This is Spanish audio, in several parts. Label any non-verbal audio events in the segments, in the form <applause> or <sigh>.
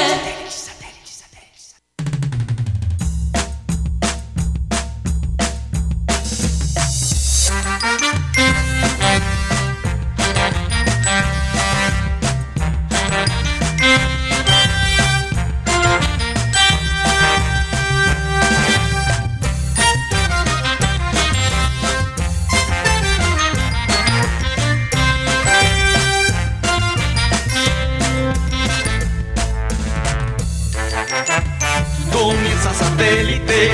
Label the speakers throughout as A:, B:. A: Satellite.
B: Comienza satélite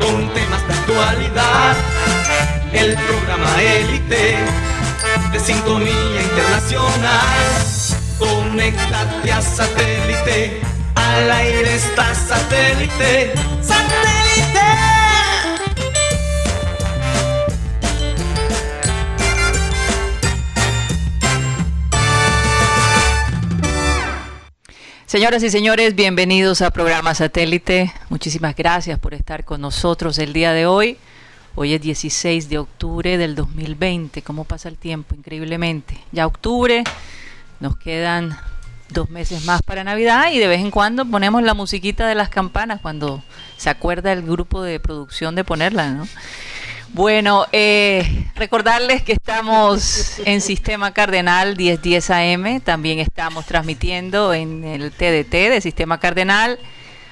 B: con temas de actualidad. El programa élite de sintonía internacional. Conéctate a satélite. Al aire está satélite. ¡Satélite!
C: Señoras y señores, bienvenidos a Programa Satélite. Muchísimas gracias por estar con nosotros el día de hoy. Hoy es 16 de octubre del 2020. ¿Cómo pasa el tiempo? Increíblemente. Ya octubre, nos quedan dos meses más para Navidad y de vez en cuando ponemos la musiquita de las campanas cuando se acuerda el grupo de producción de ponerla, ¿no? Bueno, eh, recordarles que estamos en Sistema Cardenal 1010 AM, también estamos transmitiendo en el TDT de Sistema Cardenal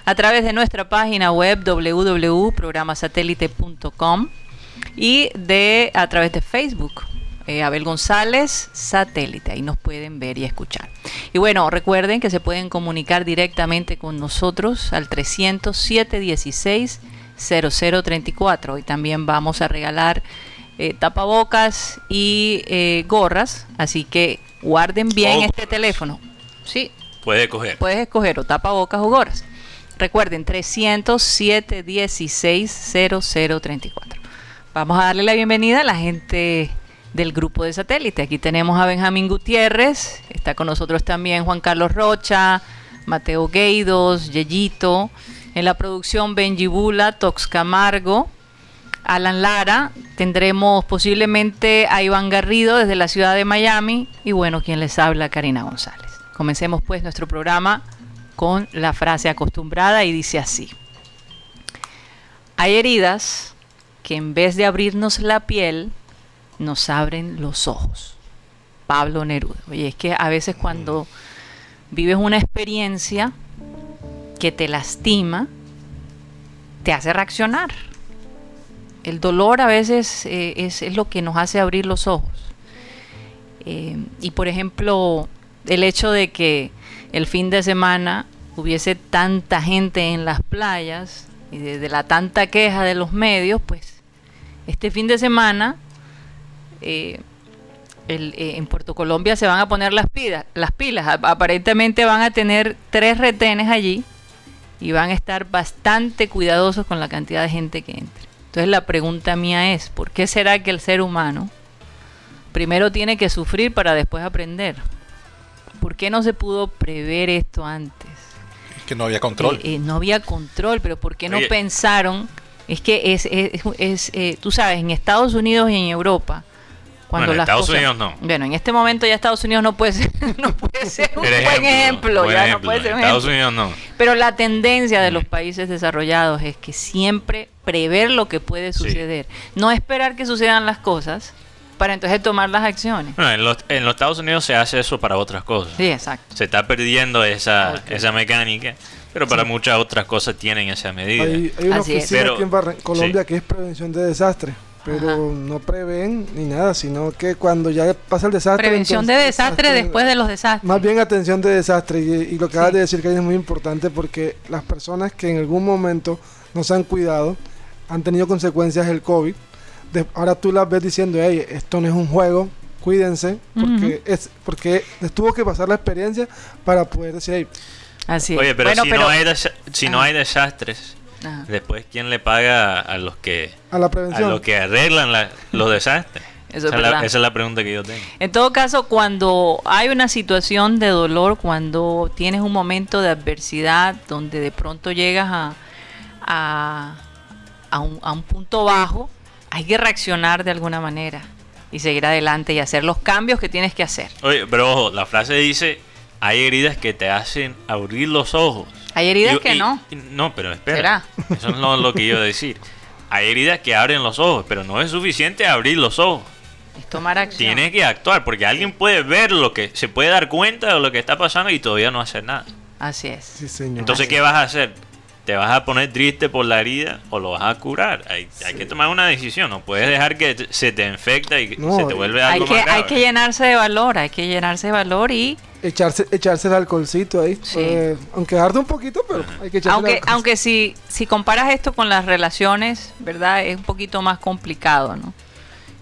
C: a través de nuestra página web www.programasatélite.com y de a través de Facebook. eh, Abel González, satélite, ahí nos pueden ver y escuchar. Y bueno, recuerden que se pueden comunicar directamente con nosotros al 307 16 0034 y también vamos a regalar eh, tapabocas y eh, gorras, así que guarden bien
D: Oh,
C: este teléfono. Sí,
D: Puede coger.
C: puedes escoger o tapabocas o gorras. Recuerden, 307 16 0034. Vamos a darle la bienvenida a la gente del grupo de satélite. Aquí tenemos a Benjamín Gutiérrez, está con nosotros también Juan Carlos Rocha, Mateo Gueidos, Yeyito. En la producción Benji Bula, Tox Camargo, Alan Lara. Tendremos posiblemente a Iván Garrido desde la ciudad de Miami. Y bueno, quien les habla, Karina González. Comencemos pues nuestro programa con la frase acostumbrada y dice así. Hay heridas que en vez de abrirnos la piel, nos abren los ojos. Pablo Neruda. Oye, es que a veces cuando vives una experiencia que te lastima, te hace reaccionar. El dolor a veces eh, es, es lo que nos hace abrir los ojos. Eh, y por ejemplo, el hecho de que el fin de semana hubiese tanta gente en las playas y de, de la tanta queja de los medios, pues este fin de semana eh, el- eh, en Puerto Colombia se van a poner las pilas, las pilas. Ap- Aparentemente van a tener tres retenes allí y van a estar bastante cuidadosos con la cantidad de gente que entre. Entonces la pregunta mía es, ¿por qué será que el ser humano primero tiene que sufrir para después aprender? ¿Por qué no se pudo prever esto antes?
E: Que no había control.
C: Eh, eh, no había control, pero ¿por qué no
D: Oye.
C: pensaron? Es que es, es, es, eh, tú sabes, en Estados Unidos y en Europa, cuando
D: Bueno, en
C: las
D: Estados
C: cosas-
D: Unidos no.
C: Bueno, en este momento ya Estados Unidos no puede ser, <laughs> no puede ser un
D: Pero
C: buen ejemplo,
D: buen
C: ya no
D: ejemplo.
C: puede ser un
D: Estados
C: ejemplo.
D: Unidos no.
C: Pero la tendencia
D: Mm.
C: de los países desarrollados es que siempre prever lo que puede
D: Sí.
C: suceder, no esperar que sucedan las cosas para entonces tomar las acciones.
D: Bueno, en, los, en los Estados Unidos se hace eso para otras cosas.
C: Sí, exacto.
D: Se está perdiendo esa,
C: Ok.
D: esa mecánica, pero para muchas otras cosas tienen esa medida.
F: Hay, hay una
C: Así es.
F: oficina
D: Pero-
F: aquí en Barra- Colombia
D: sí.
F: que es prevención de desastres, pero
C: Ajá.
F: no prevén ni nada, sino que cuando ya pasa el desastre.
G: Prevención de
F: entonces-
G: desastre después de los desastres.
F: <laughs> Más bien atención de desastre. Y, y lo que acabas
C: Sí.
F: de decir, que es muy importante porque las personas que en algún momento no se han cuidado han tenido consecuencias del COVID. De- ahora tú las ves diciendo, hey, esto no es un juego, cuídense, porque es porque les tuvo que pasar la experiencia para poder decir, "Ey,
C: Así es.
D: Oye, pero
C: Bueno,
D: si,
C: pero- Ah.
D: No hay desa- si no
C: Ajá.
D: hay desastres,
C: Ajá.
D: después ¿quién le paga a los que,
F: a la
D: a
F: prevención.
D: los que arreglan la- los desastres?
C: Eso es
D: esa, es la,
C: verdad.
D: esa es la pregunta que yo tengo.
C: En todo caso, cuando hay una situación de dolor, cuando tienes un momento de adversidad, donde de pronto llegas a, a- a un, a un punto bajo, hay que reaccionar de alguna manera y seguir adelante y hacer los cambios que tienes que hacer.
D: Oye, pero ojo, la frase dice hay heridas que te hacen abrir los ojos.
C: Hay heridas
D: Y-
C: que
D: y-
C: no.
D: y- No, pero espera. Eso no es lo que iba a decir. Hay heridas que abren los ojos, pero no es suficiente abrir los ojos.
C: Es tomar acción.
D: Tiene que actuar, porque alguien puede ver lo que, se puede dar cuenta de lo que está pasando y todavía no hacer nada.
C: Así es.
F: Sí, señor.
D: Entonces, ¿qué vas a hacer? ¿Te vas a poner triste por la herida o lo vas a curar? Hay, hay que tomar una decisión, no puedes dejar que te- se te infecta y que
F: No,
D: se te vuelve
C: Hay
D: algo
C: que,
D: más grave.
C: hay que llenarse de valor, hay que llenarse de valor y
F: echarse, echarse el alcoholcito ahí.
C: Sí.
F: eh, aunque arde un poquito, pero hay <laughs> que echarse el
C: aunque,
F: alcoholcito.
C: aunque si, si comparas esto con las relaciones, ¿verdad? Es un poquito más complicado, ¿no?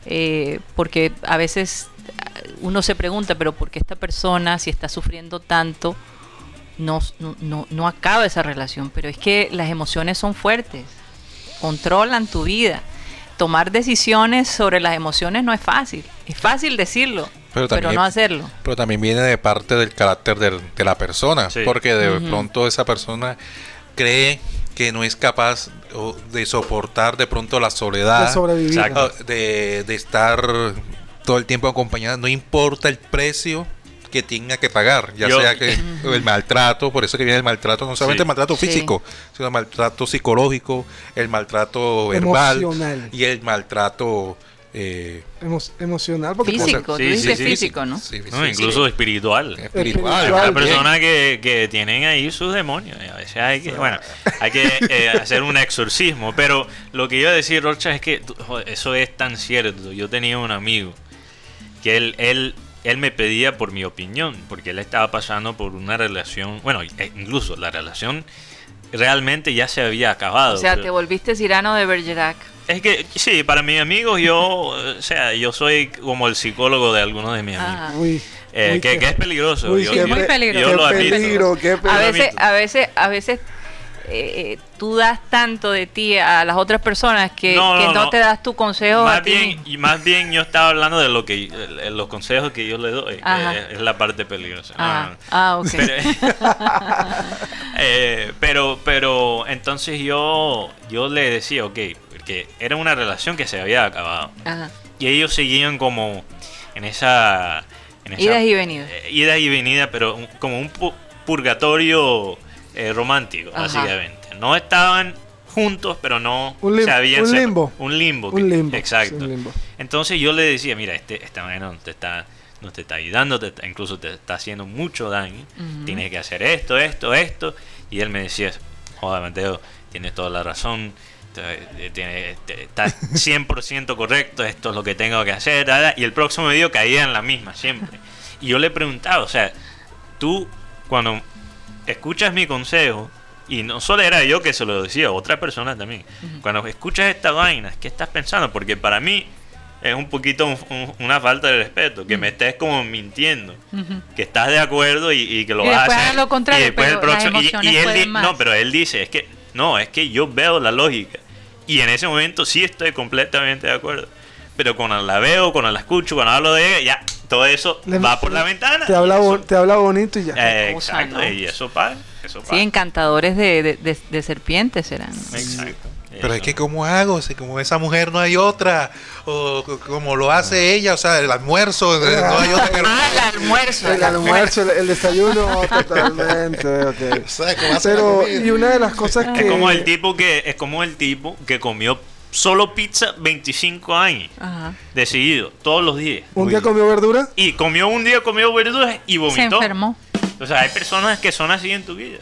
C: Eh, porque a veces ah, uno se pregunta, pero ¿por qué esta persona, si está sufriendo tanto, no, no- no, no acaba esa relación? Pero es que las emociones son fuertes, controlan tu vida. Tomar decisiones sobre las emociones no es fácil. Es fácil decirlo, pero,
E: Pero también-
C: no hacerlo.
E: Pero también viene de parte del carácter del- de la persona,
D: Sí.
E: porque de
C: Ujú.
E: pronto esa persona cree que no es capaz o, de soportar de pronto la soledad,
F: De sobrevivir.
D: Exacto.
E: ah, de, de estar todo el tiempo acompañada, no importa el precio que tenga que pagar, ya
D: Yo-
E: sea que el maltrato, por eso que viene el maltrato, no solamente
D: Sí.
E: el maltrato
C: Sí.
E: físico, sino el maltrato psicológico, el maltrato verbal
F: Emocional.
E: y el maltrato... eh,
F: Emo- emocional. Porque
E: Físico.
C: Físico, tú
D: Sí, sí,
C: dices
D: sí.
C: físico, ¿no?
E: sí,
D: No,
E: sí,
D: incluso
E: sí.
D: espiritual.
E: espiritual.
F: Espiritual.
D: Hay
E: también.
D: personas que, que tienen ahí sus demonios. y A veces hay que, bueno, hay que eh, hacer un exorcismo. Pero lo que iba a decir, Rocha, es que tú- joder, eso es tan cierto. Yo tenía un amigo que él, él, él me pedía por mi opinión, porque él estaba pasando por una relación, bueno, e- incluso la relación realmente ya se había acabado.
C: O sea,
D: pero-
C: te volviste Cirano de Bergerac.
D: es que, sí, para mis amigos yo, eh, o sea, yo soy como el psicólogo de algunos de mis amigos.
C: Ajá.
F: pues, Uy,
D: Eh,
F: uy,
D: que,
F: qué-
D: que es peligroso.
F: uy,
D: yo-
F: qué
D: yo-
C: Ah. muy
F: pe-
C: peligroso.
D: yo
F: qué
D: lo admito.
F: peligro, qué
C: a
F: peligro.
D: Pero
C: veces,
D: mito.
C: a veces, a veces eh, eh, tú das tanto de ti a las otras personas que que
D: No,
C: no,
D: no, no.
C: te das tu consejo a
D: Más
C: ti
D: bien,
C: mismo.
D: y más bien yo estaba hablando de lo que eh, los consejos que yo le doy, que
C: Ajá.
D: es la parte peligrosa. No, no,
C: Ah,
D: no.
C: ah, ok.
D: <laughs> Eh, pero, pero entonces yo, yo le decía, ok, porque era una relación que se había acabado.
C: Ajá.
D: Y ellos seguían como en esa... En esa
C: Idas y venidas.
D: eh, idas y venidas, pero un- como un pu- purgatorio eh, romántico,
C: Ajá.
D: básicamente. No estaban juntos, pero no
F: Un lim-
D: se habían
F: un
D: separ-
F: limbo.
D: Un limbo. que-
F: Un limbo.
D: Exacto.
F: sí, un limbo.
D: Entonces yo le decía, mira, este, esta manera no te está, no te está ayudando, te está- incluso te está haciendo mucho daño.
C: Ujú.
D: Tienes que hacer esto, esto, esto. Y él me decía, joder, Mateo, tienes toda la razón. te- tiene- te- Estás 100% correcto, esto es lo que tengo que hacer. da, da. Y el próximo video caía en la misma, siempre. Y yo le preguntaba, o sea, tú cuando escuchas mi consejo, y no solo era yo que se lo decía, otra persona también, cuando escuchas esta vaina, ¿qué estás pensando? Porque para mí es un poquito un- un- una falta de respeto, que me estés como mintiendo,
C: Ujú.
D: que estás de acuerdo y, y que lo
C: Y
D: vas a
C: después
D: hacer.
C: haga lo contrario,
D: y después
C: pero
D: el
C: las
D: próximo- y-
C: emociones
D: y él di-
C: pueden más.
D: No, pero él dice, es que, no, es que yo veo la lógica. Y en ese momento sí estoy completamente de acuerdo. Pero cuando la veo, cuando la escucho, cuando hablo de ella, ya, todo eso
F: Le-
D: va por la ventana.
F: Te habla,
D: Y eso-
F: bon- te habla bonito y ya.
D: eh,
C: cosa,
D: exacto,
C: ¿no?
D: y eso pasa. Eso pasa.
C: Sí, encantadores de, de- de- de serpientes serán.
D: Exacto.
E: Pero es
D: Eso.
E: que ¿cómo hago? Si como esa mujer no hay otra, o c- como lo hace ella, o sea, el almuerzo, eh, no hay otra. que-
C: Ah, el almuerzo.
F: El almuerzo, el, el
D: <laughs>
F: desayuno, <laughs> totalmente. ok.
E: O sea, ¿cómo hace la
F: Pero,
E: comida?
F: y una de las cosas que.
D: Es como el tipo que es como el tipo que comió solo pizza 25 años,
C: Ajá.
D: decidido, todos los días.
F: Un día comió verdura.
D: Y comió un día, comió verduras y
C: Se
D: vomitó.
C: enfermó.
D: O sea, hay personas que son así en tu vida.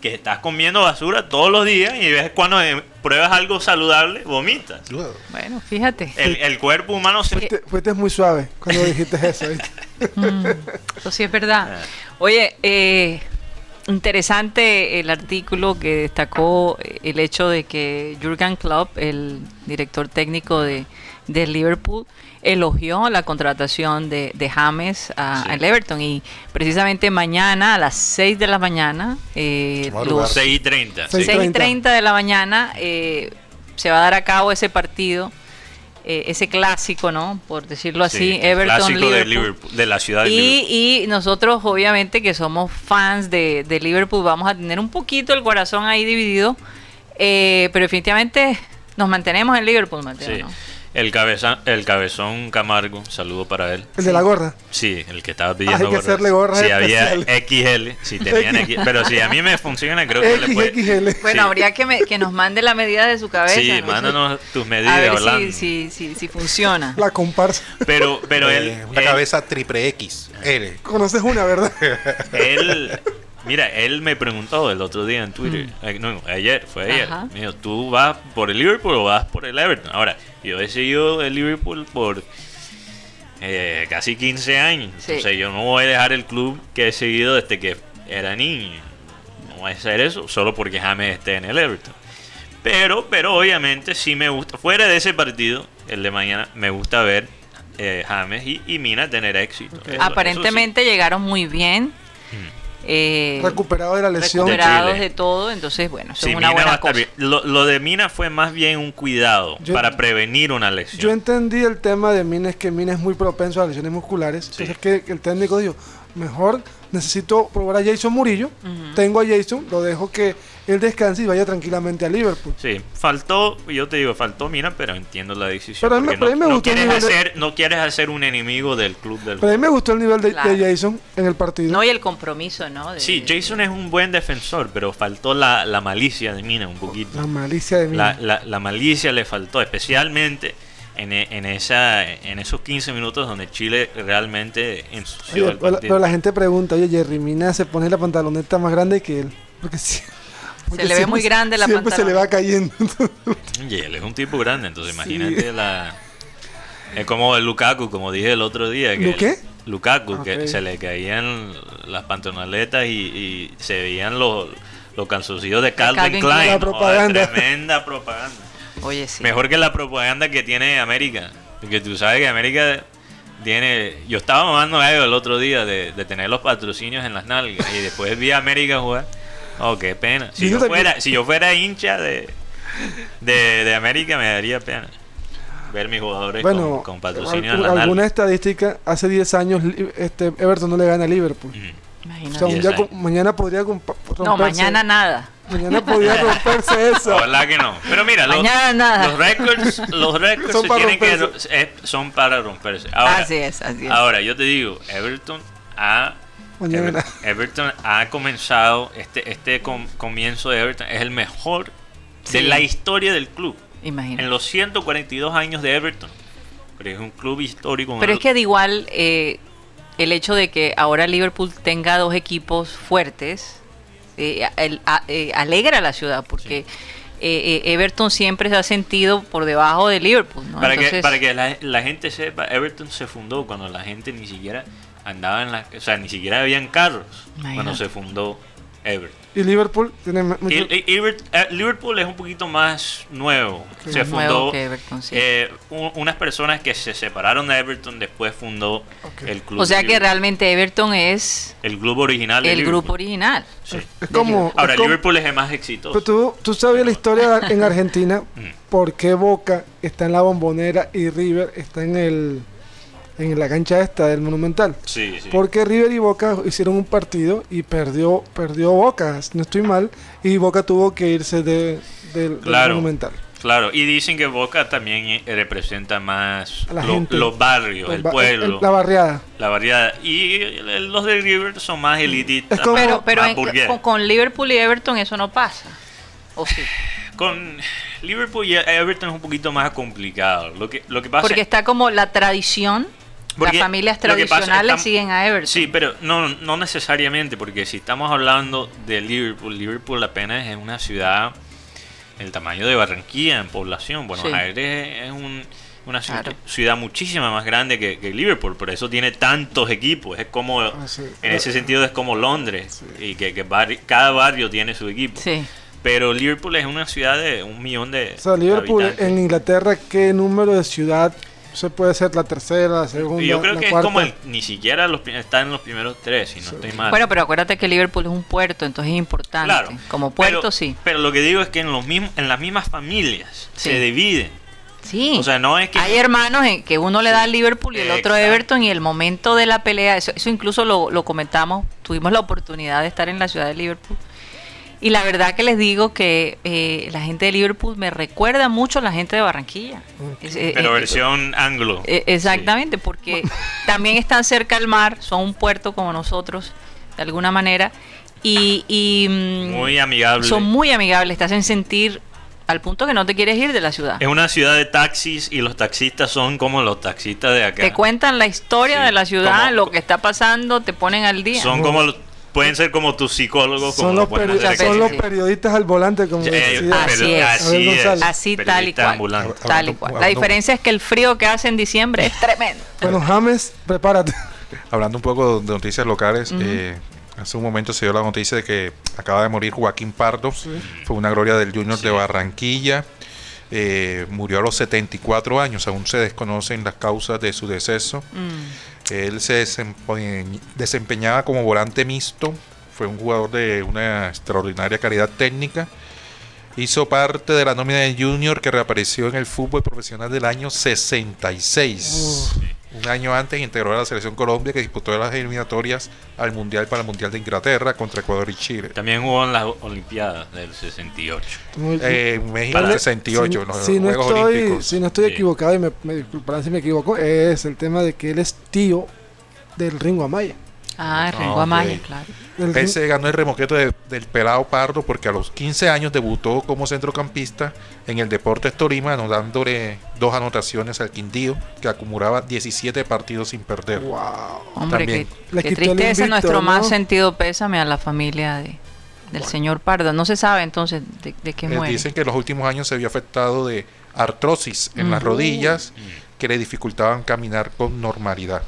D: Que estás comiendo basura todos los días y ves cuando eh, pruebas algo saludable, vomitas.
C: Bueno, fíjate.
D: El, el cuerpo humano se...
F: Fuiste, fuiste muy suave cuando
D: <laughs>
F: dijiste eso. ¿viste?
C: Mm, eso sí es verdad.
D: Ah.
C: Oye, eh, interesante el artículo que destacó el hecho de que Jürgen Klopp, el director técnico de, de Liverpool, elogió la contratación de, de James a-
D: Sí.
C: al Everton y precisamente mañana a las 6 de la mañana eh,
E: Madrugada.
C: los,
D: 6 y 30.
F: Seis-
C: 6 y
F: 30.
C: 30 de la mañana eh, se va a dar a cabo ese partido, eh, ese clásico, ¿no? Por decirlo así, Everton
D: clásico
C: Liverpool.
D: de Liverpool, de la ciudad de Liverpool.
C: Y, y nosotros, obviamente, que somos fans de, de Liverpool, vamos a tener un poquito el corazón ahí dividido, eh, pero definitivamente nos mantenemos en Liverpool, Mateo.
D: Sí.
C: ¿no?
D: El, cabeza, el cabezón Camargo, saludo para él.
F: El de la gorra.
D: Sí, el que estaba pidiendo
F: Hay que
D: gorras.
F: hacerle gorras
D: Si había XL, si tenían
F: X-
D: XL. Pero si a mí me funciona, creo que le puede.
F: XXL.
C: Bueno,
D: Sí.
C: habría que, me- que nos mande la medida de su cabeza.
D: Sí,
C: ¿no?
D: mándanos tus medidas,
C: A ver
D: Orlando.
C: si, si, si, si funciona.
F: La comparsa.
D: Pero, pero él,
E: Eh, una
D: él-
E: cabeza triple X. L.
F: Conoces una, ¿verdad?
D: él- mira, él me preguntó el otro día en Twitter, eh, no, ayer, fue ayer,
C: Mm. Ajá.
D: me dijo, ¿tú vas por el Liverpool o vas por el Everton? Ahora, yo he seguido el Liverpool por eh, casi 15 años,
C: Sí.
D: entonces yo no voy a dejar el club que he seguido desde que era niño, no voy a hacer eso solo porque James esté en el Everton. Pero, pero obviamente sí me gusta. Fuera de ese partido, el de mañana, me gusta ver eh, James y, y Mina tener éxito. Eh, Eso- eso sí.
C: Aparentemente llegaron muy bien. eh,
F: Recuperado de la lesión.
D: Recupera-
C: recuperados
D: Chile.
C: de todo, entonces, bueno, eso
D: Sí,
C: es una
D: Mina va a
C: buena
D: estar
C: cosa.
D: bien. Lo, lo de Mina fue más bien un cuidado
F: Yo-
D: para prevenir una
F: Yo
D: lesión.
F: entendí el tema de Mina, es que Mina es muy propenso a lesiones musculares.
D: Sí.
F: Entonces que que el técnico dijo, mejor necesito probar a Jason Murillo. Tengo a Jason, lo dejo que él descanse y vaya tranquilamente a Liverpool.
D: Sí, faltó, yo te digo, faltó Mina, pero entiendo la decisión.
F: Pero a mí-
D: porque
F: pero a mí me
D: no, no
F: gustó el
D: quieres
F: nivel de-
D: hacer, no quieres hacer un enemigo del club del
F: Pero a mí me gustó el nivel de, de
C: Claro.
F: Jason en el partido.
C: No, y el compromiso, ¿no? De-
D: Sí, Jason es un buen defensor, pero faltó la, la malicia de Mina un poquito.
F: La malicia de Mina.
D: La, la- la malicia le faltó, especialmente en, e- en esa, en esos 15 minutos donde Chile realmente ensució
F: Oye,
D: el
F: pero la-
D: partido.
F: pero la gente pregunta, oye, Jerry Mina se pone la pantaloneta más grande que él. Porque sí. <laughs> porque
C: le ve
F: siempre-
C: muy grande la
F: Siempre se le
C: pantaloneta.
F: va cayendo.
D: Y él es un tipo grande, entonces imagínate la... Es como el Lukaku, como dije el otro día. Que
F: ¿Lu qué?
D: Lukaku,
F: Ok.
D: que se le caían las pantalonetas y, y se veían los, los calzoncillos de Calvin,
C: Calvin Klein.
D: Klein.
F: La
D: Joder,
F: propaganda.
D: tremenda propaganda.
C: Oye, sí.
D: Mejor que la propaganda que tiene América. Porque tú sabes que América tiene... Yo estaba mamando a ellos el otro día de, de tener los patrocinios en las nalgas. Y después vi a América jugar. Oh, qué pena. Si
F: Y
D: yo
F: tú también-
D: fuera, si yo fuera hincha de, de, de América me daría pena ver mis jugadores
F: bueno,
D: con, con patrocinio en
F: algu-
D: las
F: alguna
D: nalgas.
F: estadística, hace 10 años li- este, Everton no le gana a Liverpool.
D: Mm.
F: O
C: Imagínate.
F: sea, un
D: 10
F: día com-
D: años.
F: mañana podría compa- romperse.
C: No, mañana nada. <laughs>
F: Mañana podría romperse eso.
D: Ojalá que no. Pero mira, los,
C: Mañana nada.
D: los récords,
F: <laughs>
D: los récords
F: Son
D: se
F: para
D: tienen que-
F: romperse.
D: eh, son para romperse. Ahora,
C: así es, así es.
D: Ahora, yo te digo, Everton ha.
F: Mañana.
D: Ever- Everton ha comenzado, este, este com- comienzo de Everton es el mejor
C: Sí.
D: de la historia del club. En
C: Imagínate.
D: los 142 años de Everton. Pero es un club histórico.
C: Pero es que de igual eh, el hecho de que ahora Liverpool tenga dos equipos fuertes eh, el- a- eh, alegra a la ciudad porque eh, eh, Everton siempre se ha sentido por debajo de Liverpool. ¿no?
D: Para que,
C: Entonces,
D: para que la, la gente sepa, Everton se fundó cuando la gente ni siquiera andaba en la... O sea, ni siquiera habían carros cuando
C: Imagínate.
D: se fundó Everton.
F: Y Liverpool tiene mu- mucho-
D: Y- y- Ibert- eh, Liverpool es un poquito más nuevo.
C: Más
D: se
C: nuevo
D: fundó.
C: que Everton, sí.
D: eh, un- unas personas que se separaron de Everton después fundó el club.
C: o sea que
D: Liverpool.
C: realmente Everton es
D: El club original. de
C: el
D: Liverpool.
C: grupo original.
D: Sí.
F: es como.
D: Ahora,
F: es como-
D: Liverpool es el más
F: Pero
D: exitoso.
F: tú, tú sabías la historia en Argentina,
D: <laughs> Mm.
F: por qué Boca está en la bombonera y River está en el en la cancha esta del Monumental.
D: Sí, sí.
F: Porque River y Boca hicieron un partido y perdió perdió Boca, si no estoy mal, y Boca tuvo que irse de- del, del
D: Claro.
F: Monumental.
D: Claro, y dicen que Boca también eh, representa más
F: A la
D: lo-
F: gente.
D: los barrios, el,
F: ba-
D: pueblo,
F: el- la barriada.
D: la variedad. Y eh, los de River son más elitistas,
F: Es como-
D: más-
F: Pero-
C: Pero, pero
D: más
C: en-
D: burgués.
C: con, con Liverpool y Everton eso no pasa. ¿O sí?
D: Con Liverpool y Everton es un poquito más complicado. Lo que, lo que <laughs> pasa
C: Porque
D: es-
C: está como la tradición,
D: porque
C: las familias
D: lo que pasa es que
C: tradicionales
D: estamos-
C: siguen a Everton.
D: Sí, pero no, no necesariamente, porque si estamos hablando de Liverpool, Liverpool apenas es una ciudad el tamaño de Barranquilla en población. Buenos
C: Sí.
D: Aires es un- una ciu-
C: Claro.
D: ciudad muchísima más grande que, que Liverpool, por eso tiene tantos equipos. Es como,
F: Ah, sí.
D: en ese sentido, es como Londres, y que, que barri- cada barrio tiene su equipo.
C: Sí.
D: Pero Liverpool es una ciudad de un millón de.
F: O sea, Liverpool
D: habitantes.
F: en Inglaterra, ¿qué número de ciudad se puede ser la tercera, la segunda?
D: Y yo creo
F: la
D: que
F: cuarta?
D: es como el- ni siquiera los, pri- está en los primeros tres, si no estoy mal.
C: Bueno, pero acuérdate que Liverpool es un puerto, entonces es importante.
D: Ah. claro.
C: Como puerto,
D: pero,
C: sí.
D: Pero lo que digo es que en, los mismos, en las mismas familias
C: Sí. Eh,
D: se dividen.
C: Sí.
D: O sea, no es que.
C: Hay hermanos en que uno le da a Liverpool y el otro a
D: Exacto.
C: Everton y el momento de la pelea, eso, eso incluso lo, lo comentamos, tuvimos la oportunidad de estar en la ciudad de Liverpool Y la verdad que les digo que eh, la gente de Liverpool me recuerda mucho a la gente de Barranquilla. Es- eh,
D: Pero
C: eh,
D: versión anglo.
C: eh, exactamente, porque
D: <laughs>
C: también están cerca al mar, son un puerto como nosotros, de alguna manera, y, y,
D: Sí.
C: mm,
D: Muy amigable.
C: son muy amigables, te hacen sentir al punto que no te quieres ir de la ciudad.
D: Es una ciudad de taxis y los taxistas son como los taxistas de acá.
C: Te cuentan la historia
D: Sí,
C: de la ciudad,
D: como-
C: lo que está pasando, te ponen al día.
D: Son como los- pueden ser como tus psicólogos, como
F: Son los,
D: lo pueden
F: peri-
D: hacer
C: muchas
F: son
D: aquí.
F: los
C: veces.
F: periodistas al volante, como
D: Eh,
F: decía.
E: Ah,
C: así
D: pero-
C: es.
D: así es.
F: González.
C: Así tal y
D: Periodista
C: cual.
D: ambulante.
C: Tal y cual. La diferencia es que el frío que hace en diciembre es
F: <laughs>
C: tremendo.
F: Bueno, James, prepárate.
E: Hablando un poco de noticias locales, eh, hace un momento se dio la noticia de que acaba de morir Joaquín Pardo. Fue una gloria del Junior de Barranquilla. Eh, murió a los 74 años. Aún se desconocen las causas de su deceso.
C: Mm.
E: Él se desempeñ- desempeñaba como volante mixto. Fue un jugador de una extraordinaria calidad técnica. Hizo parte de la nómina de Junior que reapareció en el fútbol profesional del año 66. Un año antes integró a la selección Colombia que disputó las eliminatorias al Mundial para el Mundial de Inglaterra contra Ecuador y Chile.
D: También jugó en las Olimpiadas del 68.
F: Muy-
E: Eh, México
D: Para-
E: 68,
F: si,
E: en los
F: si no
E: Juegos
F: estoy,
E: Olímpicos.
F: si no estoy
D: Sí.
F: equivocado, y me, me disculparán si me equivoco, es el tema de que él es tío del Ringo Amaya.
C: Ah,
E: Ah,
C: Ringo
E: ok.
C: Amaya, claro.
F: El Rin-
E: Él se ganó el remoqueto de- del pelado pardo porque a los 15 años debutó como centrocampista en el Deportes Torima, anotándole dos anotaciones al Quindío, que acumulaba 17 partidos sin perder.
F: Wow.
C: Hombre, qué,
E: También.
F: Le
C: qué
F: quitó el
C: tristeza.
F: invicto,
C: Nuestro
F: ¿no?
C: más sentido pésame a la familia de, del señor Pardo. No se sabe entonces de, de qué
E: Eh,
C: muere.
E: dicen que en los últimos años se vio afectado de artrosis en las rodillas que le dificultaban caminar con normalidad.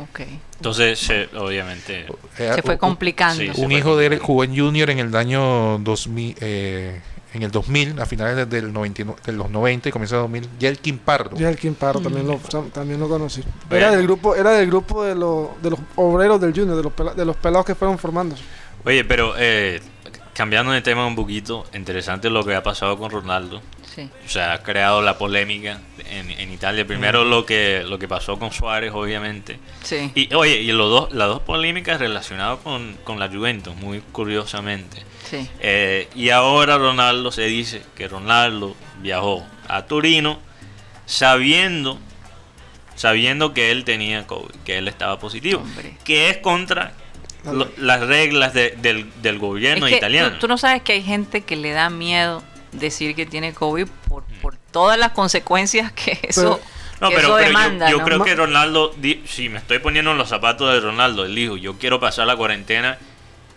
C: Ok.
D: Entonces, se- obviamente,
E: Eh,
C: Se fue
E: un-
C: complicando.
D: sí, sí.
E: Un hijo de él jugó en Junior en el año 2000, eh, en el 2000, a finales del 99, de los 90 y comienzo de 2000, Yelkin Pardo.
F: Yo el Kim
E: Mm.
F: Parro también, lo, también lo conocí. Era
D: Bueno.
F: del grupo, era del grupo de, los de los obreros del Junior, de los, pela- de los pelados que fueron formándose.
D: Oye, pero eh, cambiando de tema un poquito, interesante lo que ha pasado con Ronaldo.
C: Sí.
D: O sea, ha creado la polémica en, en Italia. Primero lo que lo que pasó con Suárez, obviamente.
C: Sí.
D: Y oye, y los dos, las dos polémicas relacionadas con, con la Juventus, muy curiosamente.
C: sí.
D: Eh, y ahora Ronaldo se dice que Ronaldo viajó a Turino sabiendo sabiendo que él tenía COVID, que él estaba positivo,
C: Hombre.
D: que es contra lo- las reglas de- del, del gobierno
C: Es que
D: italiano.
C: Tú, tú no sabes que hay gente que le da miedo decir que tiene COVID por, por todas las consecuencias que eso,
D: No,
C: que
D: pero,
C: eso
D: pero yo-
C: demanda.
D: yo,
C: ¿no?
D: creo
F: Ma-
D: que Ronaldo, di- si me estoy poniendo en los zapatos de Ronaldo, él dijo, yo quiero pasar la cuarentena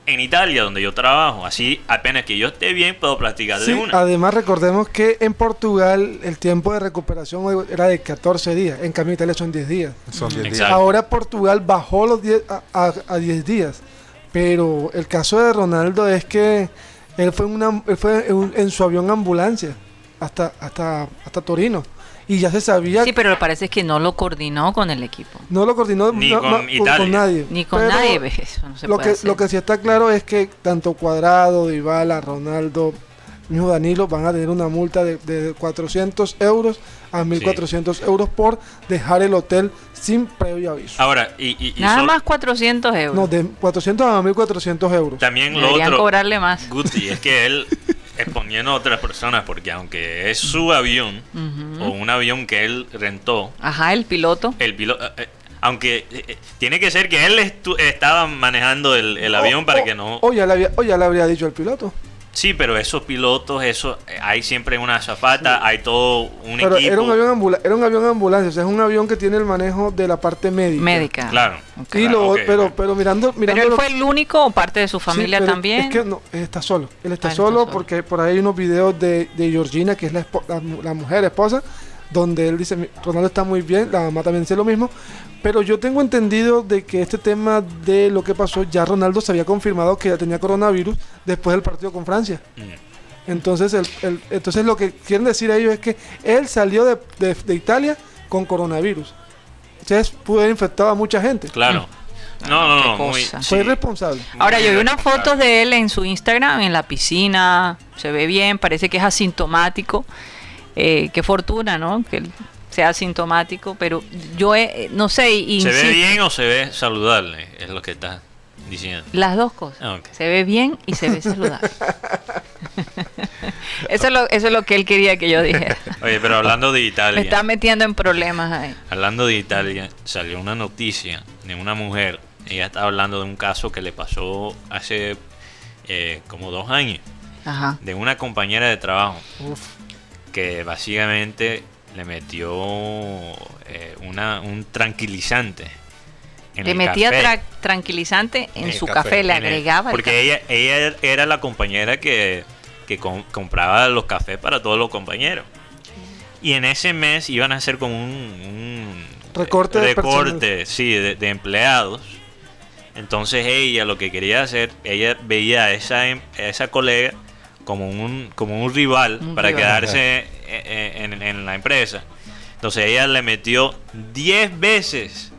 D: en Italia, donde yo trabajo. Así, apenas que yo esté bien, puedo practicar de
F: Sí,
D: una.
F: además recordemos que en Portugal el tiempo de recuperación era de 14 días, en cambio en Italia son 10 días.
E: Son
C: Mm,
E: 10 días.
D: Exacto.
F: Ahora Portugal bajó los 10 a- a a 10 días. Pero el caso de Ronaldo es que él fue, en una, él fue en, un- en su avión ambulancia hasta, hasta, hasta Torino. Y ya se sabía,
C: Sí, pero parece que no lo coordinó con el equipo.
F: no lo coordinó
D: Ni
F: no-
D: con
F: no- con,
D: Italia.
F: nadie.
C: Ni con
F: Pero
C: nadie. ve, Eso no se
F: Lo
C: puede
F: que,
C: hacer.
F: lo que sí está claro es que tanto Cuadrado, Dybala, Ronaldo, mismo Danilo van a tener una multa de, de 400 euros a 1.400 euros por dejar el hotel sin previo aviso.
D: Ahora, y, y- y
C: Nada
D: sol-
C: más 400 euros.
F: No, de 400 a 1.400 euros.
D: también lo
C: Deberían
D: otro,
C: cobrarle más.
D: Guti, es que él exponiendo a otras personas, porque aunque es su avión,
C: Ujú.
D: o un avión que él rentó,
C: Ajá, el piloto.
D: el piloto... aunque eh, eh, tiene que ser que él estu- estaba manejando el, el avión
F: O-
D: para
F: o-
D: que no...
F: O Oh, ya, le había, o ya le habría dicho el piloto.
D: Sí, pero esos pilotos, eso, eh, hay siempre una azafata, hay todo un
F: Pero
D: equipo.
F: era un, avión ambula- era un avión ambulancia, o sea, es un avión que tiene el manejo de la parte médica.
C: Médica.
D: Claro.
C: Ok.
F: Y
D: Ah,
F: lo,
D: ok,
F: pero,
D: bueno.
F: pero mirando, mirando
C: Pero él
F: lo-
C: fue el único o parte de su familia
F: Sí, pero
C: también.
F: Es que no, él está solo. Él está
C: Ah, él está
F: solo
C: solo.
F: porque por ahí hay unos videos de, de Georgina, que es la, espo- la mu- la mujer, esposa, donde él dice, "Mi- Ronaldo está muy bien, la mamá también dice lo mismo. Pero yo tengo entendido de que este tema de lo que pasó, ya Ronaldo se había confirmado que ya tenía coronavirus después del partido con Francia.
D: Mm.
F: Entonces, el, el- entonces lo que quieren decir ellos es que él salió de, de- de Italia con coronavirus. Entonces pudo haber infectado a mucha gente.
D: Claro. No, no,
C: qué
D: no. Muy,
C: cosa.
F: Mm. Fue
D: sí.
F: irresponsable.
C: Ahora
D: Muy
C: yo vi unas
D: irresponsable.
C: fotos de él en su Instagram, en la piscina, se ve bien, parece que es asintomático. Eh, qué fortuna, ¿no? Que él sea asintomático, pero yo eh, no sé, y-
D: ¿Se ve
C: insisto.
D: bien o se ve saludable? Es lo que está.
C: <laughs>
D: diciendo.
C: Las dos cosas.
D: Ah, ok.
C: Se ve bien y se ve saludable.
D: <laughs>
C: eso, es lo, eso es lo que él quería que yo
D: <laughs>
C: dijera.
D: Oye, pero hablando de
C: Me está
D: Italia,
C: metiendo en problemas ahí.
D: hablando de Italia, salió una noticia de una mujer. Ella está hablando de un caso que le pasó hace eh, como dos años,
C: Ajá.
D: de una compañera de trabajo que básicamente le metió eh, una, un tranquilizante. en
C: Le
D: el
C: metía
D: café.
C: tra- tranquilizante en,
E: En el
C: su café,
E: café,
C: le
D: en el-
C: agregaba. el
D: porque
C: café.
D: ella ella era la compañera que, que com- compraba los cafés para todos los compañeros y en ese mes iban a hacer como un, un
F: Recorte de
D: recorte, sí de, de empleados entonces ella lo que quería hacer ella veía a esa em- a esa colega como un como un rival
C: Un
D: para
C: rival.
D: quedarse e, en, en- en la empresa entonces ella le metió 10 veces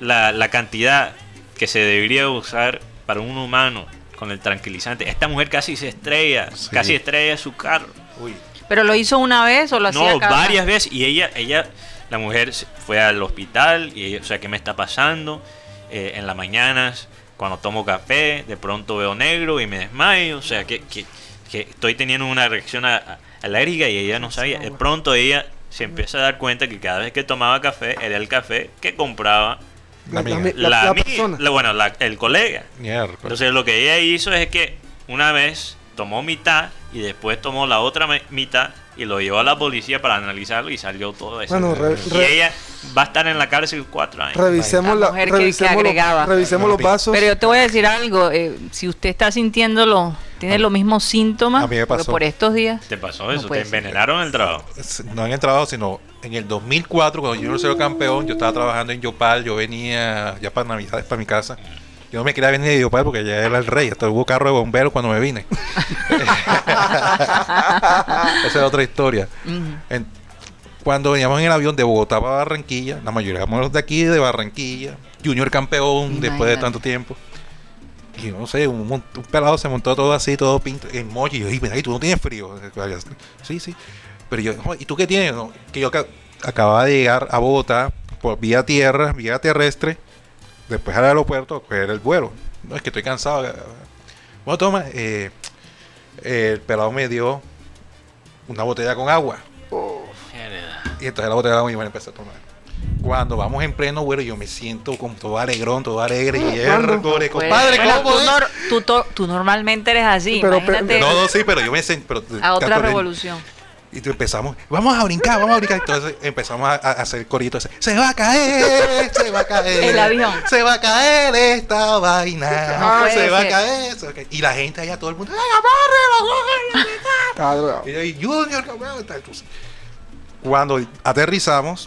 D: la, la cantidad que se debería usar para un humano con el tranquilizante. Esta mujer casi se estrella,
E: Sí.
D: casi estrella su carro.
E: Uy.
C: Pero lo hizo una vez o lo hacía
D: No,
C: cada-
D: varias veces. Y ella, ella, la mujer se- fue al hospital y ella, o sea, ¿qué me está pasando? Eh, en las mañanas, cuando tomo café, de pronto veo negro y me desmayo. O sea, que, que- que estoy teniendo una reacción a- a- alérgica y ella no sabía. De pronto ella se empieza a dar cuenta que cada vez que tomaba café era el café que compraba
E: La amiga.
F: ami-
D: la,
F: la
D: amiga-
F: persona.
D: la- bueno, la- el colega.
E: Miércoles.
D: Entonces lo que ella hizo es que una vez tomó mitad y después tomó la otra me- mitad y lo llevó a la policía para analizarlo y salió todo eso.
F: Bueno, re-
D: y
F: re-
D: ella va a estar en la cárcel cuatro años.
F: revisemos,
C: La
F: la,
C: mujer que- que
F: revisemos, los-
C: agregaba.
F: revisemos los vasos.
C: Pero yo te voy a decir algo. eh, si usted está sintiéndolo, tiene los mismos síntomas
E: Ah. a mí me
C: porque
E: pasó.
C: por estos días.
D: ¿Te pasó
C: No
D: eso?
C: puede
D: ¿Te
C: ser.
D: envenenaron el trabajo?
E: Es- No en el trabajo, sino en el 2004, cuando Junior salió campeón, yo estaba trabajando en Yopal, yo venía ya para Navidades para mi casa. Yo no me quería venir de Yopal porque ya era el rey, hasta hubo carro de bomberos cuando me vine. <laughs> Esa es otra historia.
C: Ujú.
E: En- cuando veníamos en el avión de Bogotá para Barranquilla, la mayoría éramos de aquí, de Barranquilla, Junior campeón después de
C: Imagínate.
E: tanto tiempo. Y yo no sé, un, mon- un pelado se montó todo así, todo pinto, en mochi. Y yo, "Ey, mira, y tú no tienes frío. Sí, sí. Pero yo, "No, ¿y tú qué tienes? No, que yo aca- acababa de llegar a Bogotá por vía tierra, vía terrestre, después al aeropuerto a coger el vuelo. No, es que estoy cansado. Bueno, toma, eh, el pelado me dio una botella con agua. Y entonces la botella de agua y bueno, empecé a tomar. Cuando vamos en pleno vuelo, yo me siento como todo alegrón, todo alegre. Y
F: ¿Cuándo?
E: ergo, compadre,
C: Bueno,
E: ¿cómo
C: tú,
E: es?
C: nor- tú to- tú normalmente eres así.
F: Pero-
C: imagínate
E: No, no, sí, pero yo me sentí. pero-
C: a otra
E: Catherine,
C: revolución.
E: Y tú empezamos, vamos a brincar, vamos a brincar. Entonces empezamos a, a hacer coritos. ese, Se va a caer, se va a caer.
C: El avión.
E: Se va a caer esta vaina.
C: No puede
E: se va a
C: ser.
E: caer. se va a caer". Y la gente allá, todo el mundo, ¡ay, amarre, amarre,
F: Está drogado.
E: Y yo, y Junior, cabrón, tal, tú sabes. Cuando aterrizamos,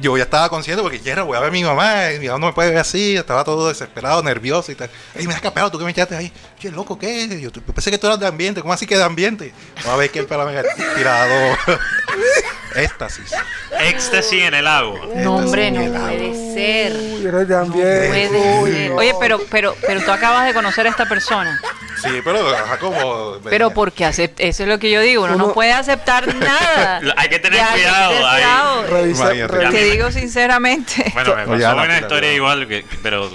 E: yo ya estaba consciente porque ya era, voy a ver a mi mamá, y mi mamá no me puede ver así, estaba todo desesperado, nervioso y tal. Y me has capado, tú que me echaste ahí. Che, loco, ¿qué? Yo, tú- yo pensé que tú eras de ambiente, ¿cómo así que de ambiente? Vamos a ver qué para me ha tirado. <laughs> Éxtasis.
D: Éxtasis en el agua.
C: No, hombre,
E: Éxtasis
C: no
E: en el agua.
C: puede ser.
F: Uy, eres de ambiente.
C: Puede
F: Uy,
C: ser.
F: no.
C: Oye, pero, pero, pero tú acabas de conocer a esta persona.
E: Sí, pero ajá, como.
C: Pero porque acept- eso es lo que yo digo, uno, no
F: Uno-
C: puede aceptar
E: <laughs>
C: nada.
D: Lo- hay que tener
C: de alguien
D: cuidado ahí.
C: deseado.
F: Revisa-
E: Imagínate.
F: revisa-
C: Te digo sinceramente.
D: Bueno, me
E: No, ya
D: pasó
E: la
D: una
E: puta,
D: historia
E: bro.
D: igual, que, pero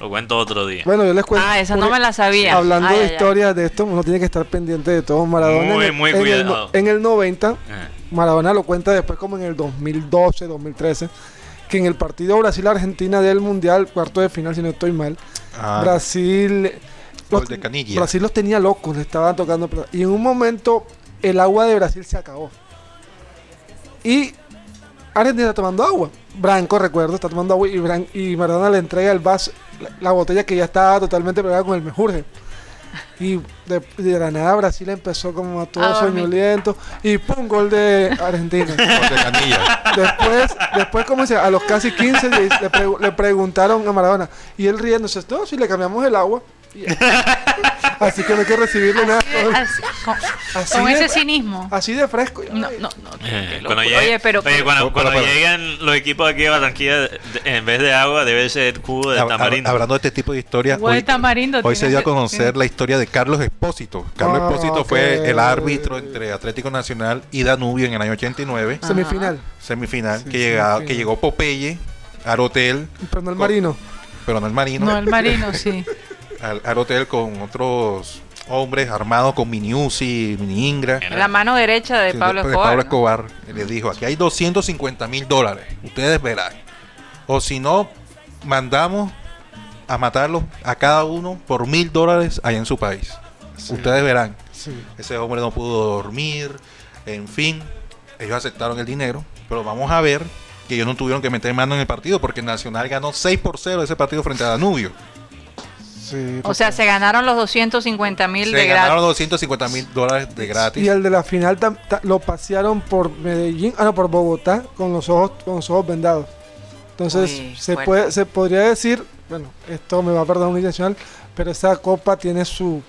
D: lo cuento otro día.
F: Bueno, yo les cuento.
C: Ah, esa no
F: una-
C: me la sabía.
F: Hablando
C: Ay,
F: de
C: ay, ay.
F: historias de esto, uno tiene que estar pendiente de todo. Maradona.
D: Muy,
F: en el-
D: muy
F: en el
D: cuidado.
F: no- en el 90,
D: Ajá.
F: Maradona lo cuenta después como en el 2012, 2013, que en el partido Brasil-Argentina del Mundial, cuarto de final, si no estoy mal,
E: Ah,
F: Brasil...
E: Gol de Canilla.
F: Brasil los tenía locos, le estaban tocando. pla- Y en un momento el agua de Brasil se acabó. Y Argentina está tomando agua. Branco, recuerdo, está tomando agua y, Bran- y Maradona le entrega el vaso, la, la botella que ya estaba totalmente pegada con el mejurje. Y de, de la nada Brasil empezó como a
C: A
F: todo
C: dormir.
F: soñoliento y ¡pum! gol de Argentina.
E: <laughs> gol de Canilla.
F: Después, después como dice, a los casi 15 le, le pregu- le preguntaron a Maradona. Y él riéndose, no, si le cambiamos el agua. Y- así que no hay que recibirle nada.
C: Así- con
F: Así
C: con
F: de-
C: ese cinismo.
F: Así de fresco.
C: No, no, no.
D: Eh,
C: qué
D: Cuando,
C: locura.
D: llegue-
C: Oye, pero
D: oye, cuando,
E: Pero, pero,
D: cuando
E: pero.
D: llegan los equipos aquí a Barranquilla, de- en vez de agua, debe ser cubo de
E: Hab- hab-
D: tamarindo.
E: Hablando de este tipo de historias,
C: Huevo de
E: hoy,
C: tamarindo
E: hoy se dio a
C: tiene que-
E: conocer la historia de Carlos Espósito. Carlos
F: Ah,
E: Espósito
F: ok.
E: fue el árbitro entre Atlético Nacional y Danubio en el año 89,
F: Semifinal.
E: semifinal,
F: Sí,
E: que, llega-
F: semifinal.
E: que llegó Popeye al hotel
F: Pero no el
E: Co-
F: marino.
E: pero no el marino.
C: No, el marino,
D: <laughs>
C: sí.
E: al, al hotel con otros hombres armados con mini Uzi, mini Ingra.
C: La mano derecha de
E: Sí,
C: Pablo
E: de- de
C: Escobar.
E: Pablo
C: ¿no?
E: Escobar. Y Le dijo, aquí hay 250 mil dólares, ustedes verán. O si no, mandamos a matarlos a cada uno por mil dólares allá en su país. Ustedes verán.
F: Sí.
E: Ese hombre no pudo dormir, en fin, ellos aceptaron el dinero, pero vamos a ver que ellos no tuvieron que meter mano en el partido porque Nacional ganó 6 por 0 ese partido frente a Danubio.
F: Sí,
C: O sea, se ganaron los 250 mil
E: Se
C: de gratis.
E: ganaron 250 mil dólares de gratis.
F: Y el de la final tam- ta- lo pasearon por Medellín, ah no, por Bogotá con los ojos con los ojos vendados. Entonces,
C: Uy,
F: se
C: fuerte.
F: puede se podría decir, bueno, esto me va a perdonar un internacional, pero esa copa tiene su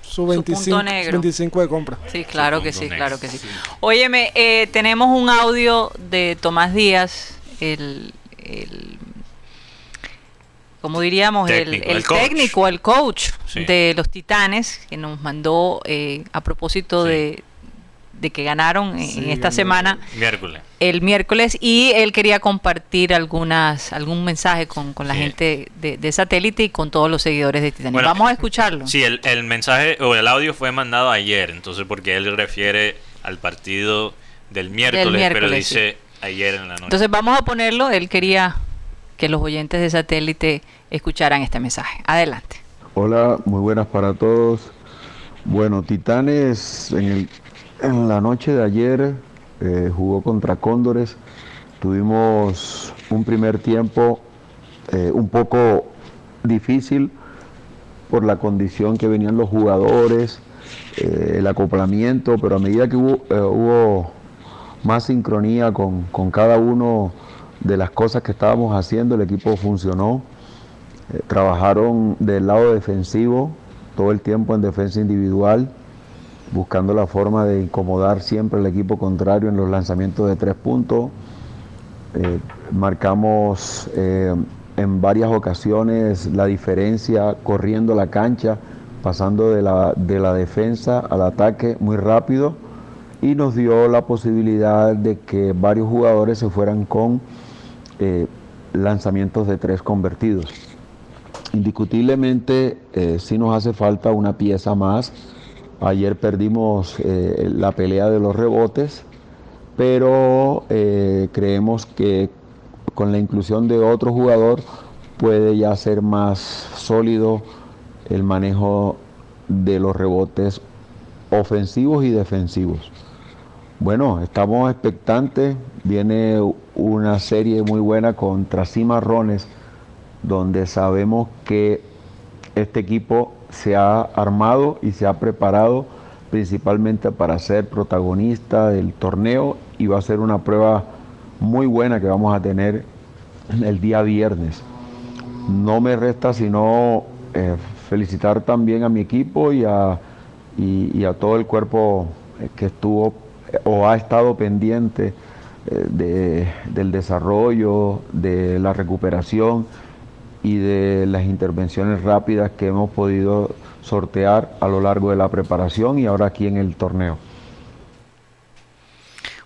F: su
C: punto
F: 25, su
C: negro.
F: 25 de compra.
C: Sí, claro que
D: Segundo
C: sí,
D: next.
C: claro que sí. Óyeme, eh, tenemos un audio de Tomás Díaz, el, el como diríamos,
D: Técnico,
C: el,
D: el
C: el
D: coach.
C: técnico, el coach
D: Sí.
C: de los Titanes, que nos mandó eh, a propósito
D: Sí.
C: de, de que ganaron en-
F: Sí,
C: en esta
F: ganaron.
C: semana
D: Miércoles.
C: el miércoles y él quería compartir algunas algún mensaje con, con la
D: Sí.
C: gente de, de satélite y con todos los seguidores de Titanes.
D: Bueno, eh,
C: Vamos a escucharlo.
D: Sí, el, el mensaje o el audio fue mandado ayer, entonces porque él refiere al partido del miércoles, pero
C: miércoles, sí.
D: dice ayer en la noche.
C: Entonces vamos a ponerlo. Él quería que los oyentes de satélite escucharan este mensaje. Adelante.
A: Hola, muy buenas para todos. Bueno, Titanes en, el- en la noche de ayer eh, jugó contra Cóndores. Tuvimos un primer tiempo eh, un poco difícil por la condición que venían los jugadores, eh, el acoplamiento, pero a medida que hubo, eh, hubo más sincronía con, con cada uno de las cosas que estábamos haciendo, el equipo funcionó. Eh, trabajaron del lado defensivo todo el tiempo en defensa individual, buscando la forma de incomodar siempre al equipo contrario en los lanzamientos de tres puntos. Eh, marcamos eh, en varias ocasiones la diferencia corriendo la cancha, pasando de la, de la defensa al ataque muy rápido y nos dio la posibilidad de que varios jugadores se fueran con eh, lanzamientos de tres convertidos indiscutiblemente eh, sí nos hace falta una pieza más. Ayer perdimos eh, la pelea de los rebotes, pero eh, creemos que con la inclusión de otro jugador puede ya ser más sólido el manejo de los rebotes ofensivos y defensivos. Bueno, estamos expectantes. Viene una serie muy buena contra Cimarrones donde sabemos que este equipo se ha armado y se ha preparado principalmente para ser protagonista del torneo y va a ser una prueba muy buena que vamos a tener el día viernes. No me resta sino eh, felicitar también a mi equipo y a, y- y a todo el cuerpo eh, que estuvo eh, o ha estado pendiente eh, de- del desarrollo, de la recuperación y de las intervenciones rápidas que hemos podido sortear a lo largo de la preparación y ahora aquí en el torneo.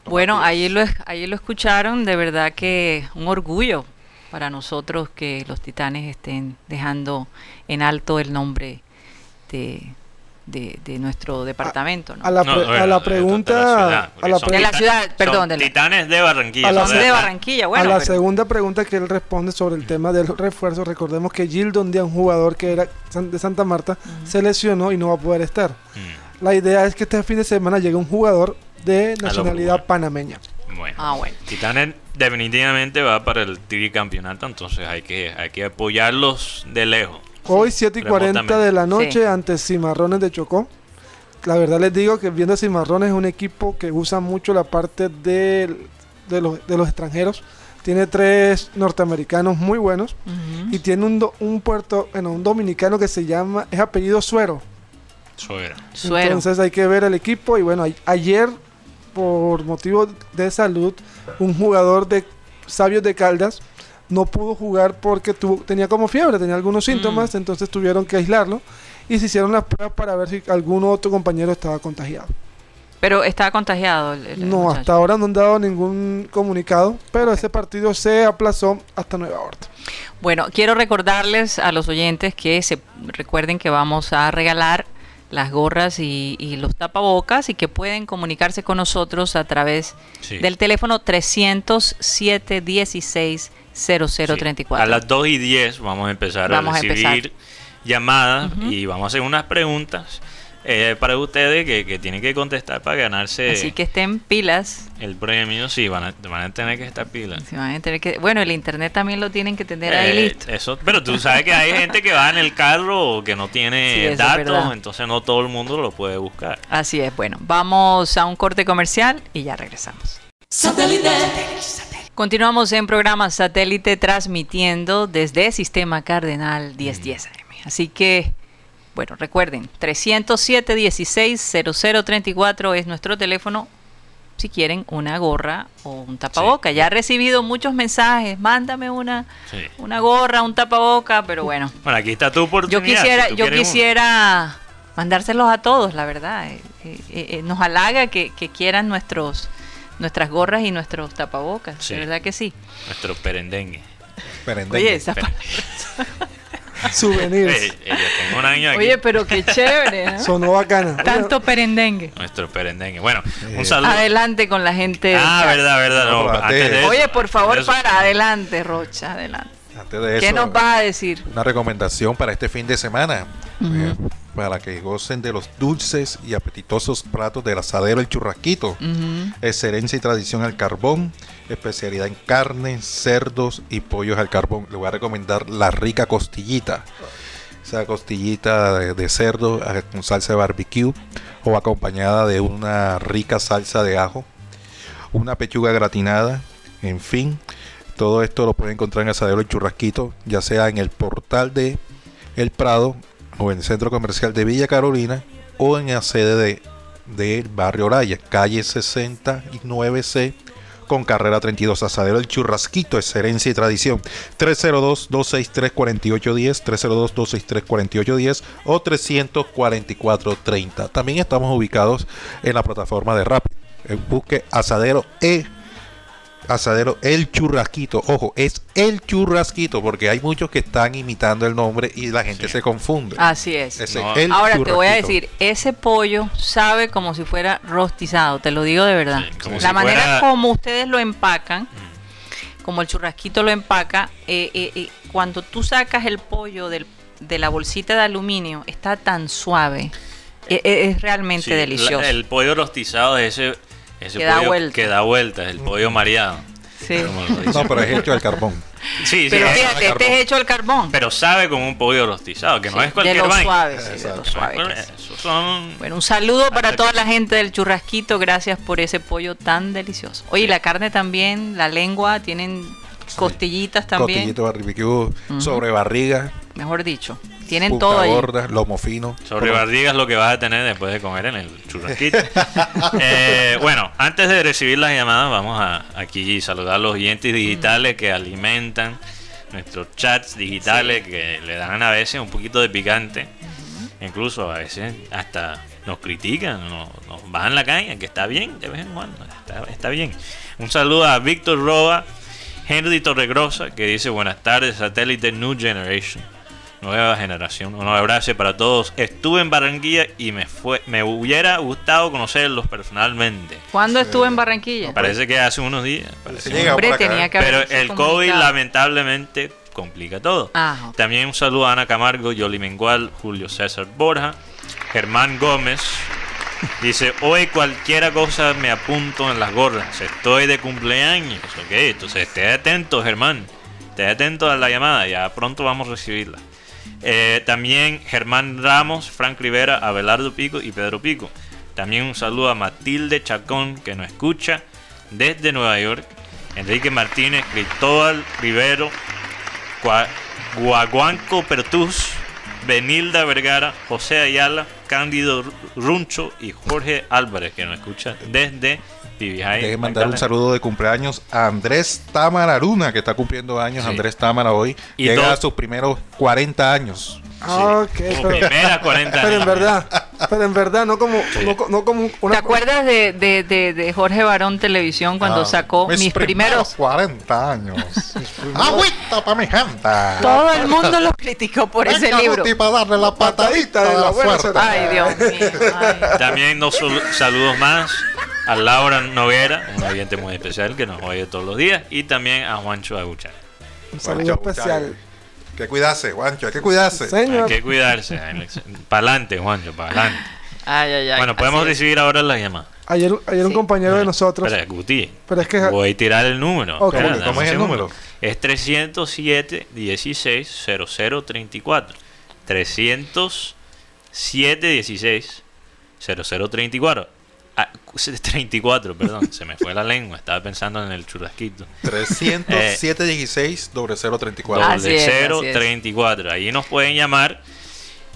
C: Bueno, ahí lo, es- ahí lo escucharon. De verdad que un orgullo para nosotros que los Titanes estén dejando en alto el nombre de, de- de nuestro departamento. ¿no?
F: A la,
D: No,
F: pre-
D: bueno,
F: a la
D: de- de- de la ciudad,
F: pregunta
D: porque
F: a la
D: son
F: pre-
C: De la
D: titan-
C: ciudad,
D: son
C: perdón, de la-
D: Titanes de Barranquilla.
F: A la
D: o sea,
C: de
F: ciudad-
C: Barranquilla, bueno.
F: a la
C: pero-
F: segunda pregunta que él responde sobre el tema del refuerzo, recordemos que Gildon Díaz, un jugador que era san- de Santa Marta, se lesionó y no va a poder estar.
D: Mm,
F: La idea es que este fin de semana llegue un jugador de
D: Uruguay.
F: nacionalidad panameña.
D: Bueno.
C: Ah, bueno.
D: Titanes definitivamente va para el tricampeonato, entonces hay que, hay que apoyarlos de lejos.
F: Hoy 7 y 40 de la noche
C: Sí.
F: ante Cimarrones de Chocó. La verdad les digo que viendo Cimarrones es un equipo que usa mucho la parte del- de, los, de los extranjeros. Tiene tres norteamericanos muy buenos
C: Ujú.
F: y tiene un, do- un puerto, bueno, un dominicano que se llama, es apellido Suero.
D: Eso era.
C: Suero.
F: Entonces hay que ver el equipo y bueno, a- ayer por motivo de salud un jugador de Sabios de Caldas no pudo jugar porque tuvo, tenía como fiebre, tenía algunos
C: Mm.
F: síntomas, entonces tuvieron que aislarlo y se hicieron las pruebas para ver si algún otro compañero estaba contagiado.
C: Pero estaba contagiado. el- el
F: No,
C: muchacho.
F: hasta ahora no han dado ningún comunicado, pero ese partido se aplazó hasta nueva
C: <laughs>
F: orden.
C: Bueno, quiero recordarles a los oyentes que se recuerden que vamos a regalar las gorras y, y los tapabocas y que pueden comunicarse con nosotros a través
D: Sí.
C: del teléfono 307 16 0034.
D: A las 2 y 10 vamos a empezar
C: Vamos a
D: a recibir
C: empezar.
D: llamadas y vamos a hacer unas preguntas eh, para ustedes que, que tienen que contestar para ganarse
C: Así que estén pilas.
D: el premio. Sí, van a, van a tener que estar pilas.
C: Se van a tener que- bueno, el internet también lo tienen que tener ahí
D: Eh,
C: listo.
D: Eso, pero tú sabes que hay gente que va en el carro o que no
C: Sí,
D: tiene
C: eso es
D: datos,
C: verdad.
D: entonces no todo el mundo lo puede buscar.
C: Así es, bueno, vamos a un corte comercial y ya regresamos. Continuamos en programa satélite transmitiendo desde Sistema Cardenal 1010 AM. Así que, bueno, recuerden, 307-16-0034 es nuestro teléfono. Si quieren una gorra o un tapaboca. Ya he recibido muchos mensajes. Mándame una,
D: Sí.
C: una gorra, un tapaboca, pero bueno.
D: Bueno, aquí está tu
C: Yo
D: oportunidad.
C: quisiera,
D: si tú
C: yo
D: quieres uno.
C: quisiera mandárselos a todos, la verdad. Eh, eh, eh, nos halaga que, que quieran nuestros nuestras gorras y nuestros tapabocas,
D: Sí.
C: de verdad que sí.
D: Nuestro perendengue.
E: Merendengue.
C: Oye, esa palabra-
D: Ey,
F: Souvenirs.
D: ey, Eh, yo tengo un año aquí.
C: Oye, pero qué chévere, ¿no?
F: Sonó bacana.
C: Tanto perendengue.
D: Nuestro perendengue. Bueno, un saludo.
C: Adelante con la gente. del
D: Ah,
C: chat.
D: verdad, verdad. no,
E: No, eh, pero
D: antes de
E: antes-
D: eso-
C: Oye, por favor,
D: antes de eso-
C: para adelante, Rocha, adelante.
E: Antes de
C: ¿Qué
E: eso,
C: nos va a decir?
E: una recomendación para este fin de semana. eh, para que gocen de los dulces y apetitosos platos del asadero El Churrasquito. Excelencia y tradición al carbón. Especialidad en carne, cerdos y pollos al carbón. Le voy a recomendar la rica costillita. Esa costillita de, de cerdo eh, con salsa de barbecue o acompañada de una rica salsa de ajo. Una pechuga gratinada. En fin, todo esto lo pueden encontrar en Asadero El Churrasquito, ya sea en el portal de El Prado o en el centro comercial de Villa Carolina o en la sede de, del Barrio Oraya, calle 69C con carrera 32 Asadero El Churrasquito, es herencia y tradición. 302-263-4810, 302-263-4810 o 344-30. También estamos ubicados en la plataforma de Rappi. Eh, Busque Asadero E Asadero El Churrasquito. Ojo, es El Churrasquito porque hay muchos que están imitando el nombre y la gente se confunde.
C: Así es.
E: Ese,
D: No.
E: El
C: Ahora te voy a
E: Churrasquito.
C: decir, ese pollo sabe como si fuera rostizado, te lo digo de verdad.
D: Sí, como
C: la
D: si
C: manera
D: fuera- Mm.
C: como ustedes lo empacan, como el churrasquito lo empaca, eh, eh, eh, cuando tú sacas el pollo del- de la bolsita de aluminio, está tan suave. E- e- es realmente
D: Sí,
C: delicioso.
D: la- el pollo rostizado es ese, ese
C: Que da
D: pollo
C: vuelta.
D: que da vueltas, el pollo mareado.
C: Sí.
D: como lo dicen.
E: No, pero es hecho al carbón.
D: Sí, sí,
C: Pero
D: es-
C: fíjate, este es hecho al carbón.
D: pero sabe como un pollo rostizado, que no
C: Sí,
D: es cualquier
C: de lo
D: vaina.
C: suave, sí, de
E: Exacto.
C: lo
D: Que no es
C: suave
D: cual-
C: que es.
D: esos son-
C: Bueno, un saludo para
D: Hasta
C: toda
D: que-
C: la gente del churrasquito. Gracias por ese pollo tan delicioso. Oye, y la carne también, la lengua, tienen costillitas <laughs> también.
E: Costillito barbecue, sobre barriga,
C: Mejor dicho, tienen
E: punta
C: todo ahí.
E: gorda, lomo fino.
D: Sobre barrigas lo que vas a tener después de comer en el churrasquito. Eh, bueno, antes de recibir las llamadas, vamos a aquí saludar a los oyentes digitales que alimentan nuestros chats digitales, que le dan a veces un poquito de picante. Incluso a veces hasta nos critican, nos, nos bajan la caña, que está bien, de vez en cuando, está, está bien. Un saludo a Víctor Roa, Henry Torregrosa, que dice buenas tardes, satélite New Generation, nueva generación. Un abrazo para todos. Estuve en Barranquilla y me fue, me hubiera gustado conocerlos personalmente.
C: ¿Cuándo estuve en Barranquilla?
D: Parece que hace unos días. parece
E: Se llega
C: Hombre,
E: por acá.
C: tenía que
D: pero
C: haber
D: el COVID lamentablemente complica todo.
C: Ah, ok.
D: También un saludo a Ana Camargo, Yoli Mengual, Julio César Borja, Germán Gómez. Dice, hoy cualquiera cosa me apunto en las gorras. Estoy de cumpleaños, ok. Entonces, esté atento, Germán. Esté atento a la llamada, ya pronto vamos a recibirla. Eh, también Germán Ramos, Frank Rivera, Abelardo Pico y Pedro Pico. También un saludo a Matilde Chacón, que nos escucha desde Nueva York. Enrique Martínez, Cristóbal Rivero, Gua- Guaguanco Pertus, Benilda Vergara, José Ayala, Cándido Ru- Runcho y Jorge Álvarez, que nos escucha desde Vivijay.
E: Deje mandar un saludo de cumpleaños a Andrés Támara Luna, que está cumpliendo años.
D: Sí.
E: Magdalena. Andrés Támara hoy
D: Y
E: llega
D: dos-
E: a sus primeros 40 años.
F: Ah, ok,
D: Como
F: pero,
D: primera 40
F: <laughs> pero en
D: años.
F: verdad, Pero en verdad, no como, no, co- no como una.
C: ¿Te acuerdas de, de- de- de Jorge Barón Televisión cuando
E: Ah,
C: sacó mis,
E: <laughs>
C: primeros? <laughs>
E: 40 años. Agüita para mi gente.
C: Todo el mundo lo criticó por ese
E: Venga,
C: libro.
E: Guti, para darle la
F: patadita
E: patadita
F: de
E: de
F: la
E: la
F: buena
E: suerte.
C: Ay, Dios mío. ay.
D: También dos sol- saludos más a Laura Noguera, un oyente muy especial que nos oye todos los días, y también a Juancho Aguchar.
F: Un
E: Guancho,
F: saludo especial.
E: Guancho. Que cuidarse, Juancho, hay que cuidarse.
D: Hay
F: Señor.
D: que cuidarse. Para adelante, Juancho, para adelante.
C: Ay, ay, ay.
D: Bueno, podemos
C: Así es.
D: recibir ahora la llamada.
F: Ayer, ayer un
C: Sí.
F: compañero de nosotros.
D: Espera, Guti.
F: Pero es que.
D: Voy a tirar el número.
F: Ok.
D: Espera,
E: ¿Cómo-
D: dame
E: cómo
D: un
E: es el
D: segundo.
E: número?
D: Es 307 16 0034. 307 16 0034. Ah, 34, perdón, se me fue la lengua. Estaba pensando en el churrasquito.
E: 307 16 0034.
C: Así
D: Doble
C: es,
D: cero
C: así es.
D: 34. Ahí nos pueden llamar.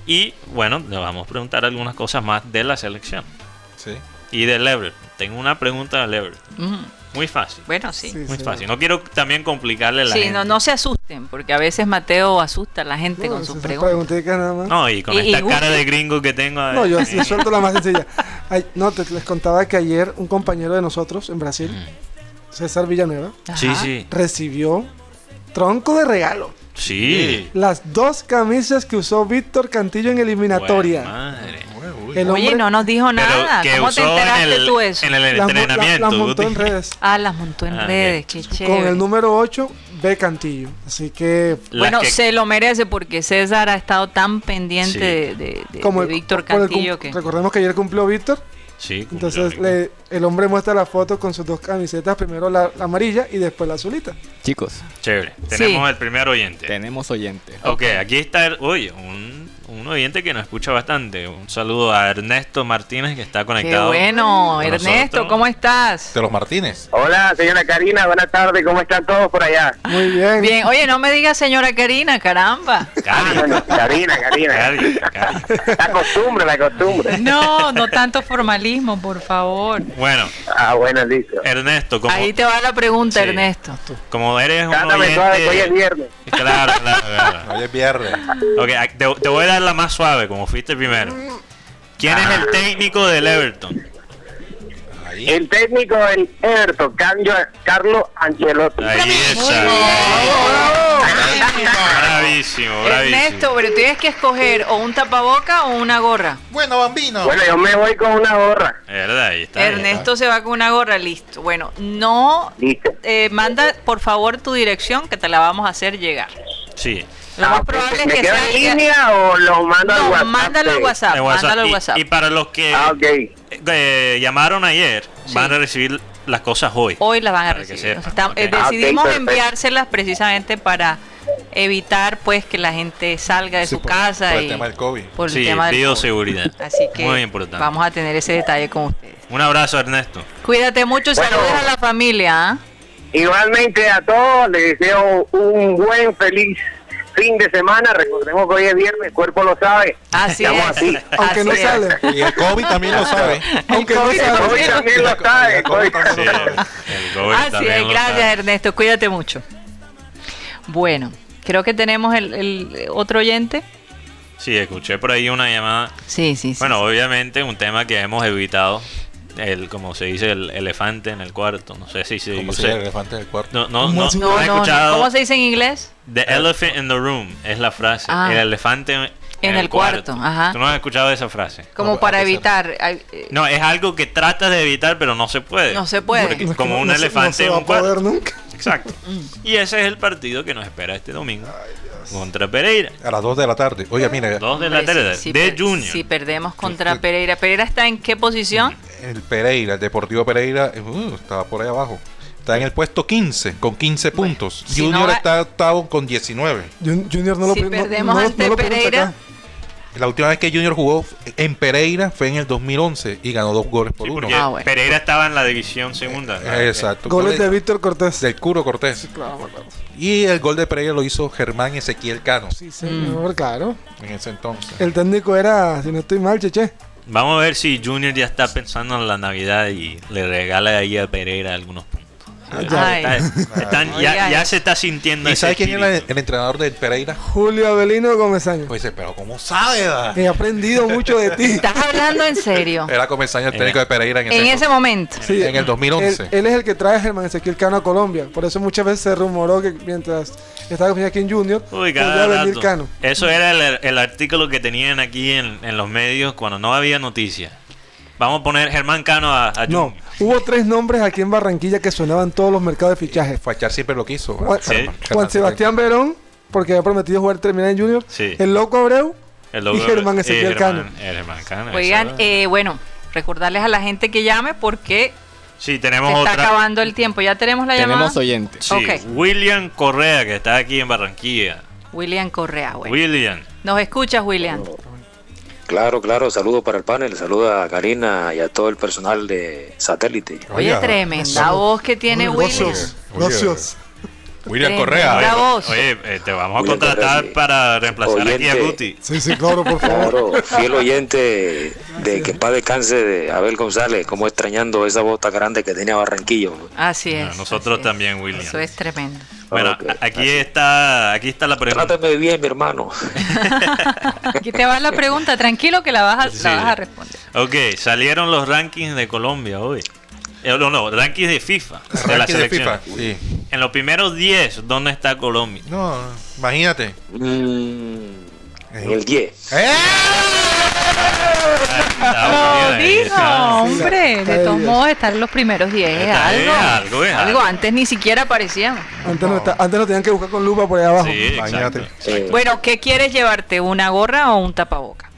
D: Y bueno, le vamos a preguntar algunas cosas más de la selección.
E: Sí.
D: Y del Everton. Tengo una pregunta del Everton.
C: Mm,
D: Muy fácil.
C: Bueno, sí.
F: Sí,
D: Muy
F: sí.
D: fácil. No quiero también complicarle la
C: Sí,
D: gente.
C: no, no se asusten, porque a veces Mateo asusta a la gente
F: No,
C: con sus
F: esas
C: preguntas.
F: preguntitas nada más.
D: No, y con
C: Y- y
D: esta
C: Guti.
D: cara de gringo que tengo.
F: No, yo
D: eh,
F: sí, suelto la más sencilla. Ay, no, te, les contaba que ayer un compañero de nosotros en Brasil, César Villanueva,
C: Ajá.
D: Sí, sí.
F: recibió tronco de regalo.
D: Sí.
F: Las dos camisas que usó Víctor Cantillo en eliminatoria.
D: Buena madre.
E: Uy,
F: El
C: Oye,
F: hombre
C: no nos dijo
D: Pero
C: nada.
D: que
C: ¿Cómo te
D: usó en
C: enteraste
D: el,
C: tú eso?
D: en el
F: las mo-
D: entrenamiento.
F: las- las montó en
D: Guti.
C: <laughs>
F: redes.
C: Ah, las montó en
D: Ah,
C: redes. Qué
F: Con
C: chévere.
F: el número 8, B Cantillo. Así que,
D: Las
C: bueno,
D: que-
C: se lo merece porque César ha estado tan pendiente
D: Sí.
C: de, de- de-
F: como
C: de
F: el-
C: Víctor
F: por el cum-
C: Cantillo que...
F: Recordemos que ayer cumplió Víctor.
D: Sí, cumplió
F: Entonces
D: rico.
F: le- el hombre muestra la foto con sus dos camisetas, primero la, la amarilla y después la azulita.
G: Chicos,
D: Chévere.
C: Sí.
D: Tenemos el primer oyente.
G: tenemos oyente.
D: Ok, aquí está, el- oye, un, un oyente que nos escucha bastante. Un saludo a Ernesto Martínez que está
C: Qué
D: conectado.
C: bueno,
D: con
C: Ernesto,
D: nosotros.
C: ¿cómo estás?
E: De los Martínez.
H: Hola, señora Karina, buenas tardes, ¿cómo están todos por allá?
F: Muy bien.
C: Bien, oye, no me digas señora Karina,
F: <laughs>
C: caramba.
D: Cari,
H: Ah, Bueno, Karina, Karina.
D: Cari, Cari.
H: La costumbre, la costumbre.
C: No, no tanto formalismo, por favor.
D: Bueno,
H: Ah, bueno,
D: Eh,
H: listo.
D: Ernesto, como,
C: Ahí te va la pregunta,
D: Sí.
C: Ernesto.
D: como eres un
H: Cántame suave, que hoy es
D: oyente...
H: viernes.
D: Claro, claro, claro.
E: Hoy es viernes.
D: Ok, a- te, te voy a dar la más suave, como fuiste primero. ¿Quién es el técnico del Everton?
E: Ahí.
H: El técnico del Everton, Carlo- Carlos Ancelotti.
D: Ahí está.
H: Ah.
D: Bravísimo,
C: Ernesto,
D: bravísimo.
C: pero tienes que escoger o un tapaboca o una gorra.
E: Bueno, bambino.
H: Bueno, yo me voy con una gorra.
D: ¿Verdad? Ahí está. ahí
C: Ernesto se va con una gorra, listo. Bueno, no
H: Listo.
C: eh, manda por favor tu dirección que te la vamos a hacer llegar.
D: está. Sí.
C: Lo
H: Ah,
C: más probable es
H: ¿Me
C: que
H: quedo
C: sea
H: en línea o lo mando al
C: No,
H: WhatsApp? pues.
C: mándalo al
H: de-
C: WhatsApp,
D: En WhatsApp.
C: mándalo al
D: Y-
C: WhatsApp.
D: Y, para los que
H: Ah, ok.
D: eh, llamaron ayer,
C: Sí.
D: van a recibir las cosas hoy.
C: Hoy las van a
D: Para que
C: recibir. O sea,
D: sepan.
C: está- eh,
D: Ah, Ok.
H: Ah, ok,
C: decidimos
H: perfecto.
C: enviárselas precisamente para evitar pues que la gente salga de
E: Sí,
C: su
E: por-
C: casa
E: por el
C: y
E: tema del COVID.
C: por el
D: Sí,
C: tema del COVID.
D: bioseguridad.
C: <laughs> Así que
D: Muy importante.
C: vamos a tener ese detalle con ustedes.
D: Un
C: <laughs>
D: abrazo, Ernesto.
C: Cuídate mucho,
H: Bueno.
C: saludos a la familia. ¿ah?
H: Igualmente a todos les deseo un buen, feliz fin de semana. Recordemos que hoy es viernes, el cuerpo lo sabe.
C: Así
H: Estamos
C: es.
H: así.
F: Aunque
C: así
F: no
C: es.
F: sale.
E: Y el COVID también lo sabe.
F: Aunque no
C: COVID
H: El
F: salga.
H: COVID también lo sabe. el COVID también
D: Sí,
H: lo sabe.
D: el COVID
C: Así
D: también
C: es,
D: lo
C: Ah, gracias
D: sabe.
C: Ernesto, cuídate mucho. Bueno, creo que tenemos el, el otro oyente.
D: Sí, escuché por ahí una llamada.
C: Sí, sí, sí.
D: Bueno, obviamente un tema que hemos evitado. El, como se dice, el elefante en el cuarto. No sé si se
E: Como
D: dice.
E: si el elefante del cuarto.
D: No, no,
F: ¿Cómo
D: no,
F: así?
D: no he escuchado.
C: ¿Cómo se dice en inglés?
D: The elephant in the room es la frase.
C: Ah.
D: El elefante en,
C: En el cuarto, ajá.
D: Tú no has escuchado esa frase.
C: Como
E: No,
C: para
E: hay que ser-
C: evitar. ay, eh,
D: No, es algo que tratas de evitar, pero no se puede.
C: No se puede. Mm.
D: Porque
F: No,
D: como
F: no
D: un
F: se- no
D: elefante
F: se
D: en
F: va
D: un
F: a poder
D: cuarto.
F: nunca.
C: <laughs>
D: Exacto. Y ese es el partido que nos espera este domingo contra Pereira.
E: A las 2 de la tarde. Oiga, mira,
D: Dos de la
C: hombre,
D: tarde.
C: si- si
D: de
C: per-
D: Junior.
C: Si perdemos contra Pereira. ¿Pereira está en qué posición?
E: el Pereira, el Deportivo Pereira, uh, estaba por ahí abajo. Está en el puesto 15, con 15 puntos.
C: si
E: Junior
C: no va-
E: está octavo con 19.
F: Jun- Junior no lo
C: Si
F: pri- no-
C: perdemos
F: no- no
C: ante
F: lo pudimos
C: Pereira.
F: sacar.
E: La última vez que Junior jugó en Pereira fue en el 2011 y ganó dos goles por
D: Sí,
E: uno.
D: porque Ah,
C: Ah, bueno.
D: Pereira estaba en la división segunda. ¿no?
E: Exacto.
F: Goles de Víctor Cortés.
E: Del Curo Cortés. Y el gol de Pereira lo hizo Germán Ezequiel Cano
F: Sí, señor, claro.
E: en ese entonces.
F: El técnico era, si no estoy mal, Cheche.
D: Vamos a ver si Junior ya está pensando en la Navidad y le regala ahí a Pereira algunos puntos.
F: Ah,
C: Ay.
D: Está- están- ya,
C: Ay,
D: ya
C: ay.
D: se está sintiendo
E: ¿Y
D: ese
E: sabes quién era el,
D: espíritu.
E: el entrenador del Pereira?
F: Julio Avelino Comesaña.
E: Pues dice, pero ¿cómo sabe? va?"
F: He aprendido mucho de ti.
C: Estás hablando en
D: <laughs>
C: serio.
E: Era Comesaña el técnico de Pereira en ese,
C: En ese
E: momento.
C: momento.
F: Sí,
E: en el 2011.
F: Él, él es el que trae a Germán Ezequiel Cano a Colombia. Por eso muchas veces se rumoró que mientras estaba con Joaquín Junior,
D: Uy,
F: podía
D: cada
F: venir
D: rato.
F: Cano.
D: Eso era el, el artículo que tenían aquí en, en los medios cuando no había noticias. Vamos a poner Germán Cano a, a
F: No,
D: Junior.
F: hubo tres nombres aquí en Barranquilla que sonaban en todos los mercados de fichajes.
E: Fachar siempre lo quiso.
F: Juan,
E: ¿verdad? Germán-
D: Sí.
E: Germán
F: Juan Sebastián Verón, porque había prometido jugar terminar en Junior.
D: Sí.
F: El Loco Abreu.
D: El logo-
F: y Germán Ezequiel
D: y
F: Cano.
D: Germán- el Germán Cano,
C: Oigan,
D: eso era.
C: eh, bueno, recordarles a la gente que llame porque
D: sí,
C: se
D: tenemos
C: está
D: otra.
C: acabando el tiempo. Ya tenemos la
G: Tenemos
C: llamada.
G: oyentes.
D: Sí,
C: Ok.
D: William Correa, que está aquí en Barranquilla.
C: William Correa, güey.
D: William.
C: Nos escuchas, William.
I: Claro, claro, saludo para el panel, saludo a Karina y a todo el personal de satélite.
C: Oye,
E: Oiga,
C: tremenda voz que tiene William.
F: Gracias.
E: Oye,
F: Gracias.
E: William
C: Tremenda
E: Correa.
C: voz.
D: Oye, eh, te vamos a
I: William
D: contratar
I: Correa, sí.
D: para reemplazar aquí a
I: Oyente.
D: Guti.
F: Sí, sí, claro, por favor.
I: Claro, fiel oyente de que en paz descanse de Abel González, como extrañando esa bota grande que tenía Barranquillo.
C: Así es.
D: No, nosotros
C: así es.
D: también, William.
C: Eso es
D: <laughs>
C: tremendo.
D: Bueno,
I: Ok,
D: a- aquí está, aquí está la pregunta.
I: Trátame bien, mi hermano.
C: Aquí te va la pregunta, tranquilo que la vas a,
D: Sí,
C: la vas a
D: sí.
C: responder.
D: Ok, salieron los rankings de Colombia hoy. Eh, no, no, rankings de FIFA. de la
E: Ranking de
D: selección.
E: FIFA. Sí.
D: En los primeros 10, ¿dónde
C: <laughs>
D: está Colombia?
E: No, imagínate.
I: Mm, en el 10.
E: ¡Eh!
D: Ah, Está bien, ahí está.
C: dijo, hombre.
F: está
C: De todos
F: bien.
C: modos, estar en los primeros 10 es
D: Está bien,
C: algo.
D: algo, es algo.
C: antes ni siquiera aparecíamos.
F: Antes, no está- antes lo tenían que buscar con lupa por ahí abajo.
D: Sí, exacto.
E: Imagínate.
I: Eh,
C: Bueno, ¿qué quieres llevarte? ¿Una gorra o un tapaboca?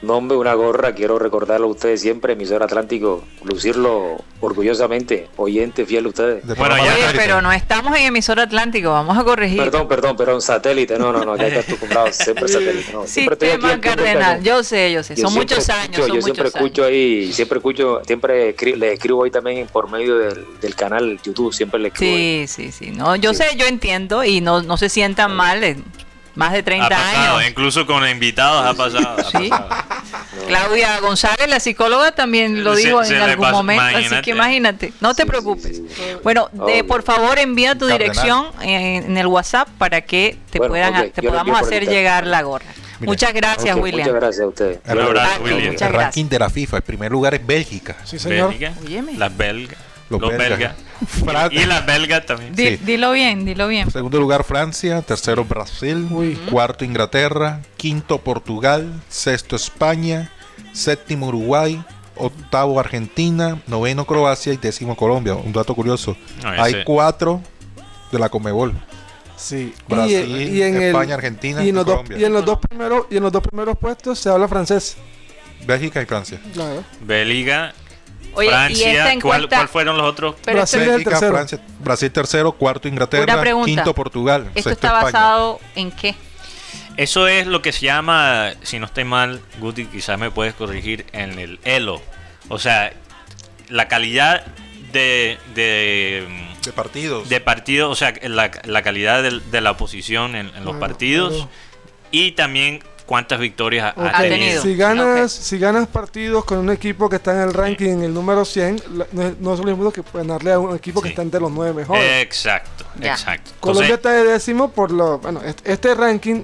I: Nombre, una gorra, quiero recordarlo a ustedes siempre, emisor Atlántico, lucirlo orgullosamente, oyente fiel a ustedes.
E: De
D: Bueno, ya-
E: programa
C: Oye,
E: satélite.
C: pero no estamos en emisor Atlántico, vamos a corregir.
I: Perdón, perdón, perdón, satélite, no, no, no, ya está acostumbrado, siempre satélite, no, siempre estoy aquí
C: Sistema
I: en Punta
C: Cardenal,
I: Cana.
C: yo sé, yo sé,
I: Yo
C: son
I: siempre
C: muchos años,
I: escucho-
C: son
I: yo siempre
C: muchos años.
I: escucho ahí, siempre escucho, siempre escri- le escribo ahí también por medio del, del canal YouTube, siempre le escribo. ahí.
C: Sí, sí, sí, no, yo
I: Sí.
C: sé, yo entiendo y no, no se sientan mal, eh, más de
D: Ha
C: 30
D: pasado,
I: eh,
C: años.
D: incluso con invitados ha pasado. ha
C: Sí.
D: pasado.
C: <laughs> Claudia González, la psicóloga, también lo
D: Se-
C: dijo
D: se
C: en
D: le
C: algún
D: pasó-
C: momento, así
D: imagínate.
C: que imagínate, no te
I: Sí,
C: preocupes.
I: sí, sí.
C: Bueno, de-
I: Obvio.
C: por favor envía tu
E: Cardenal.
C: dirección en, en el WhatsApp para que te
I: Bueno,
C: puedan,
I: ok,
C: te
I: yo lo envío
C: podamos
I: por
C: hacer
I: ahorita.
C: llegar la gorra.
E: Mira,
C: Muchas gracias,
I: Ok,
C: William.
I: Muchas gracias a ustedes.
E: Un abrazo,
D: Ah, William.
E: El
C: muchas
E: ranking
C: gracias.
E: de la FIFA, el primer lugar es Bélgica.
F: Sí, señor.
D: Bélgica,
C: Óyeme.
D: las belgas.
E: Los
D: Los,
E: belgas.
D: belgas.
E: Fran-
D: Y las belgas también.
C: Di-
E: Sí.
C: Dilo bien, dilo bien.
E: Segundo lugar Francia, tercero Brasil,
F: Uy.
E: cuarto Inglaterra, quinto Portugal, sexto España, séptimo Uruguay, octavo Argentina, noveno Croacia y décimo Colombia. Un dato curioso.
D: No, ese-
E: Hay cuatro de la Comebol.
F: Sí.
E: Brasil,
F: y,
E: España, Argentina
F: y en
E: y
F: los dos-
E: Colombia.
F: y en los dos primeros y en los dos primeros puestos se habla francés.
E: Bélgica y Francia.
F: Claro.
D: Bélgica,
C: Oye, y esta
D: Francia. ¿cuál,
C: encuesta,
D: cuál fueron los otros?
C: pero esto,
F: Brasil es el
E: Bélgica,
F: tercero.
E: Francia, Brasil tercero, cuarto
C: Una
E: Inglaterra,
C: pregunta.
E: quinto Portugal,
C: esto
E: sexto
C: está
E: España.
C: basado en qué?
D: Eso es lo que se llama, si no estoy mal, Guti, quizás me puedes corregir, en el ELO. O sea, la calidad de, de, mm,
E: de partidos.
D: de partido, o sea, la, la calidad del- de, la oposición en, en los
F: Claro,
D: partidos
F: claro.
D: y también cuántas victorias ha-
C: Ha
D: ha
C: tenido.
D: tenido.
F: Si ganas, si ganas partidos con un equipo que está en el ranking en el número 100, la- no es no es lo mismo que ganarle a un equipo que
D: Sí.
F: está entre los nueve mejores.
D: Exacto,
C: Ya.
D: exacto.
F: Colombia está
D: Entonces,
F: de décimo por lo. Bueno, est- este ranking.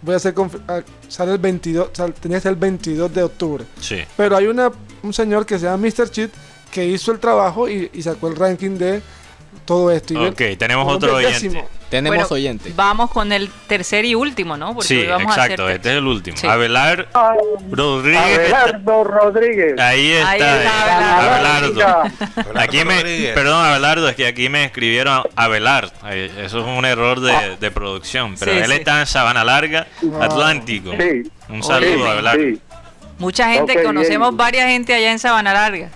F: Voy a hacer. conf- ah, Sale el 22. sal- tenía que ser el 22 de octubre.
D: sí.
F: Pero hay una, un señor que se llama Mr. Cheat que hizo el trabajo y, y sacó el ranking de todo esto. Y
D: Ok,
F: bien,
D: tenemos
F: Colombia
D: otro
F: es
D: oyente.
F: décimo.
G: Tenemos
C: Bueno,
G: oyentes.
C: Vamos con el tercer y último, ¿no? Porque
D: Este. Sí,
C: hoy vamos a
D: exacto,
C: hacer-
D: este es el último.
C: Sí.
D: Abelar Rodríguez.
H: Abelardo Rodríguez.
D: Ahí está,
C: Ahí está
D: eh,
H: Abelardo.
D: Abelardo.
E: Abelardo
D: Aquí me,
E: Rodríguez.
D: perdón, Abelardo, es que aquí me escribieron Abelar. Eh, Eso es un error de, de producción. Pero
C: Sí,
D: él
C: sí.
D: está en Sabana Larga, Atlántico.
H: Sí.
D: Un
H: Sí,
D: saludo, Abelardo.
H: sí.
C: Mucha gente,
H: Ok,
C: conocemos
H: bien.
C: varias gente allá en Sabana Larga.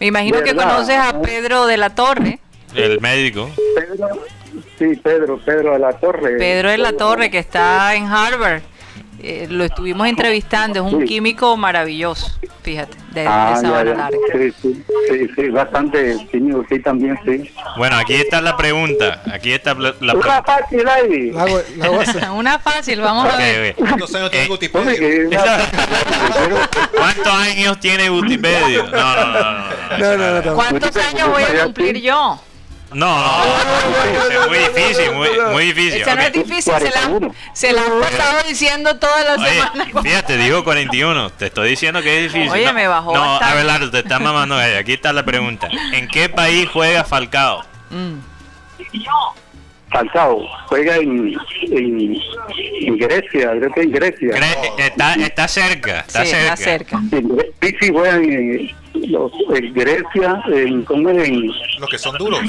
C: Me imagino que
H: ¿Verdad?
C: conoces a Pedro de la Torre,
D: El médico.
H: Pedro, sí, Pedro, Pedro de la Torre.
C: Pedro de la Torre que está en Harvard. Eh, lo estuvimos entrevistando, es un
H: Sí.
C: químico maravilloso, fíjate, de, de
J: Ah, ya,
C: Sabana
J: ya.
C: Larga.
J: Sí, sí, sí, sí, bastante tímido, sí, también, sí.
D: Bueno, aquí está la pregunta. Aquí está la la
H: Una
D: pregunta.
H: fácil ahí.
F: La hago- la hago así.
C: <laughs> Una fácil, vamos a ver.
D: Ok, ok.
E: No sé, no tengo
J: Hombre,
E: Wikipedia.
J: que una-
D: ¿Cuántos años tiene Wikipedia? No, no, no. no, no,
F: No, no, no, no.
C: ¿Cuántos años voy a cumplir yo?
D: No, no, es muy difícil, muy, muy difícil.
C: Esa no es
D: ok.
C: difícil, se la, se la han pasado diciendo todas <laughs> las
D: Oye,
C: semanas.
D: fíjate, digo 41. Te estoy diciendo que es difícil.
C: Oye,
D: no,
C: me bajó
D: No,
C: bastante.
D: Abelardo, te está mamando gallo. Aquí está la pregunta. ¿En qué país juega Falcao?
C: Mm.
J: Falcao juega en, en, en Grecia, creo que en Grecia.
D: Cre- Está, está cerca, está
C: sí,
D: cerca.
C: más cerca.
J: En Gre- sí, sí, juegan en, los- en Grecia, en, ¿cómo es? En,
E: Los que son duros,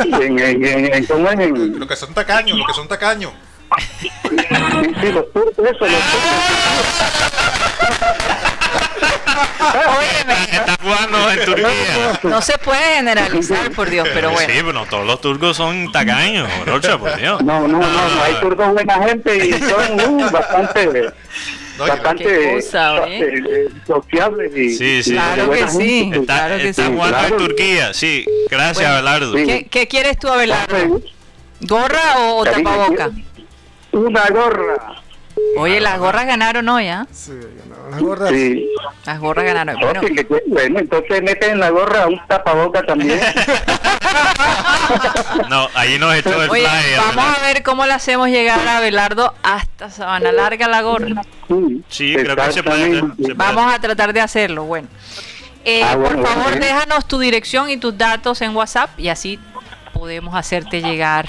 J: en, en, en- en- ¿cómo es? En,
E: los que son tacaños, los que son tacaños.
J: sí, sí, los turcos, eso, los
C: Ah, Óyeme,
D: Está jugando en Turquía.
C: no se puede generalizar, por Dios, pero bueno.
D: Sí, pero todos los turcos son tacaños, Rocha, por Dios.
J: No, no, no, no, hay turcos buena gente y son uh, bastante,
E: No, y-
C: Qué
J: bastante
C: cosa,
J: eh, eh, sociables y,
D: Sí, sí.
J: y de
C: Claro
J: buena
C: que sí.
J: gente.
D: Está,
C: Claro que
D: está
C: sí.
D: jugando
J: Claro.
D: en Turquía, sí. Gracias,
C: Bueno,
D: Abelardo.
J: sí.
C: ¿Qué, qué quieres tú, Abelardo? ¿Gorra o, o
J: Karina,
C: tapaboca?
J: Una gorra.
C: Oye, las gorras ganaron hoy, ¿ah?
F: Sí, no, las gorras.
J: Sí.
C: Las gorras ganaron. hoy. Bueno,
J: Bueno. bueno, entonces meten en la gorra un tapaboca también.
D: <laughs> No, ahí nos echó
C: <laughs>
D: el
C: oye,
D: fly.
C: vamos a
D: Abelardo.
C: ver cómo le hacemos llegar a Abelardo hasta Sabana Larga la gorra.
J: Sí,
D: Sí, creo que se puede hacer, se puede.
C: Vamos a tratar de hacerlo, bueno. Eh,
J: Ah, bueno,
C: por favor,
J: bueno.
C: déjanos tu dirección y tus datos en WhatsApp y así podemos hacerte llegar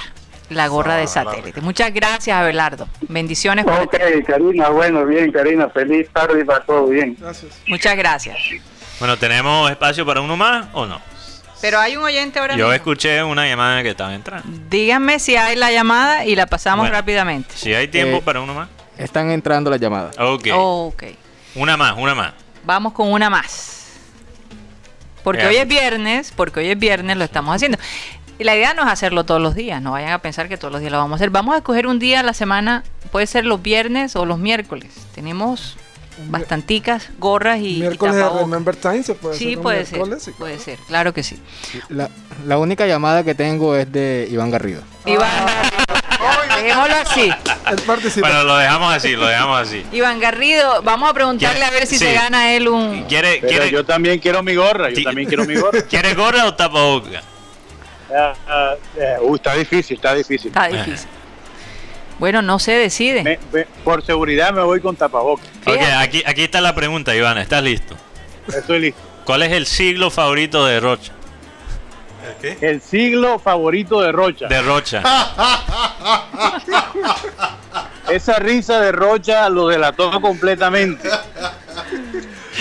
C: la gorra de satélite. Muchas gracias, Abelardo. Bendiciones. para
J: Ok,
C: ti.
J: Karina, bueno, bien, Karina, feliz tarde para todo, bien.
F: Gracias.
C: Muchas gracias.
D: Bueno, ¿tenemos espacio para uno más o no?
C: Pero hay un oyente ahora
D: Yo
C: mismo.
D: escuché una llamada que estaba entrando.
C: Díganme si hay la llamada y la pasamos
D: Bueno.
C: rápidamente.
D: Si hay tiempo
G: Eh,
D: para uno más.
G: Están entrando las llamadas.
D: Ok.
C: Ok.
D: Una más, una más.
C: Vamos con una más. Porque
D: Ya.
C: hoy es viernes, porque hoy es viernes lo estamos haciendo. Y la idea no es hacerlo todos los días, no vayan a pensar que todos los días lo vamos a hacer. Vamos a escoger un día a la semana, puede ser los viernes o los miércoles. Tenemos bastanticas gorras y, y
F: miércoles de
C: tapabocas.
F: Remember Time se puede
C: Sí,
F: hacer un
C: puede ser,
F: miércoles, sí,
C: puede
F: claro.
C: ser, claro que sí.
G: La, la única llamada que tengo es de Iván Garrido.
F: Ah.
C: Iván, dejémoslo así.
F: Él participa.
D: Bueno, lo dejamos así, lo dejamos así.
C: Iván Garrido, vamos a preguntarle
D: ¿Quiere-
C: a ver si
D: sí.
C: se gana él un...
D: ¿Quiere,
J: Pero
D: quiere,
J: yo también quiero mi gorra, yo
D: Ti-
J: también quiero mi gorra.
D: <laughs> ¿quiere gorra o tapabocas?
J: Ah, ah, eh, uy, está difícil, está difícil.
C: Está difícil. Bueno, no se decide.
J: Me- me- por seguridad me voy con tapabocas.
D: Ok,
C: Fíjate.
D: aquí, aquí está la pregunta, Ivana. ¿Estás listo?
J: Estoy listo.
D: ¿Cuál es el siglo favorito de Rocha?
E: ¿El qué?
J: El siglo favorito de Rocha.
D: De
G: Ah.
D: Rocha.
J: Esa risa de Rocha lo delató completamente.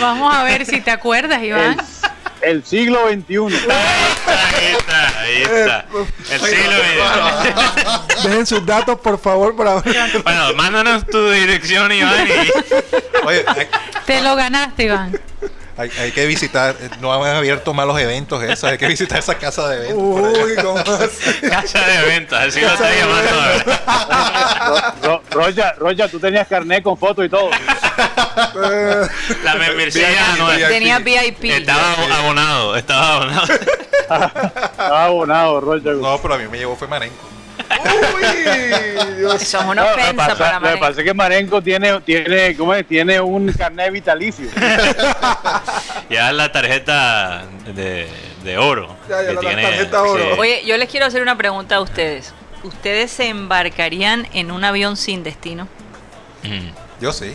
C: Vamos a ver si te acuerdas, Iván.
J: El, el siglo XXI.
D: Ahí está, ahí está.
G: Eh,
D: El siglo
F: Dejen sus datos, por favor, para ver.
D: <laughs> Bueno, mándanos tu dirección, Iván.
G: <laughs>
D: y-
E: Oye, hay,
C: Te lo ganaste, Iván.
E: hay- hay que visitar, eh, no han abierto malos eventos esas, hay que visitar esa casa de eventos. por allá.
F: Uy, ¿cómo así?
D: Casa de ventas, así lo está llamando ahora.
J: <laughs> Ro- Rocha, Rocha, tú tenías carnet con foto y todo.
F: Eh,
D: La membresía
E: Bien,
D: no es.
C: <laughs>
E: bien.
C: Tenía VIP.
D: Estaba abonado, estaba abonado.
J: Estaba abonado, Rocha.
E: No, pero a mí me llevó fue Marenco.
F: uy, Dios.
C: Eso es una
J: No,
C: ofensa
J: pasa-
C: para
J: lo que
C: Marenco.
J: pasa es que Marenco tiene, tiene, ¿cómo es? tiene un carnet vitalicio.
D: Ya la tarjeta de, de oro.
F: Ya, ya,
D: que
F: la tarjeta oro.
C: Oye, yo les quiero hacer una pregunta a ustedes. ¿Ustedes se embarcarían en un avión sin destino?
D: Mm.
E: Yo sí.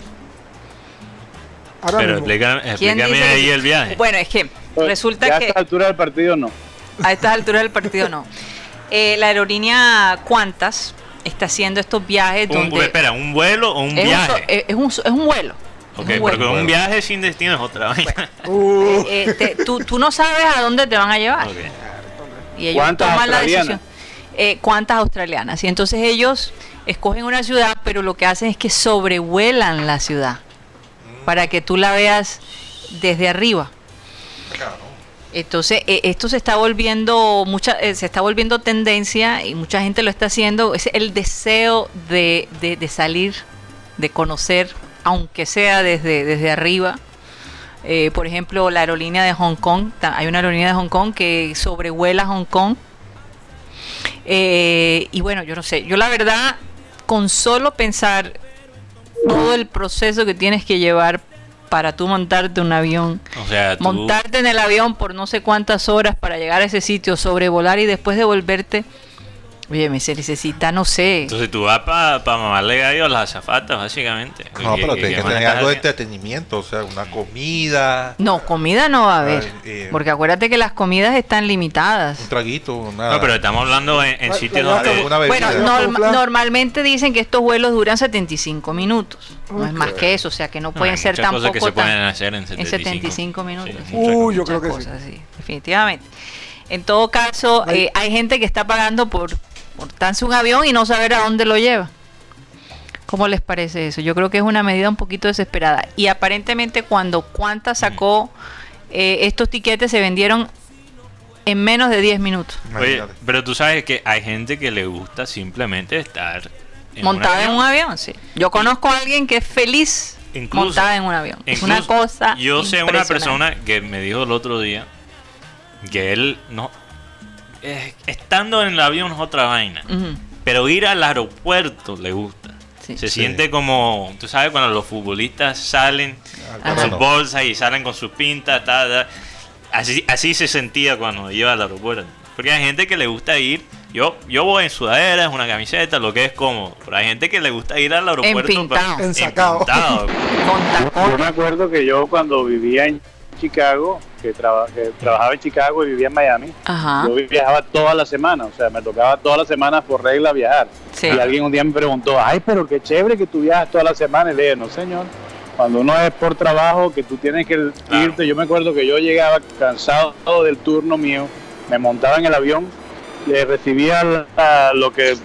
F: Ahora
D: Pero
F: mismo.
D: explícame,
C: ¿Quién
D: explícame
C: dice que
D: ahí
C: sí?
D: el viaje. Pues,
C: Bueno, es que
J: Ya
C: resulta
J: a
C: que
J: esta altura del partido no.
C: a estas alturas del partido no. Eh, la aerolínea Qantas está haciendo estos viajes
D: Un-
C: donde...
D: espera, ¿un vuelo o un
C: es, un,
D: viaje?
C: so- eh, es- es un so- es un vuelo. Es
D: ok,
C: un vuelo.
D: porque un viaje sin destino es otra vaina.
F: Uh,
C: Eh, te- tú, tú no sabes a dónde te van a llevar.
D: <laughs> Ok.
C: Y ellos
J: ¿Cuántas
C: toman la
J: australianas?
C: decisión. Eh, ¿Cuántas australianas? Y entonces ellos escogen una ciudad, pero lo que hacen es que sobrevuelan la ciudad para que tú la veas desde arriba. Entonces eh, esto se está volviendo mucha, eh, se está volviendo tendencia y mucha gente lo está haciendo. Es el deseo de, de- de salir, de conocer, aunque sea desde, desde arriba. Eh, por ejemplo, la aerolínea de Hong Kong, ta- hay una aerolínea de Hong Kong que sobrevuela Hong Kong. Eh, y bueno, yo no sé, yo la verdad, con solo pensar todo el proceso que tienes que llevar para tú montarte un avión.
D: O sea, tú-
C: Montarte en el avión por no sé cuántas horas para llegar a ese sitio, sobrevolar y después devolverte. Oye, me se necesita, no sé.
D: Entonces tú vas para mamarle gallo a las azafatas, básicamente.
E: No,
D: ¿Y-
E: pero
D: y-
E: tiene
D: y
E: que
D: van a
E: tener
D: estar
E: algo de este-
D: haciendo?
E: entretenimiento, o sea, una comida,
C: No, comida no va a haber.
E: Ay, eh.
C: Porque acuérdate que las comidas están limitadas.
E: un traguito, nada.
D: No, pero estamos hablando en, en
F: Ay,
D: sitios
F: pero
D: donde...
E: una bebida.
C: Bueno, norma-
F: Plan.
C: normalmente dicen que estos vuelos duran 75 minutos. No es más
E: Ok.
C: que eso, o sea que no
D: No,
C: pueden
D: hay
C: ser
D: muchas cosas
C: tampoco
D: que se
C: tan-
D: pueden hacer en
C: en 75
D: 75
C: minutos.
D: Sí,
C: sí.
D: muchas
F: Uh, yo
C: Muchas
F: creo que sí.
C: cosas, sí. definitivamente. En todo caso,
F: Ay.
C: eh, hay gente que está pagando por montarse un avión y no saber a dónde lo lleva. ¿Cómo les parece eso? Yo creo que es una medida un poquito desesperada. Y aparentemente cuando Cuanta sacó
D: Mm.
C: eh, estos tiquetes se vendieron en menos de 10 minutos.
D: Oye,
E: Imagínate.
D: pero tú sabes que hay gente que le gusta simplemente estar en
C: montada en un avión, sí. Yo conozco a alguien que es feliz
D: Incluso-
C: montada en un avión. Es
D: Incluso,
C: una cosa.
D: Yo sé una
C: impresionante.
D: persona que me dijo el otro día que él no. eh, estando en el avión es otra vaina.
C: Ujú,
D: Pero ir al aeropuerto le gusta.
C: sí.
D: Se siente como, tú sabes, cuando los futbolistas salen con
F: Ah,
C: Ajá.
D: sus bolsas y salen con sus pintas, ta, ta. Así, así se sentía cuando iba al aeropuerto. Porque hay gente que le gusta ir, yo, yo voy en sudaderas, una camiseta, lo que es cómodo. Pero hay gente que le gusta ir al aeropuerto
C: pintao.
F: En sacao.
D: pintado.
C: Con
F: <laughs>
J: Yo me
C: tacones.
J: acuerdo que yo cuando vivía en Chicago, que, traba- que trabajaba en Chicago y vivía en Miami,
C: Ajá.
J: yo viajaba toda la semana, o sea, me tocaba toda la semana por regla viajar.
C: Sí.
J: Y alguien un día me preguntó, ay, <laughs> pero qué chévere que tú viajas toda la semana. Y le dije, no, señor, cuando uno es por trabajo, que tú tienes que irte, yo me acuerdo que yo llegaba cansado del turno mío, me montaba en el avión, le recibía la- lo, que,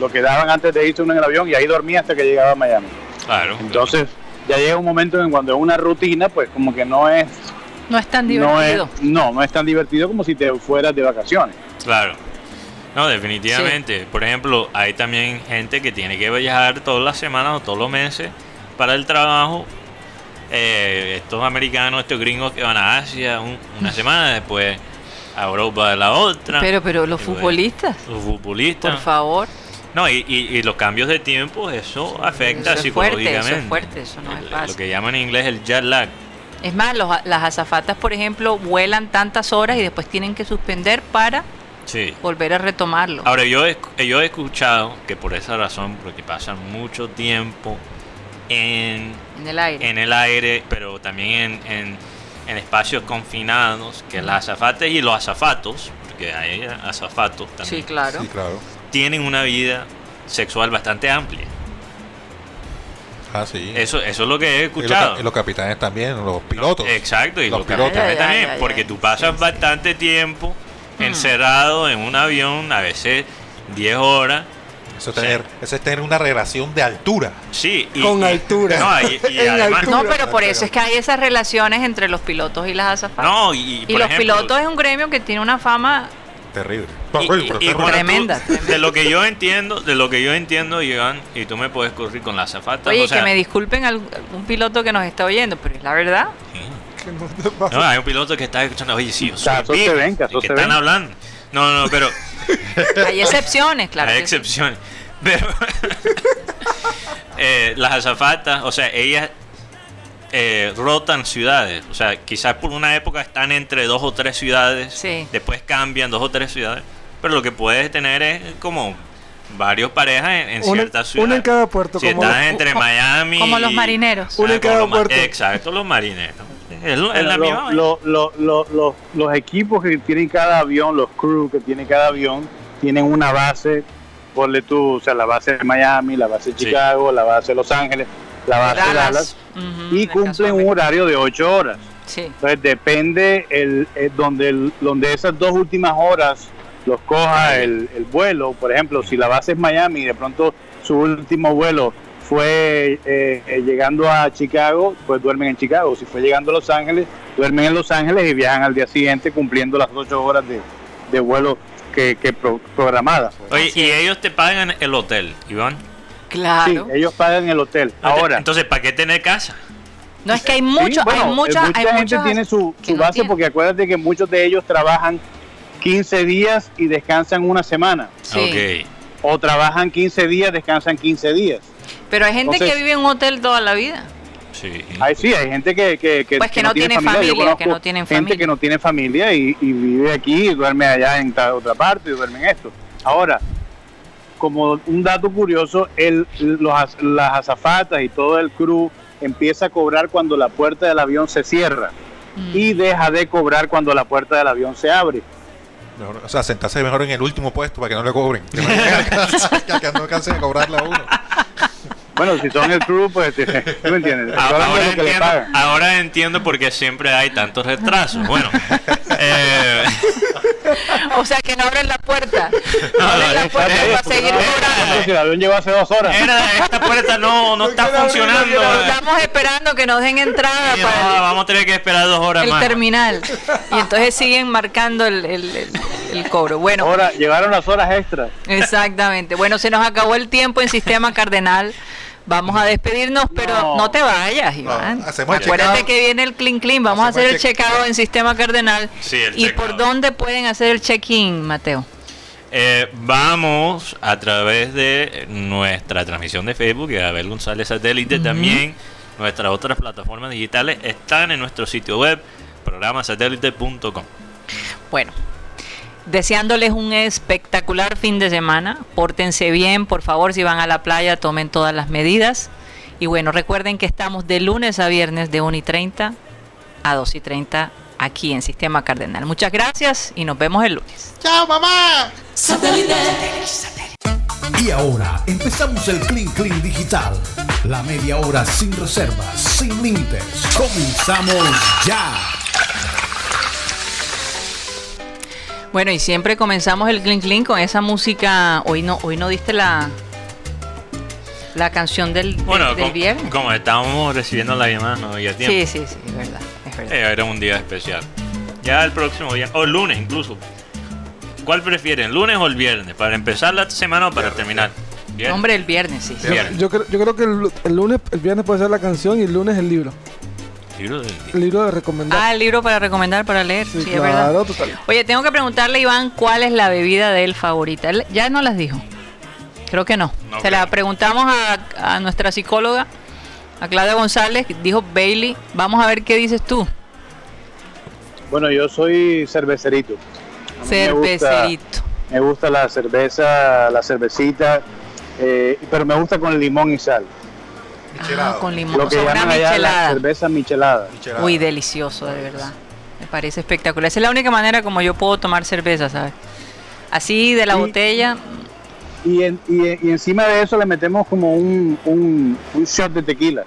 J: lo que daban antes de irse uno en el avión y ahí dormía hasta que llegaba a Miami.
D: Claro.
J: Entonces, ya llega un momento en cuando es una rutina, pues como que no es
C: No es tan
J: no es
C: divertido.
J: no, no es tan divertido como si te fueras de vacaciones.
D: Claro. No, definitivamente. Por ejemplo, hay también gente que tiene que viajar todas las semanas o todos los meses para el trabajo. Eh, estos americanos, estos gringos que van a Asia un- una semana, después a Europa la otra.
C: Pero, pero los
D: Y bueno,
C: futbolistas,
D: los
C: por
D: futbolistas.
C: favor.
D: No, y, y- y los cambios de tiempo, eso afecta
C: Eso es fuerte,
D: psicológicamente.
C: eso es fuerte, eso no es
D: El-
C: fácil.
D: Lo que llaman en inglés el jet lag.
C: Es más, los a- las azafatas, por ejemplo, vuelan tantas horas y después tienen que suspender para
D: Sí.
C: volver a retomarlo.
D: Ahora, yo he, esc- yo he escuchado que por esa razón, porque pasan mucho tiempo en
C: en el aire.
D: en el aire, pero también en, en- en espacios confinados, que las azafates y los azafatos, porque hay azafatos
C: sí,
D: también,
C: claro.
E: Sí, claro.
D: tienen una vida sexual bastante amplia.
E: Ah, sí.
D: Eso, eso es lo que he
E: Y los-
D: escuchado.
E: y los capitanes también, los pilotos.
D: Exacto, y
E: Los
D: los capitanes
C: pilotos. Ya, ya,
D: también,
C: ya, ya,
D: porque
C: ya.
D: tú pasas
C: Sí, sí.
D: bastante tiempo
C: Mm.
D: encerrado en un avión, a veces 10 horas.
E: Eso es, tener, eso es tener una relación de altura.
D: Sí, y,
F: Con
D: y-
F: altura.
D: No, y- y
F: En
D: además-
F: altura.
C: No, pero por eso es que hay esas relaciones entre los pilotos y las azafatas.
D: no, y,
C: y
D: por
C: los
D: ejemplo,
C: pilotos es un gremio que tiene una fama
E: Terrible.
D: Y- y- y bueno, tú-
C: Tremenda, tremenda.
D: De lo que yo entiendo, de lo que yo entiendo, Iván, y tú me puedes correr con la azafata.
C: Oye,
D: o sea,
C: que me disculpen al- algún piloto que nos está oyendo, pero es la verdad.
F: Que no te pasa.
D: no, hay un piloto que está escuchando, oye, sí, yo soy
J: Casos
D: VIP,
J: se ven,
D: ¿de
J: casos
D: qué
J: se
D: están
J: ven.
D: hablando? No, no, no, pero
C: Hay excepciones, claro.
D: hay
C: que sí.
D: excepciones. <laughs> Pero eh, las azafatas, o sea, ellas eh, rotan ciudades. O sea, quizás por una época están entre dos o tres ciudades,
C: Sí.
D: después cambian dos o tres ciudades, pero lo que puedes tener es como varios parejas en, en
F: Una-
D: ciertas ciudades.
F: una en cada puerto,
D: Si
F: como-
D: estás entre
C: co-
D: Miami.
C: como los
D: y-
C: marineros.
F: Una en
D: Ah, como
F: cada
D: los ma-
F: puerto.
D: Exacto, los marineros. Es, lo- es
J: Pero
D: la
J: lo-
D: misma. vaina.
J: lo- lo- lo- lo- los equipos que tienen cada avión, los crew que tiene cada avión, tienen una base, ponle tú, o sea, la base de Miami, la base de
D: Sí.
J: Chicago, la base de Los Ángeles, la base de
C: Dallas.
J: Dallas,
C: Ujú, en
J: Ah, y
C: el caso de
J: cumplen un
C: América.
J: horario de 8 horas.
C: Sí.
J: Entonces depende el, el- donde, el- donde esas dos últimas horas los coja el, el vuelo. Por ejemplo, si la base es Miami y de pronto su último vuelo fue eh, eh, llegando a Chicago, pues duermen en Chicago. Si fue llegando a Los Ángeles, duermen en Los Ángeles y viajan al día siguiente cumpliendo las ocho horas de, de vuelo que, que pro- programadas.
D: Oye,
C: Así
D: y
C: es.
D: ellos te pagan el hotel, Iván.
C: Claro.
J: Sí, ellos pagan el hotel.
D: No te-
J: Ahora,
D: Entonces, ¿para qué tener casa?
C: no es que hay
J: Sí,
C: mucho,
J: bueno,
C: hay mucha,
J: eh, mucha
C: hay
J: gente
C: muchas-
J: tiene su,
C: que
J: su
C: no
J: base
C: tienen.
J: porque acuérdate que muchos de ellos trabajan 15 días y descansan una semana.
C: Sí.
D: Ok.
J: O trabajan 15 días, descansan 15 días.
C: Pero hay gente que
J: Entonces-
C: vive en un hotel toda la vida. <laughs>
D: Sí.
J: Ay, sí, hay gente que, que, que,
C: Pues que no tiene familia,
J: Yo conozco
C: que no tienen
J: Gente
C: familia.
J: que no tiene familia y, y vive aquí, y duerme allá en ta- otra parte, y duerme en esto. Ahora, como un dato curioso, el, los, az- las azafatas y todo el crew empieza a cobrar cuando la puerta del avión se cierra y deja de cobrar cuando la puerta del avión se abre.
E: Mejor- O sea, sentarse mejor en el último puesto para que no le cobren. Que no, alcance- que no alcancen a cobrarle a uno.
J: Bueno, si son el crew, pues, <laughs> ¿tú me entiendes? Estoy
D: <laughs> Ahora,
J: hablando de lo que le
D: entiendo,
J: pagan.
D: ahora entiendo por qué siempre hay tantos retrasos.
J: <laughs>
D: Bueno, eh,
C: O sea, que no abren la
J: <laughs>
C: puerta. No
D: no,
C: abren la
D: es-
C: puerta para
D: es-
C: seguir cobrando.
J: Si el avión llegó hace dos horas.
D: era- esta puerta no, no está funcionando.
C: Estamos esperando que nos den entrada
D: Sí,
C: para
D: no, vamos a tener que esperar dos horas
C: el
D: más.
C: terminal. Y entonces siguen marcando el, el- el- el cobro. Bueno,
J: Ahora, llegaron las horas extras.
C: exactamente. Bueno, se nos acabó el tiempo en Sistema Cardenal. Vamos a despedirnos, pero no,
J: No.
C: te vayas, Iván.
E: No, hacemos el
C: Acuérdate
E: checkout.
C: que viene el clean clean. Vamos a
E: Hacemos
C: hacer
E: el
C: el
E: check-
C: checado en Sistema Cardenal.
D: Sí, el
C: ¿Y
D: check-out.
C: por dónde pueden hacer el check-in, Mateo?
D: Eh, vamos a través de nuestra transmisión de Facebook, de Abel González Satélite, también nuestras otras plataformas digitales están en nuestro sitio web, programasatélite.com.
C: Bueno, deseándoles un espectacular fin de semana. Pórtense bien, por favor, si van a la playa, tomen todas las medidas. Y bueno, recuerden que estamos de lunes a viernes de 1 y 30 a 2 y 30 aquí en Sistema Cardenal. Muchas gracias y nos vemos el lunes.
K: Y ahora empezamos el Clean Clean Digital. La media hora sin reservas, sin límites. Comenzamos ya.
C: Bueno, y siempre comenzamos el Clean Clean con esa música. Hoy no, hoy no diste la, la canción del, del-
D: Bueno,
C: del
D: com-
C: viernes.
D: como estábamos recibiendo las llamadas, no había tiempo.
C: Sí, sí, sí, es verdad. Es verdad.
D: Eh, era un día especial. Ya el próximo día, o el lunes incluso. ¿Cuál prefieren, lunes o el viernes? ¿Para empezar la semana o para terminar? Viernes.
C: Hombre, el viernes, sí. sí.
D: Viernes.
F: Yo creo, yo creo que el, lu- el lunes, el viernes puede ser la canción y el lunes el libro.
D: Libro del día.
F: El libro de recomendar.
C: Ah, el libro para recomendar, para leer. Sí,
F: Sí,
C: es verdad.
F: claro, total.
C: Oye, tengo que preguntarle, Iván, ¿cuál es la bebida de él favorita? Él ya no las dijo. Creo que no.
D: No
C: Se
D: creo.
C: la preguntamos a, a nuestra psicóloga, a Claudia González, que dijo Bailey. Vamos a ver qué dices tú.
J: Bueno, yo soy cervecerito. A mí me gusta-
C: Cervecerito.
J: Me gusta la cerveza, la cervecita, eh, pero me gusta con limón y sal.
C: Ah, con limón.
J: Lo que
C: O sea, una
J: llaman allá la
C: michelada.
J: cerveza michelada.
E: Michelada.
C: Uy, delicioso, de verdad. Me parece espectacular. Esa es la única manera como yo puedo tomar cerveza, ¿sabes? Así de la
J: Y-
C: botella.
J: Y, en- y- y encima de eso le metemos como un, un, un shot de tequila.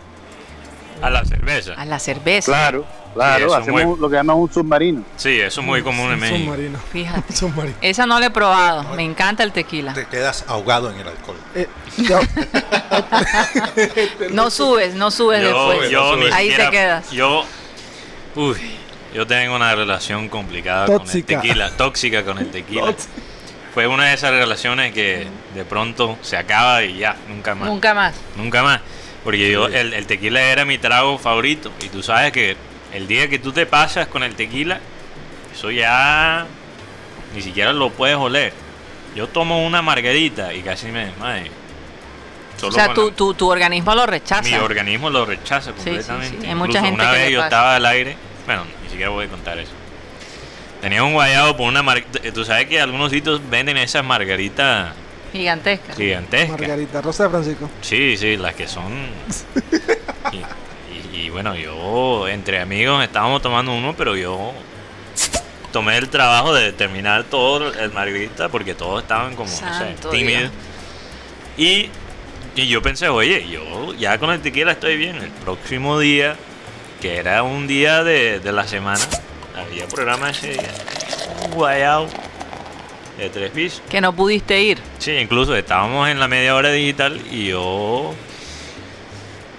D: A la cerveza.
C: A la cerveza.
J: Claro,
D: Sí, eso
J: claro.
D: es
J: hacemos
D: muy-
J: lo que llaman un submarino.
D: Sí, eso es muy común en México.
F: Submarino.
C: Fíjate.
F: Submarino.
C: Esa no la he probado. Me encanta el tequila.
E: Te quedas ahogado en el alcohol.
F: Eh,
D: <laughs>
F: ya-
C: No subes, no subes después.
D: yo ni
C: Ahí
D: siquiera-
C: te quedas.
D: Yo, uy, yo tengo una relación complicada
F: Tóxica.
D: con el tequila, tóxica con el tequila. Fue una de esas relaciones que de pronto se acaba y ya, nunca más. Nunca,
C: Nunca más.
D: más. Porque yo, el, el tequila era mi trago favorito. Y tú sabes que el día que tú te pasas con el tequila, eso ya ni siquiera lo puedes oler. Yo tomo una margarita y casi me desmayo. Solo
C: o sea,
D: con
C: tu,
D: la-
C: tu, tu organismo lo rechaza.
D: mi organismo lo rechaza
C: sí,
D: completamente.
C: sí. Hay mucha
D: Incluso
C: gente
D: una
C: que
D: vez
C: le
D: yo
C: pasa.
D: estaba al aire, bueno, ni siquiera voy a contar eso. Tenía un guayado por una margarita. Tú sabes que algunos sitios venden esas margaritas
C: Gigantesca.
D: gigantescas.
F: Margarita, Rosa de Francisco.
D: Sí, sí, las que son. Y, y- y bueno, yo entre amigos estábamos tomando uno, pero yo tomé el trabajo de terminar todo el margarita porque todos estaban como, no sé,
C: Santo
D: tímidos. Y, y yo pensé, oye, yo ya con el tequila estoy bien. El próximo día, que era un día de, de la semana, había programa ese día. Un guayao de tres pisos.
C: Que no pudiste ir.
D: Sí, incluso estábamos en la media hora digital y yo.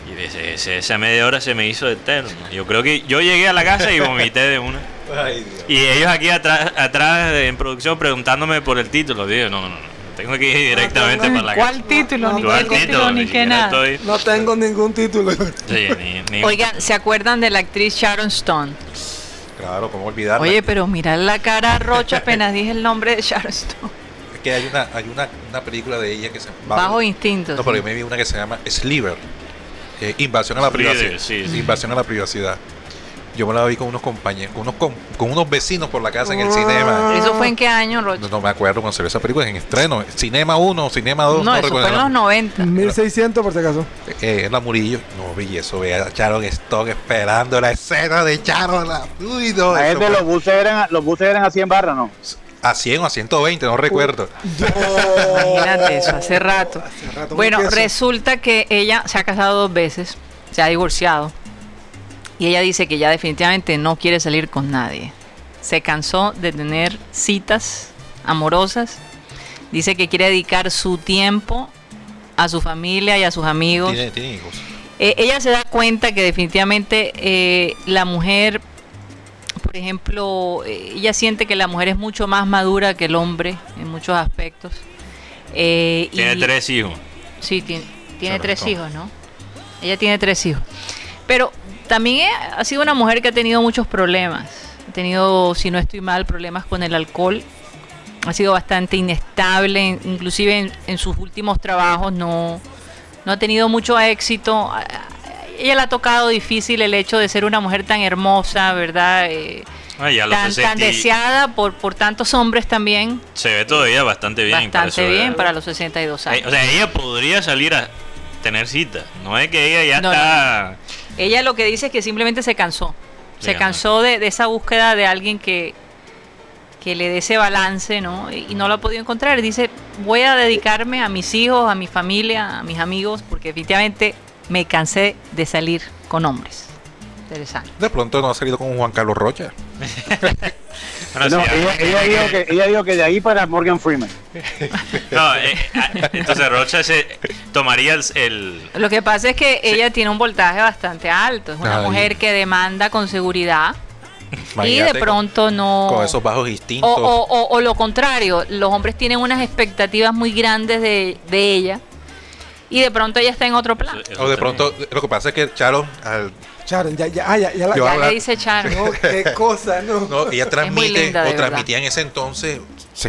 D: Y ese- ese- esa media hora se me hizo eterno. Yo creo que yo llegué a la casa y vomité de una.
E: <laughs> Ay, Dios.
D: Y ellos aquí atrás, atrás en producción preguntándome por el título. Digo, no, no, no. Tengo que ir directamente para la casa.
C: ¿Cuál título?
F: no,
C: Ni
F: ¿cuál
C: qué título, ni qué
D: siquiera
C: nada.
D: estoy-
F: No tengo ningún título.
D: sí,
C: <laughs>
D: ni- ni-
C: Oigan, ¿se acuerdan de la actriz Sharon Stone?
E: Claro, ¿cómo olvidarla?
C: Oye, pero mirad la cara rocha apenas dije el nombre de Sharon Stone.
E: Es que hay una, hay una, una película de ella que se
C: Bajo instinto.
E: No, pero yo me vi una que se llama Sliver. eh, invasión a la
D: Líder,
E: privacidad.
D: sí, sí.
E: Invasión a la privacidad. Yo me la vi con unos compañeros, con unos, com- con unos vecinos por la casa en el cinema.
C: ¿Eso fue en qué año, Rocha?
E: No, no me acuerdo cuando se ve esa película en estreno. Cinema 1, Cinema 2,
C: No,
E: no,
C: eso fue
E: recuerdo.
C: en los 90.
F: 1600 por si <laughs> acaso.
E: Eh, la Murillo. No, vi eso, ve a Charon Stock esperando la escena de Charon. la- Uy, no.
J: Ahí
E: eso
J: de
E: fue
J: los buses eran, los buses eran a 100 barras, ¿no?
E: A 100 o a 120, no recuerdo.
C: Imagínate eso, hace rato.
F: rato,
C: Bueno,
F: ¿qué es eso?
C: resulta que ella se ha casado dos veces, se ha divorciado. Y ella dice que ya definitivamente no quiere salir con nadie. Se cansó de tener citas amorosas. Dice que quiere dedicar su tiempo a su familia y a sus amigos.
E: Tiene, tiene hijos.
C: Eh, ella se da cuenta que definitivamente eh, la mujer, por ejemplo, eh, ella siente que la mujer es mucho más madura que el hombre en muchos aspectos. Eh, y-
D: Tiene tres hijos.
C: Sí, tiene, tiene
D: Se
C: tres
D: levantó.
C: hijos, ¿no? Ella tiene tres hijos. Pero también eh, ha sido una mujer que ha tenido muchos problemas. Ha tenido, si no estoy mal, problemas con el alcohol. Ha sido bastante inestable, en- inclusive en, en sus últimos trabajos no, no ha tenido mucho éxito. A- a- Ella le ha tocado difícil el hecho de ser una mujer tan hermosa, ¿verdad? Eh,
D: Ah, ya lo
C: tan, tan deseada por, por tantos hombres también.
D: Se ve todavía bastante bien. para
C: bastante
D: su edad.
C: bien para los 62 años.
D: Eh, O sea, ella podría salir a tener cita. No es que ella ya
C: No,
D: está.
C: Ella lo que dice es que simplemente se cansó. Se
D: Ya.
C: cansó de, de esa búsqueda de alguien que, que le dé ese balance, ¿no? Y, y no lo ha podido encontrar. Dice, voy a dedicarme a mis hijos, a mi familia, a mis amigos, porque definitivamente me cansé de salir con hombres. Interesante.
E: De pronto no ha salido con Juan Carlos Rocha.
D: Bueno,
J: No,
D: Ah, sí,
J: ella, ella dijo que, ella dijo que de ahí para Morgan Freeman.
D: <laughs> no, eh, ah, entonces Rocha se tomaría el, el-
C: Lo que pasa es que ella tiene un voltaje bastante alto. Es una
E: Ay.
C: mujer que demanda con seguridad y
E: Imagínate
C: de
E: con-
C: pronto no...
E: Con esos bajos
C: O,
E: instintos.
C: o- o- o lo contrario, los hombres tienen unas expectativas muy grandes de, de ella y de pronto ella está en otro plan.
E: O de pronto, lo que pasa es que Charon, al-
F: Sharon, ya, ya, ah, ya, ya la.
E: Yo-
C: ya
E: hablar-
C: le dice Charo.
E: <laughs>
F: No, qué cosa, no.
C: <laughs>
E: no, ella
C: muy
E: transmite,
C: linda, de
E: o
C: verdad.
E: transmitía en ese entonces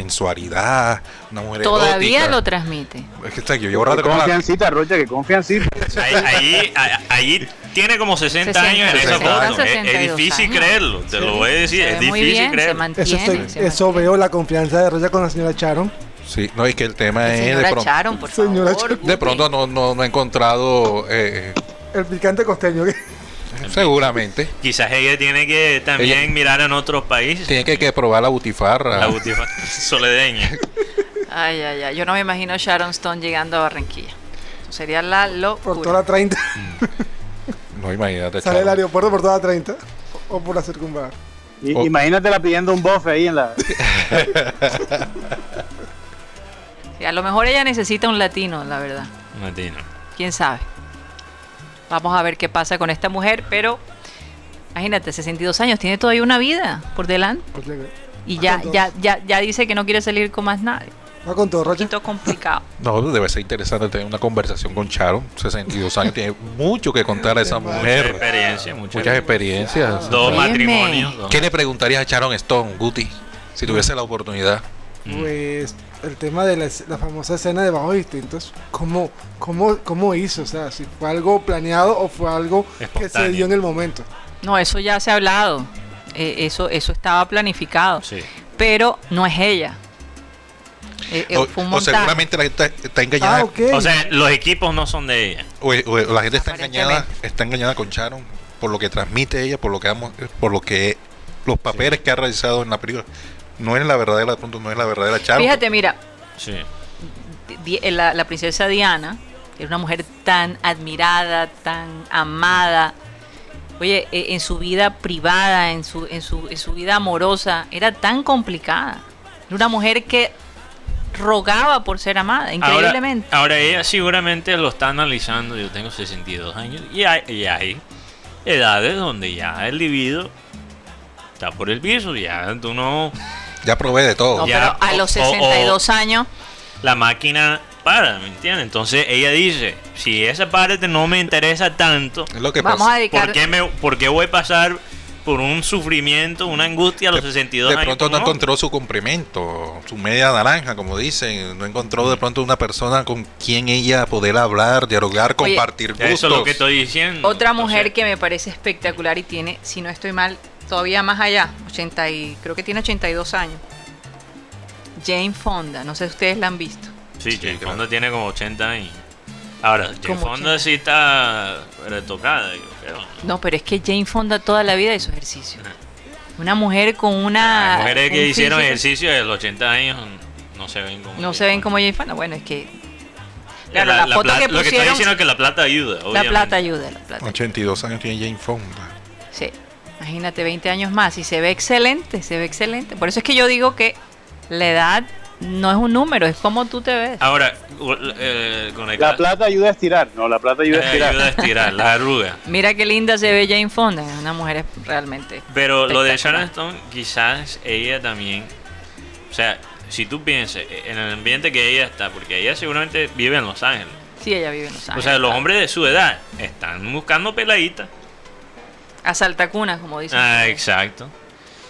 E: sensualidad, una mujer
C: Todavía lo
E: erótica.
C: transmite.
E: Es que está aquí, yo voy a
J: Que
E: hablar de la-
J: confiancita, Rocha, que confiancita.
D: ahí, ahí, ahí- ahí tiene como 60,
C: 60,
D: años en esa
C: 60,
D: foto. Es, es
C: 62
D: difícil
C: años.
D: creerlo, te lo voy a decir,
C: Se
D: es
C: ve muy
D: difícil
C: bien, se
D: creerlo.
F: Eso,
C: mantiene.
F: estoy-
C: se
F: eso
C: mantiene.
F: veo la confianza de Rocha con la señora Sharon.
E: Sí, no, y que el tema es de
C: Señora
E: pronto,
C: Charon, por
F: Señora
C: favor.
F: Charon.
E: de pronto no, no, no he encontrado eh,
F: El picante costeño. ¿qué?
E: seguramente.
D: Quizás ella tiene que también
E: Ella-
D: mirar en otros países.
E: Tiene que, que probar la butifarra.
D: La butifa soledeña.
C: Ay, ay, ay. Yo no me imagino Sharon Stone llegando a Barranquilla. Eso Sería la
F: <laughs> Por
C: locura.
F: toda la 30.
E: no, imagínate.
F: Sale del
E: Charon.
F: aeropuerto por toda la 30. O por la circunvada.
J: Y-
E: O-
J: Imagínatela pidiendo un bofe ahí en la.
C: Sí, a lo mejor ella necesita un latino, la verdad.
D: Latino.
C: quién sabe. Vamos a ver qué pasa con esta mujer, pero imagínate, 62 años, tiene todavía una vida por delante
F: Pues le-
C: y
F: Ah,
C: ya
F: entonces.
C: ya ya ya dice que no quiere salir con más nadie.
F: Va con todo,
C: Un
F: Rocha.
C: poquito complicado.
E: <laughs> No, debe ser interesante tener una conversación con Charon, 62 años, tiene mucho que contar a esa
D: Mucha
E: mujer.
D: experiencia, mucha
E: Muchas experiencias.
D: Dos
C: Óyeme.
D: matrimonios. dos-
E: ¿Qué le preguntarías a Charon Stone, Guti, si tuviese la oportunidad?
F: Pues el tema de la, es- la famosa escena de Bajo Distintos, ¿cómo, cómo, ¿cómo hizo? O sea, si fue algo planeado o fue algo que se
D: Espontáneo.
F: dio en el momento.
C: No, eso ya se ha hablado. Eh, eso eso estaba planificado,
D: Sí.
C: pero no es ella. Eh, eh,
E: O,
C: fue un
E: o
C: montaje.
E: seguramente la gente está, está engañada.
F: Ah, ok.
D: O sea, los equipos no son de ella.
E: o- eh, o la gente está
C: Aparentemente.
E: engañada, está engañada con Charon por lo que transmite ella, por lo que amo- eh, por lo que los papeles que ha realizado en la película. No es la verdadera, de pronto no es la verdadera Charon.
C: Fíjate, mira,
D: Sí.
C: Di- eh, la, la princesa Diana, que era una mujer tan admirada, tan amada, oye, eh, en su vida privada, en su, en su, en su vida amorosa, era tan complicada. Era una mujer que rogaba por ser amada,
D: Ahora-
C: increíblemente.
D: Ahora, ella seguramente lo está analizando. Yo tengo 62 años y hay, y hay edades donde ya el libido está por el piso. Ya tú no.
E: Ya probé de todo.
C: No,
D: ya,
C: pero a
D: o-
C: los
D: o- o-
C: 62 años,
D: La máquina para, ¿me entiendes? Entonces ella dice: Si esa parte no me interesa tanto,
E: Es lo que
C: vamos
E: pasa.
C: a dedicar
D: ¿por qué, me, por qué voy a pasar por un sufrimiento, una angustia a los 62
E: De
D: años.
E: pronto no
D: ¿cómo
E: encontró su complemento, su media naranja, como dicen. No encontró
D: Mm.
E: de pronto una persona con quien ella poder hablar, dialogar,
C: Oye,
E: compartir
D: Eso es
E: gustos.
D: lo que estoy diciendo.
C: Otra mujer que me parece espectacular y tiene, si no estoy mal, todavía más allá, 80 y, creo que tiene 82 años. Jane Fonda, no sé si ustedes la han visto.
D: Sí, Jane Fonda tiene como 80 años. Ahora, Jane
C: Como
D: Fonda sí está retocada, yo creo.
C: No, pero es que Jane Fonda toda la vida hizo ejercicio. Una mujer con una...
D: Las Ah, mujeres
C: Ah,
D: que
C: un
D: hicieron
C: físico-
D: ejercicio de los 80 años no se ven como.
C: No se ven como Jane Fonda. Bueno, es que...
D: La-
C: Claro, la,
D: la
C: foto
D: plata-
C: que
D: Lo que estoy
C: pusieron...
D: diciendo es que la plata ayuda,
C: la
D: obviamente.
C: plata ayuda, la plata.
E: 82 años tiene Jane Fonda.
C: Sí, imagínate 20 años más y se ve excelente, se ve excelente. Por eso es que yo digo que la edad no es un número, es como tú te ves.
D: Ahora, u- eh, con el
J: La plata ayuda a estirar, no, la plata ayuda a
D: Eh,
J: estirar.
D: ayuda a estirar, la arruga.
C: Mira qué linda se ve Jane Fonda, es una mujer realmente.
D: Pero lo de
C: espectacular.
D: Sharon Stone, quizás ella también. O sea, si tú piensas e, en el ambiente que ella está, porque ella seguramente vive en Los Ángeles.
C: Sí, ella vive en Los
D: O
C: Ángeles.
D: sea, los hombres de su edad están buscando peladitas.
C: Asaltacunas, como dicen.
D: Ah, exacto.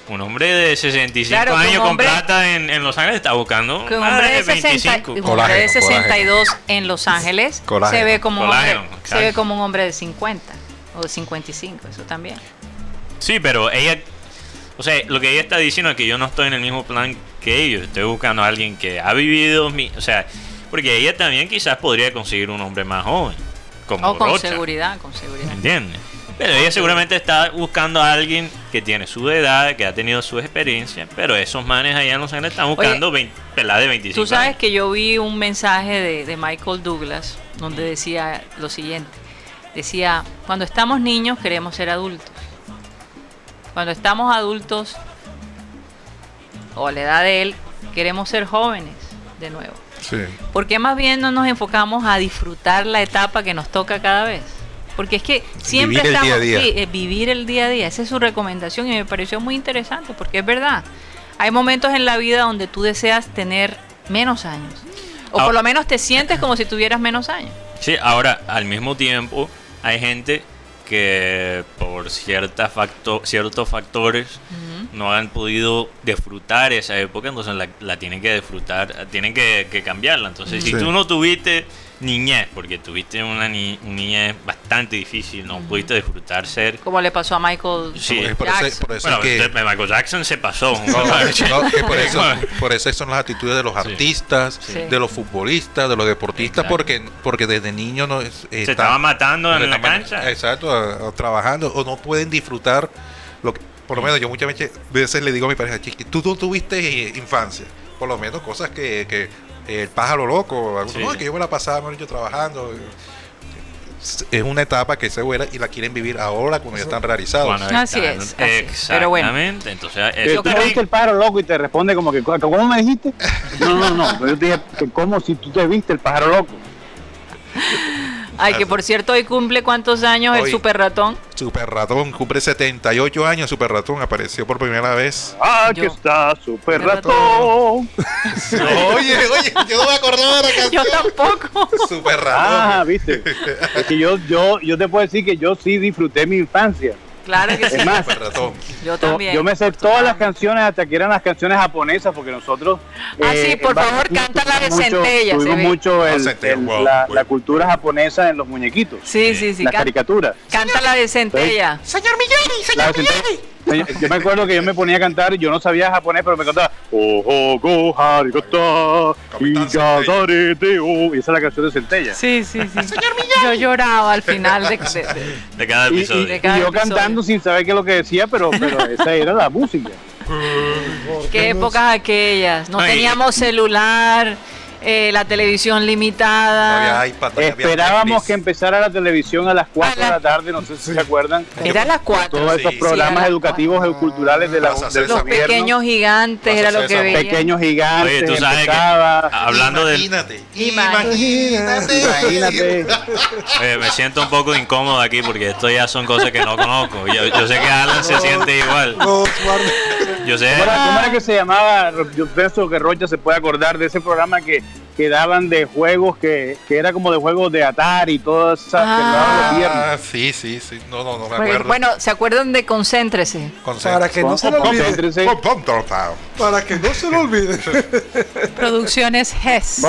D: Un hombre de 65
C: Claro, que un
D: años con
C: hombre-
D: plata en, en Los Ángeles está buscando.
C: Que un
D: madre
C: hombre de, 60
D: 25.
C: un hombre de 62 en Los Ángeles se
D: Colágeno.
C: ve como un
D: Colágeno,
C: hombre, se
D: claro.
C: ve como un hombre de 50 o de 55, eso también.
D: Sí, pero ella. O sea, lo que ella está diciendo es que yo no estoy en el mismo plan que ellos. Estoy buscando a alguien que ha vivido. mi- o sea, porque ella también quizás podría conseguir un hombre más joven. Como
C: o con
D: Rocha,
C: seguridad, con seguridad.
D: ¿Entiendes? Pero ella seguramente está buscando a alguien que tiene su edad, que ha tenido su experiencia. Pero esos manes allá en Los Ángeles están buscando vein- peladas de 25
C: Tú sabes
D: años.
C: que yo vi un mensaje de, de Michael Douglas donde decía lo siguiente. Decía, cuando estamos niños queremos ser adultos. Cuando estamos adultos, o a la edad de él, queremos ser jóvenes de nuevo.
E: Sí.
C: Porque más bien no nos enfocamos a disfrutar la etapa que nos toca cada vez. Porque es que siempre
E: Vivir el
C: estamos
E: día a día.
C: sí, eh, vivir el día a día. Esa es su recomendación y me pareció muy interesante porque es verdad. Hay momentos en la vida donde tú deseas tener menos años. O
D: Ah.
C: por lo menos te sientes como si tuvieras menos años.
D: Sí, ahora, al mismo tiempo, hay gente que por cierta facto- ciertos factores no han podido disfrutar esa época, entonces la, la tienen que disfrutar, tienen que, que cambiarla. Entonces,
E: Ujú.
D: si
E: Sí.
D: tú no tuviste niñez, porque tuviste una ni- una niñez bastante difícil, no pudiste disfrutar ser...
C: Como le pasó a Michael
D: Sí,
C: Jackson.
D: Bueno,
E: que-
D: usted- Michael Jackson se pasó.
J: <laughs>
E: No, no, que
D: <laughs>
E: por, eso, por eso son las actitudes de los artistas,
D: Sí.
E: de los futbolistas, de los deportistas,
D: Exacto.
E: porque porque desde niño no es-
D: Se
E: está-
D: estaba matando en la
E: estaba-
D: cancha.
E: Exacto, a- a- trabajando o no pueden disfrutar lo que, por lo menos yo muchas veces, veces le digo a mi pareja, chiqui, tú no tuviste eh, infancia, por lo menos cosas que, que, eh, el pájaro loco, algo,
D: Sí.
E: "No, es que yo me la pasaba mejor dicho, trabajando. Es- Es una etapa que se vuela y la quieren vivir ahora cuando ya están realizados.
D: Bueno, ahí Así está, es, ¿no? así es. Pero bueno. Exactamente, entonces,
J: Que tú viste el pájaro loco y te responde como que, ¿cómo me dijiste? No, no, no, pero yo te dije, que ¿cómo si tú te viste el pájaro loco?
C: Ay, que por cierto hoy cumple cuántos años el
E: Hoy.
C: super ratón.
E: Super Ratón cumple 78 años. Super Ratón apareció por primera vez.
J: Aquí está Super Ratón.
E: Oye, oye, yo no me acordaba de la
C: canción. Yo
J: <laughs>
C: tampoco.
E: Super
J: ratón. Ah, viste. Es que yo, yo, yo te puedo decir que yo sí disfruté mi infancia.
C: Claro que
J: Es
C: sí.
J: más,
C: Yo también.
J: Yo me sé todas las canciones hasta que eran las canciones japonesas porque nosotros. eh,
C: Ah, sí, por favor,
J: canta
C: cántala de Centella,
J: Tuvimos
C: se ve.
J: mucho
C: Ah,
J: el-
C: Centella,
J: el-
C: wow,
J: la,
C: wow.
J: la cultura japonesa en los muñequitos.
C: Sí, sí, sí,
J: Las
C: can-
J: caricaturas.
C: Canta la de centella.
L: Señor Milloni,
J: La de Centella. Yo- Yo me acuerdo que yo me ponía a cantar, yo no sabía japonés, pero me cantaba Ojo go harigata igadare o Y esa es la canción de Centella.
C: Sí, sí, sí. Yo lloraba al final de, de-
E: <laughs>
C: de-
D: De cada
J: Y,
D: episodio.
J: y- y yo cantando sin saber qué es lo que
C: <laughs>
J: decía, pero, pero esa era la música.
C: Qué épocas aquellas. No
J: Ay.
C: teníamos celular, eh, la televisión limitada.
J: Esperábamos que empezara la televisión a las 4 de la tarde, no sé si se acuerdan.
C: Era a las 4.
J: Todos esos
C: Sí, era
J: programas
C: a las
J: educativos y culturales de la, del
C: Los
J: gobierno.
C: pequeños gigantes era lo que veía.
J: Pequeños gigantes.
D: Oye, tú sabes que,
J: empezaba.
D: hablando del- Imagínate.
E: Imagínate.
J: Imagínate.
E: <laughs>
D: Oye, eh, me siento un poco incómodo aquí porque esto ya son cosas que no conozco. Yo, yo sé que Alan se siente igual. Yo sé.
J: ¿Cómo era, cómo
L: Ah.
J: era que se llamaba? Yo pienso que Rocha se puede acordar de ese programa que, que daban de juegos que, que era como de juegos de Atari y todas esas que daban los viernes.
E: Ah, sí, sí, sí. No, no, no
C: Porque,
E: me acuerdo.
C: Pues, bueno, ¿se acuerdan de Concéntrese?
E: <laughs>
F: Para que no se le olvide. Para que no se le olvide.
C: Producciones E GES.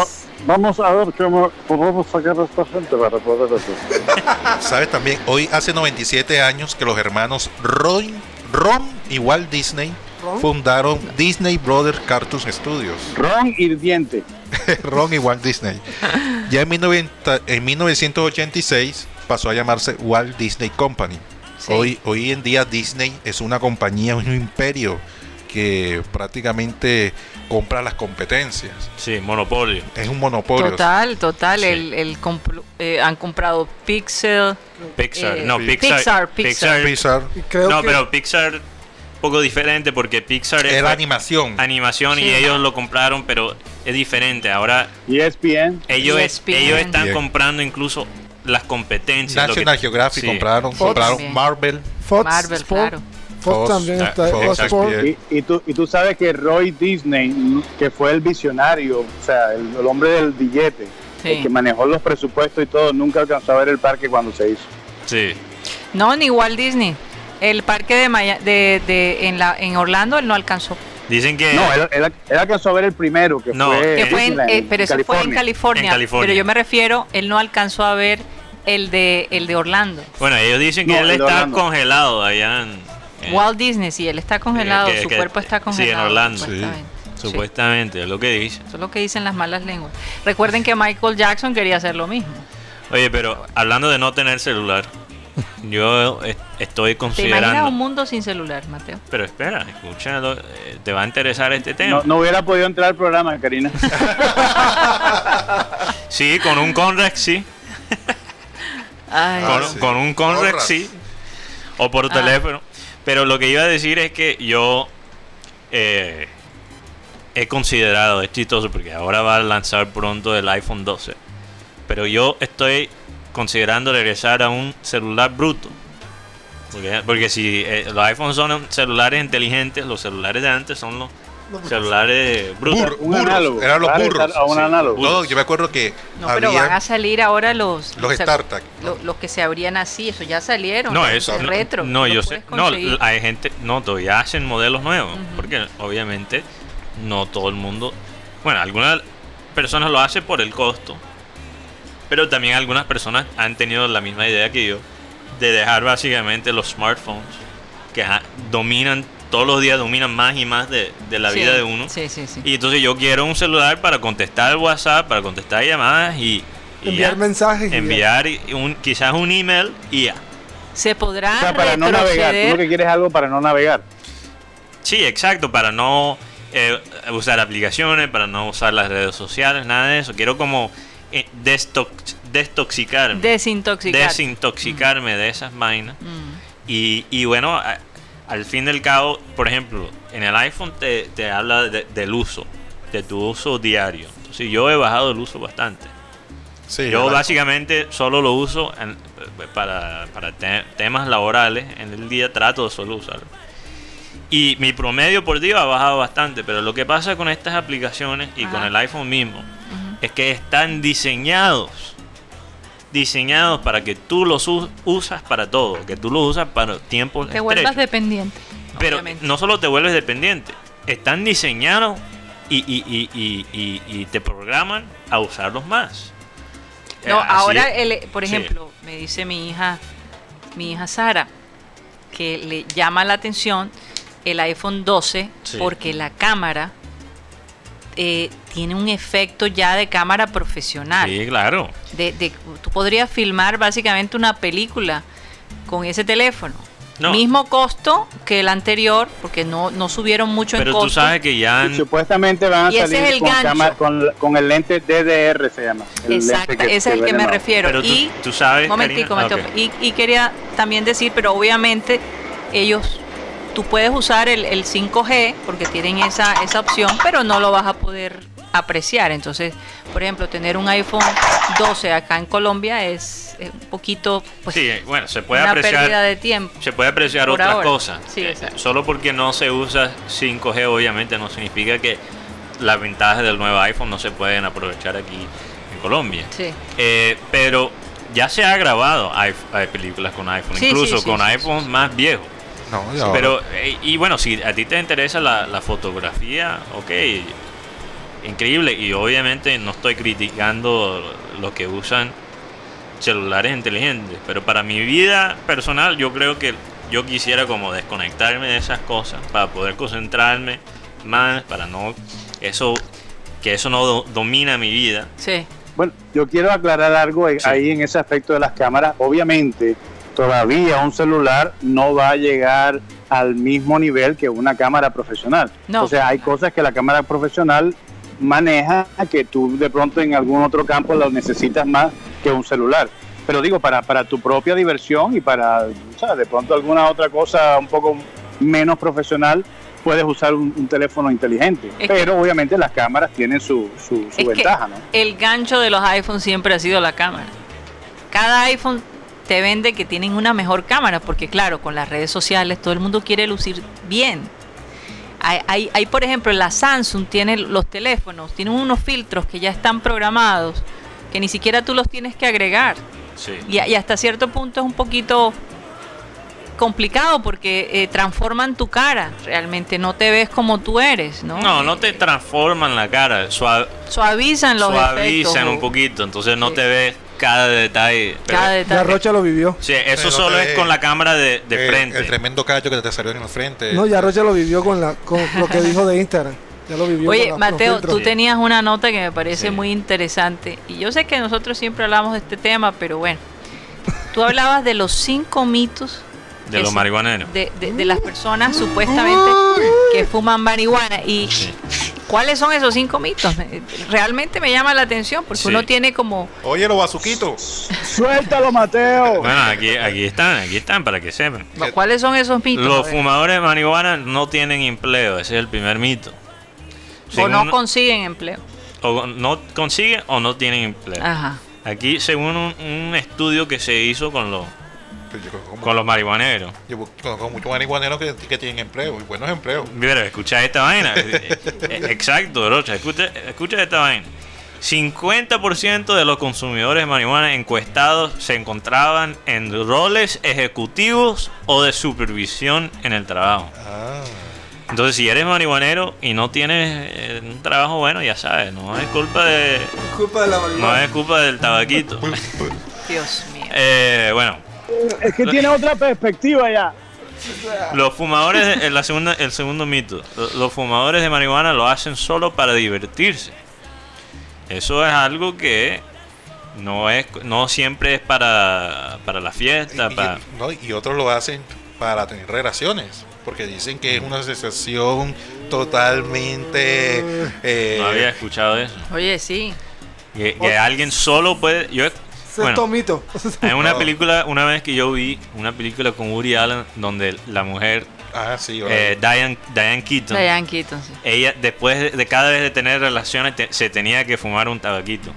L: Vamos a ver cómo podemos sacar a esta gente para poder hacer.
E: ¿Sabes también? Hoy hace 97 años que los hermanos Roy, Ron y Walt Disney
J: ¿Ron?
E: fundaron Disney Brothers Cartoon Studios.
J: Ron y Diente.
E: Ron y Walt Disney. Ya en, 1990 en 1986 pasó a llamarse Walt Disney Company. Hoy, hoy en día Disney es una compañía, un imperio que prácticamente compra las competencias.
D: Sí, monopolio.
E: Es un monopolio.
C: Total, total. El, el compl- eh, han comprado Pixel.
D: Pixar,
C: eh,
D: no,
C: Pixar,
D: Pixar.
C: Pixar.
E: Pixar.
F: creo
D: no,
F: que-
D: pero Pixar un poco diferente porque Pixar
E: Era animación.
D: Animación
J: Sí.
D: y ellos lo compraron, pero es diferente. Ahora
J: E ESPN.
D: ellos, es-
J: ESPN.
D: ellos están
E: Bien.
D: comprando incluso las competencias. lo
E: National
D: que-
E: Geographic
D: sí.
E: compraron,
D: Sí,
E: compraron
D: también.
E: Marvel.
F: Fox,
J: Marvel,
F: Fox-
J: claro.
F: Fox
E: Fox,
F: también
E: ah,
F: está.
E: Fox,
F: Fox Sports.
E: XPN.
J: Y, y tú, y tú sabes que Roy Disney, que fue el visionario, o sea, el, el hombre del billete,
C: Sí.
J: el que manejó los presupuestos y todo, nunca alcanzó a ver el parque cuando se hizo.
D: Sí.
C: No, ni Walt Disney. El parque de, Maya- de, de- en, la, en Orlando él no alcanzó.
D: Dicen que.
J: No, él, él- él alcanzó a ver el primero, que
D: No,
J: fue.
D: que
C: Que fue en-
J: Disneyland,
C: eh, pero eso fue en California,
D: En California.
C: Pero yo me refiero, él no alcanzó a ver el de, el de Orlando.
D: Bueno, ellos dicen que
J: No,
D: él
J: el
D: está
J: Orlando.
D: congelado allá en. eh,
C: Walt Disney, sí, él está congelado,
D: que-
C: su
D: que-
C: cuerpo está congelado.
D: Sí, en Orlando.
C: supuestamente.
D: Supuestamente, es lo que dice.
C: Eso es lo que dicen las malas lenguas. Recuerden que Michael Jackson quería hacer lo mismo.
D: Oye, pero hablando de no
C: <laughs>
D: tener celular, yo eh, estoy
C: ¿Te imaginas un
D: considerando.
C: mundo sin celular, Mateo?
D: Pero espera, escúchalo, eh, te va a interesar este tema.
J: No, no hubiera podido entrar al programa, Karina. <laughs>
D: Sí, con un Conrex sí.
C: Ay,
D: con,
C: Dios.
E: sí.
D: con un Conrex
E: Ahorras.
D: sí. O por teléfono. Pero lo que iba a decir es que yo eh, he considerado, es chistoso porque ahora va a lanzar pronto el iPhone 12. Pero yo estoy considerando regresar a un celular bruto. Porque, porque si eh, los iPhones son celulares inteligentes, los celulares de antes son los celulares brutos.
E: Burro,
J: Un
E: burros,
J: análogo.
E: Eran los
J: Claro,
E: burros.
J: a un análogo.
E: No, yo me acuerdo que
C: No, pero van
E: había
C: a salir ahora los...
E: los
C: se-
E: StarTag.
C: lo- los que se abrían así, eso ya salieron.
D: No,
C: los
D: eso.
C: de
D: No,
C: retro.
D: no,
C: los
D: yo sé.
C: puedes
D: No,
C: conseguir.
D: hay gente. No, todavía hacen modelos nuevos.
C: Ujú.
D: Porque obviamente no todo el mundo. Bueno, algunas personas lo hacen por el costo. Pero también algunas personas han tenido la misma idea que yo. De dejar básicamente los smartphones. Que ja- dominan. Todos los días dominan más y más de, de la
C: Sí,
D: vida de uno.
C: Sí, sí, sí.
D: Y entonces yo quiero un celular para contestar WhatsApp, para contestar llamadas y. y
F: Enviar
D: ya.
F: mensajes. y-
D: Enviar y un, quizás un email y ya.
C: Se podrá
J: O sea, para no navegar. Tú lo
C: retroceder.
J: que quieres es algo para no navegar.
D: Sí, exacto, para no eh, usar aplicaciones, para no usar las redes sociales, nada de eso. Quiero como eh, destox- destoxicarme,
C: Desintoxicar.
D: desintoxicarme de esas vainas.
C: Mm.
D: Y, y bueno, a- al fin del cabo, por ejemplo, en el iPhone te, te habla de- del uso, de tu uso diario. Entonces yo he bajado el uso bastante.
E: Sí,
D: Yo
E: ¿verdad?
D: básicamente solo lo uso en- eh, para, para te- temas laborales. En el día trato de solo usarlo. Y mi promedio por día ha bajado bastante, pero lo que pasa con estas aplicaciones y con
C: Ajá.
D: el iPhone mismo es que están diseñados, diseñados para que tú los u- usas para todo, que tú los usas para tiempos
C: Te vuelvas
D: estrechos.
C: dependiente.
D: Pero
C: obviamente.
D: no solo te vuelves dependiente, están diseñados y, y- y- y- y- y te programan a usarlos más. Eh,
C: No,
D: así
C: ahora,
D: es.
C: el- por
D: Sí.
C: ejemplo, me dice mi hija, mi hija Sara, que le llama la atención el iPhone 12
D: Sí.
C: porque la cámara eh, tiene un efecto ya de cámara profesional.
D: Sí, claro.
C: De, de- tú podrías filmar básicamente una película con ese teléfono.
D: No.
C: Mismo costo que el anterior, porque no, no subieron mucho en
D: Pero
C: costo.
D: tú sabes que ya
J: Y
D: han-
J: supuestamente van a
C: Y ese
J: salir
C: es el
J: con,
C: gancho.
J: cámara- con, con el lente DDR, se llama. el lente
C: Exacto,
J: que-
C: ese es el que
J: venden
C: me
J: ahora.
C: refiero.
D: Pero tú-
C: y,
D: tú sabes,
C: Momentico,
D: Karina.
C: momentico.
D: Ah,
C: Y, y quería también decir, pero obviamente ellos, tú puedes usar el, el 5G porque tienen esa, esa opción, pero no lo vas a poder apreciar. Entonces, por ejemplo, tener un iPhone 12 acá en Colombia es eh, un poquito, pues,
D: sí, bueno, se puede
C: una
D: apreciar.
C: pérdida de tiempo.
D: Se puede apreciar
C: por
D: otra
C: ahora.
D: cosa.
C: Sí,
D: Eh,
C: exacto.
D: Solo porque no se usa 5G, obviamente, no significa que las ventajas del nuevo iPhone no se pueden aprovechar aquí en Colombia.
C: Sí.
D: Eh, pero ya se ha grabado iP- eh, películas con iPhone,
C: Sí,
D: incluso
C: sí, sí,
D: con
C: sí,
D: iPhones más viejos.
E: y ahora.
D: pero, eh, y bueno, si a ti te interesa la, la fotografía, ok, increíble. Y obviamente no estoy criticando los que usan celulares inteligentes, pero para mi vida personal yo creo que yo quisiera como desconectarme de esas cosas para poder concentrarme más, para no eso que eso no do- domina mi vida.
C: Sí.
J: Bueno, yo quiero aclarar algo ahí ahí en ese aspecto de las cámaras. Obviamente, todavía un celular no va a llegar al mismo nivel que una cámara profesional.
C: No.
J: O sea, hay cosas que la cámara profesional maneja que tú de pronto en algún otro campo lo necesitas más que un celular. Pero digo, para, para tu propia diversión y para, o sea, de pronto alguna otra cosa un poco menos profesional, puedes usar un, un teléfono inteligente.
C: Es que-
J: Pero obviamente las cámaras tienen su, su, su
C: Es que
J: ventaja, ¿no?
C: el gancho de los iPhones siempre ha sido la cámara. Cada iPhone te vende que tienen una mejor cámara, porque claro, con las redes sociales todo el mundo quiere lucir bien. Hay, hay- hay, por ejemplo, la Samsung tiene los teléfonos, tienen unos filtros que ya están programados, que ni siquiera tú los tienes que agregar.
D: Sí.
C: Y, a- y hasta cierto punto es un poquito complicado porque eh, transforman tu cara, realmente no te ves como tú eres, ¿no?
D: No, no te transforman la cara, sua-
C: Suavizan los efectos.
D: suavizan
C: o-
D: un poquito, entonces no te ves cada detalle. pero-
C: Cada
F: Ya Rocha lo vivió.
D: Sí, eso
E: Pero
D: solo
E: te
D: es
E: ve
D: con la cámara de, de
E: el-
D: frente.
E: El tremendo cacho que te salió en la frente.
F: No, ya Rocha lo vivió con, la, con lo que dijo de Instagram. Ya lo vivió.
C: Oye,
F: con la- con los
C: Mateo,
F: filtros.
C: tú tenías una nota que me parece muy interesante. Y yo sé que nosotros siempre hablamos de este tema, pero bueno. Tú hablabas de los cinco mitos
D: de los
C: Eso.
D: marihuaneros.
C: de, de- de las personas supuestamente que fuman marihuana. ¿Y cuáles son esos cinco mitos? Me- Realmente me llama la atención porque
D: Sí.
C: uno tiene como...
E: Oye, los bazuquitos.
J: Suéltalo, Mateo.
D: Bueno, aquí, aquí están, aquí están para que sepan.
C: ¿Cuáles son esos mitos? A
D: Los
C: ver.
D: fumadores de marihuana no tienen empleo, ese es el primer mito.
C: o
D: Según-
C: no consiguen empleo.
D: o no consiguen o no tienen empleo.
C: Ajá.
D: Aquí, según un, un estudio que se hizo con los, con los marihuaneros.
E: Yo conozco muchos marihuaneros que, que tienen empleo, y buenos empleos.
D: Mira, escucha esta vaina. <laughs> Eh, eh, Exacto, Rocha, escucha, escucha esta vaina. 50% de los consumidores de marihuana encuestados se encontraban en roles ejecutivos o de supervisión en el trabajo. Entonces, si eres marihuanero y no tienes eh, un trabajo bueno, ya sabes, no es culpa de
F: Culpa de la
D: no es culpa del tabaquito.
C: Dios mío.
D: Eh, bueno,
J: Es que tiene otra perspectiva ya.
D: Los fumadores, de- la segunda, el segundo mito, lo- los fumadores de marihuana lo hacen solo para divertirse. Eso es algo que no es, no siempre es para, para la fiesta, para,
E: ¿no? Y otros lo hacen para tener relaciones, porque dicen que es una sensación totalmente... eh,
D: no había escuchado eso.
C: Oye, sí.
D: Que, que alguien solo puede, yo, bueno,
F: Sexto mito. <laughs>
D: Hay una película, una vez que yo vi una película con Uri Allen donde la mujer,
E: ah,
D: eh, Diane, Diane Keaton,
C: Diane Keaton, sí.
D: ella después de, de cada vez de tener relaciones te- se tenía que fumar un tabaquito.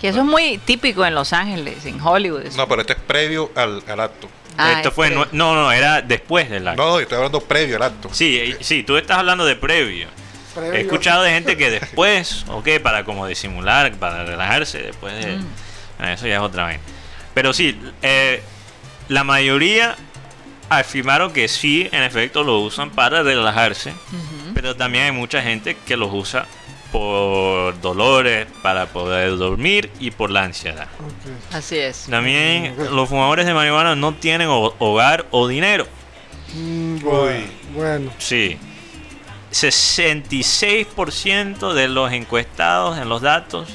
C: Que eso es muy típico en Los Ángeles, en Hollywood. eso.
E: No, pero esto es previo al, al acto.
C: Ah,
D: Esto
C: es
D: fue
C: previo.
D: nue- no, no, era después del acto.
E: No, yo estoy hablando previo al acto.
D: Sí, eh, sí, tú estás hablando de previo. He escuchado de gente que después, ok, para como disimular, para relajarse, después de...
C: Mm.
D: Bueno, eso ya es otra vez. Pero sí, eh, la mayoría afirmaron que sí, en efecto, lo usan para relajarse, pero también hay mucha gente que los usa por dolores, para poder dormir y por la ansiedad.
C: Así es.
D: También los fumadores de marihuana no tienen ho- hogar o dinero.
F: Mm, bueno, bueno.
D: Sí. 66% de los encuestados en los datos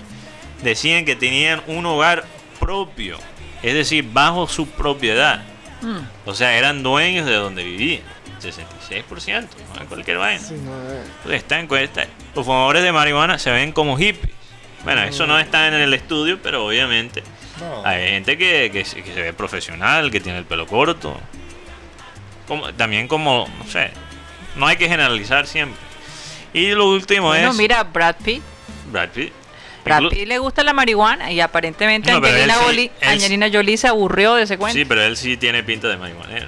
D: decían que tenían un hogar propio, es decir, bajo su propiedad.
C: Mm.
D: O sea, eran dueños de donde vivían. 66%, no es cualquier vaina.
F: Sí, no, eh.
D: Entonces, Esta encuesta, los fumadores de marihuana se ven como hippies. Bueno, eso no está en el estudio, pero obviamente
E: No.
D: hay gente que, que se que se ve profesional, que tiene el pelo corto. Como, también como, no sé, no hay que generalizar siempre. Y lo último
C: Bueno,
D: es
C: mira, Brad Pitt.
D: Brad Pitt.
C: Brad
D: Inclu-
C: Pitt le gusta la marihuana y aparentemente
D: No, pero
C: Angelina,
D: él sí-
C: Jolie-
D: él sí-
C: Angelina Jolie se aburrió de ese cuento.
D: Sí, pero él sí tiene pinta de marihuanero.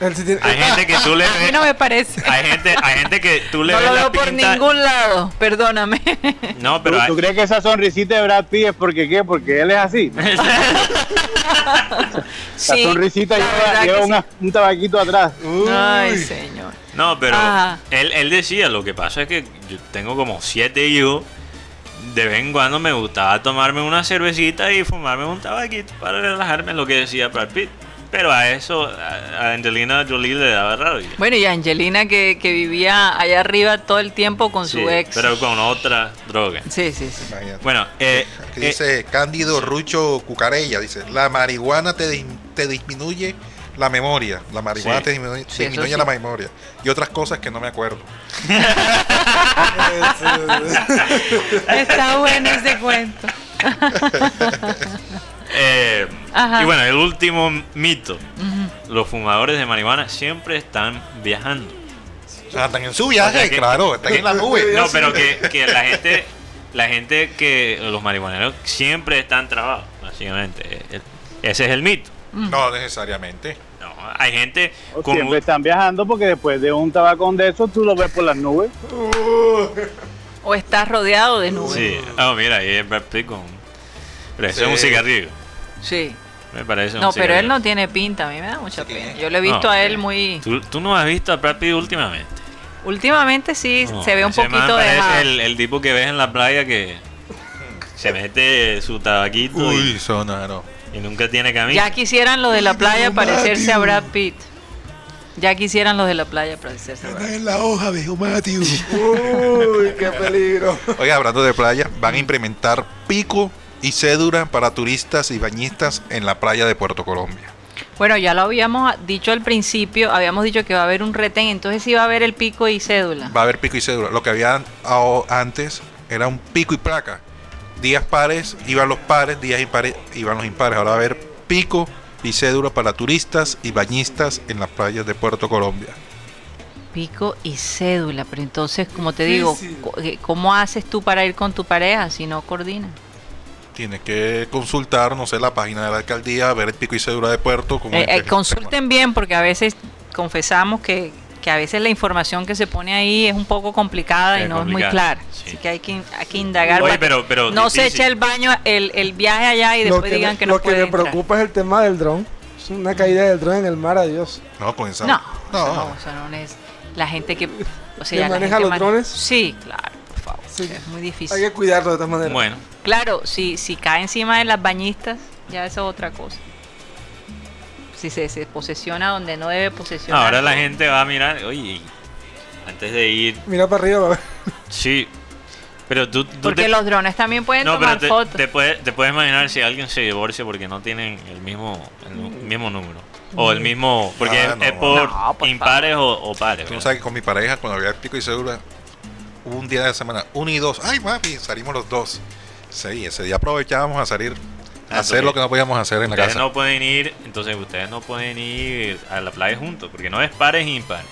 F: Él sí tiene-
D: Hay gente que tú
C: <laughs>
D: le
C: A mí
D: ves-
C: no me parece.
D: Hay gente, hay gente que tú le
C: No
D: ves
C: lo
D: la
C: veo por
D: pinta-
C: ningún lado, perdóname. <laughs>
D: No, pero
J: pero ¿Tú,
D: hay-
J: tú crees que esa sonrisita de Brad Pitt es porque qué? Porque él es así.
C: Sí,
J: la sonrisita
C: la
J: lleva,
C: verdad
J: lleva
C: que
J: una- un tabaquito atrás.
C: Ay,
J: Uy.
C: señor.
D: No, pero
C: Ajá.
D: él, él decía, lo que pasa es que yo tengo como siete hijos. De vez en cuando me gustaba tomarme una cervecita y fumarme un tabaquito para relajarme, lo que decía Brad Pitt. Pero a eso a a Angelina Jolie le daba rabia.
C: Bueno, y Angelina que, que vivía allá arriba todo el tiempo con
D: Sí,
C: su ex.
D: Pero con otra droga.
C: Sí, sí, sí.
D: Bueno, eh,
E: Que
D: eh,
E: dice Cándido Rucho Cucarella, dice, la marihuana te, dis- te disminuye la memoria, la marihuana
D: Sí.
E: te disminuye,
D: Sí, eso
E: disminuye
D: sí.
E: la memoria y otras cosas que no me acuerdo.
C: Está bueno ese cuento.
D: eh,
C: Ajá.
D: y bueno, el último mito.
C: Ujú.
D: Los fumadores de marihuana siempre están viajando.
E: O sea, están en su viaje, claro, están en la nube.
D: <laughs> No, pero que, que la gente, la gente que los marihuaneros siempre están trabados, básicamente. Eh, Ese es el mito.
E: <laughs> No necesariamente.
D: No, hay gente
J: O
D: como
J: Siempre están viajando porque después de un tabacón de esos tú lo ves por las nubes.
C: O estás rodeado de nubes.
D: Sí. Oh, mira, ahí es Brad Pitt con. Pero eso
C: Sí.
D: es un cigarrillo.
C: Sí.
D: Me parece.
C: No, pero él no tiene pinta, a mí me da mucha pena. Yo lo he visto a él muy...
D: ¿Tú, tú no has visto a Brad Pitt últimamente.
C: Últimamente sí,
D: No,
C: se ve un
D: ese man
C: poquito
D: parece
C: dejado.
D: el, el tipo que ves en la playa que se mete su tabaquito. y, Y nunca tiene camisa.
C: Ya quisieran los de la playa parecerse a Brad Pitt. Ya quisieran los de la playa parecerse a Brad Pitt.
E: En la hoja, viejo
F: <laughs>
E: Matthew.
F: Uy, qué peligro.
E: <laughs> Oiga, hablando de playa, van a implementar pico y cédula para turistas y bañistas en la playa de Puerto Colombia.
C: Bueno, ya lo habíamos dicho al principio, habíamos dicho que va a haber un retén, entonces sí va a haber el pico y cédula.
E: Va a haber pico y cédula. Lo que había ao- antes era un pico y placa. Días pares iban los pares, días impares iban los impares. Ahora va a haber pico y cédula para turistas y bañistas en las playas de Puerto Colombia.
C: Pico y cédula, pero entonces, como te
E: Difícil.
C: digo, co- eh, ¿cómo haces tú para ir con tu pareja si no coordinas?
E: Tienes que consultar, no sé, la página de la alcaldía, ver el pico y cédula de Puerto. como
C: Eh, eh,
E: este-
C: consulten bien porque a veces confesamos que, que a veces la información que se pone ahí es un poco complicada
D: Es
C: y no es muy
D: complicada,
C: clara. Así que hay que, hay que indagar.
D: Oye,
C: para que
D: pero- pero
C: no se
D: difícil.
C: eche el baño, el, el viaje allá y
F: lo
C: después
F: que,
C: digan
F: me-
C: que
F: lo
C: no
F: que me
C: puede entrar.
F: preocupa es el tema del dron. Es una caída del dron en el mar, adiós.
E: No, con esa.
C: No, eso no, eso no es la gente que... O sea,
F: ¿Que
C: ya la
F: maneja
C: gente
F: los
C: mane-
F: drones?
C: Sí, claro, por favor. Es muy difícil.
F: Hay que cuidarlo de todas maneras.
D: Bueno,
C: Claro, si, si cae encima de las bañistas, ya eso es otra cosa. Si se, se posesiona donde no debe posesionar.
D: ahora la gente va a mirar. Oye, antes de ir.
F: Mira para arriba, va.
D: Sí. Pero tú. tú
C: Porque
D: te-
C: los drones también pueden
D: No, pero
C: tomar
D: te,
C: fotos.
D: te puedes, te puedes imaginar si alguien se divorcia porque no tienen el mismo, el nu- mismo número. O el mismo. Porque
E: Mm. Ah,
D: es,
E: no.
D: es por impares o, o pares.
E: Tú no sabes que con mi pareja, cuando había el pico y cédula, hubo un día de la semana, uno y dos. Ay, papi, salimos los dos. Sí, ese día aprovechábamos a salir, a
D: Ah,
E: hacer
D: entonces,
E: lo que no podíamos hacer en la
D: Ustedes
E: casa.
D: no pueden ir, entonces ustedes no pueden ir a la playa juntos, porque no es pares e impares.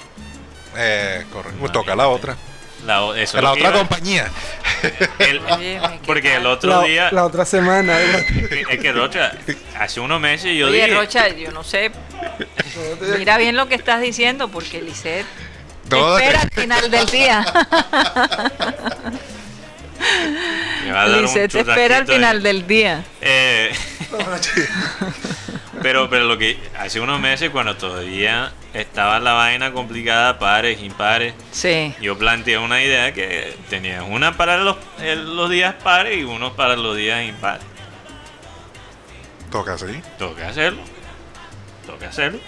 E: Eh, correcto. Me toca la otra.
D: La, o- eso es
E: la
D: lo que
E: otra
D: iba-
E: compañía.
D: el- Ah, porque el otro
F: la,
D: día,
F: la otra semana. ¿eh?
D: es que Rocha, hace unos meses yo
C: Oye,
D: dije,
C: Rocha, yo no sé. Mira bien lo que estás diciendo, porque Lisset te
D: No,
C: espera
D: que-
C: al final del día.
D: me va a dar un
C: Lisset te espera al
D: churrasquito ahí.
C: final del día.
D: Eh,
E: Ah,
D: <laughs> pero, pero lo que hace unos meses cuando todavía estaba la vaina complicada, pares, impares,
C: Sí.
D: yo planteé una idea que tenías una para los, eh, los días pares y uno para los días impares.
E: Toca, sí.
D: Toca hacerlo. Toca hacerlo.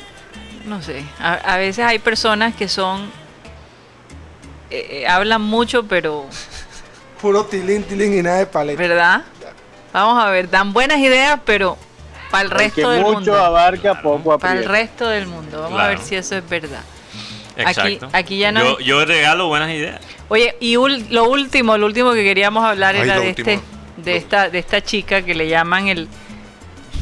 C: No sé. A, a veces hay personas que son. eh, eh, hablan mucho, pero.
F: <laughs> Puro tilín, tilín y nada de paleta.
C: ¿Verdad? Vamos a ver, dan buenas ideas, pero para el
J: El que
C: resto del
J: mucho
C: mundo.
J: abarca, poco
C: Para el
J: aprieta.
C: resto del mundo. Vamos a
D: Claro.
C: ver si eso es verdad. Aquí,
D: Exacto.
C: aquí ya no.
D: yo, yo regalo buenas ideas.
C: Oye, y ul- lo último, lo último que queríamos hablar
D: Ay,
C: era
D: lo
C: de
D: último.
C: este, de esta, de esta chica que le llaman el,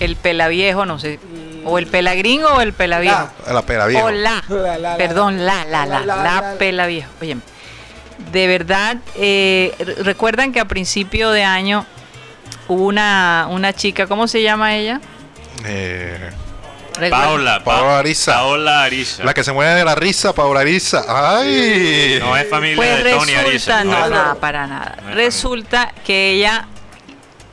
C: el pelaviejo, no sé, o el pelagringo o el pelaviejo.
E: A la pera, viejo.
C: O la,
F: La, la, la.
C: perdón, la, la, la, la,
F: La, la, la.
C: pelaviejo. Oye, de verdad, eh, re- recuerdan que a principio de año hubo una, una chica, ¿cómo se llama ella?
E: Eh,
C: Recuerden-
D: Paola,
E: Paola Ariza.
D: Paola Ariza.
E: La que se mueve de la risa, Paola Ariza. ¡Ay!
D: No es familia
C: Pues
D: de Tony
C: resulta,
D: Ariza.
C: no,
D: es
C: nada,
D: familia.
C: para nada. Resulta que ella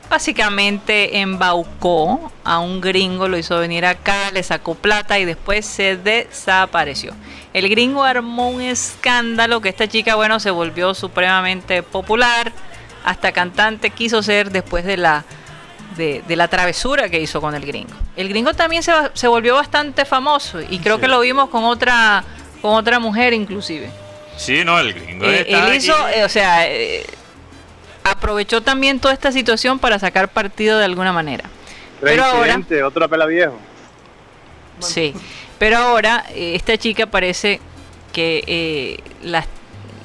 C: básicamente embaucó a un gringo, lo hizo venir acá, le sacó plata y después se desapareció. El gringo armó un escándalo que esta chica, bueno, se volvió supremamente popular, hasta cantante quiso ser después de la de, de la travesura que hizo con el gringo. El gringo también se, va- se volvió bastante famoso y creo que lo vimos con otra con otra mujer inclusive.
D: Sí, no, el gringo.
C: Eh,
D: está
C: él
D: aquí.
C: hizo, eh, o sea, eh, aprovechó también toda esta situación para sacar partido de alguna manera. Pero ahora,
J: Reincidente, otro pela viejo.
C: sí, pero ahora eh, esta chica parece que eh, la-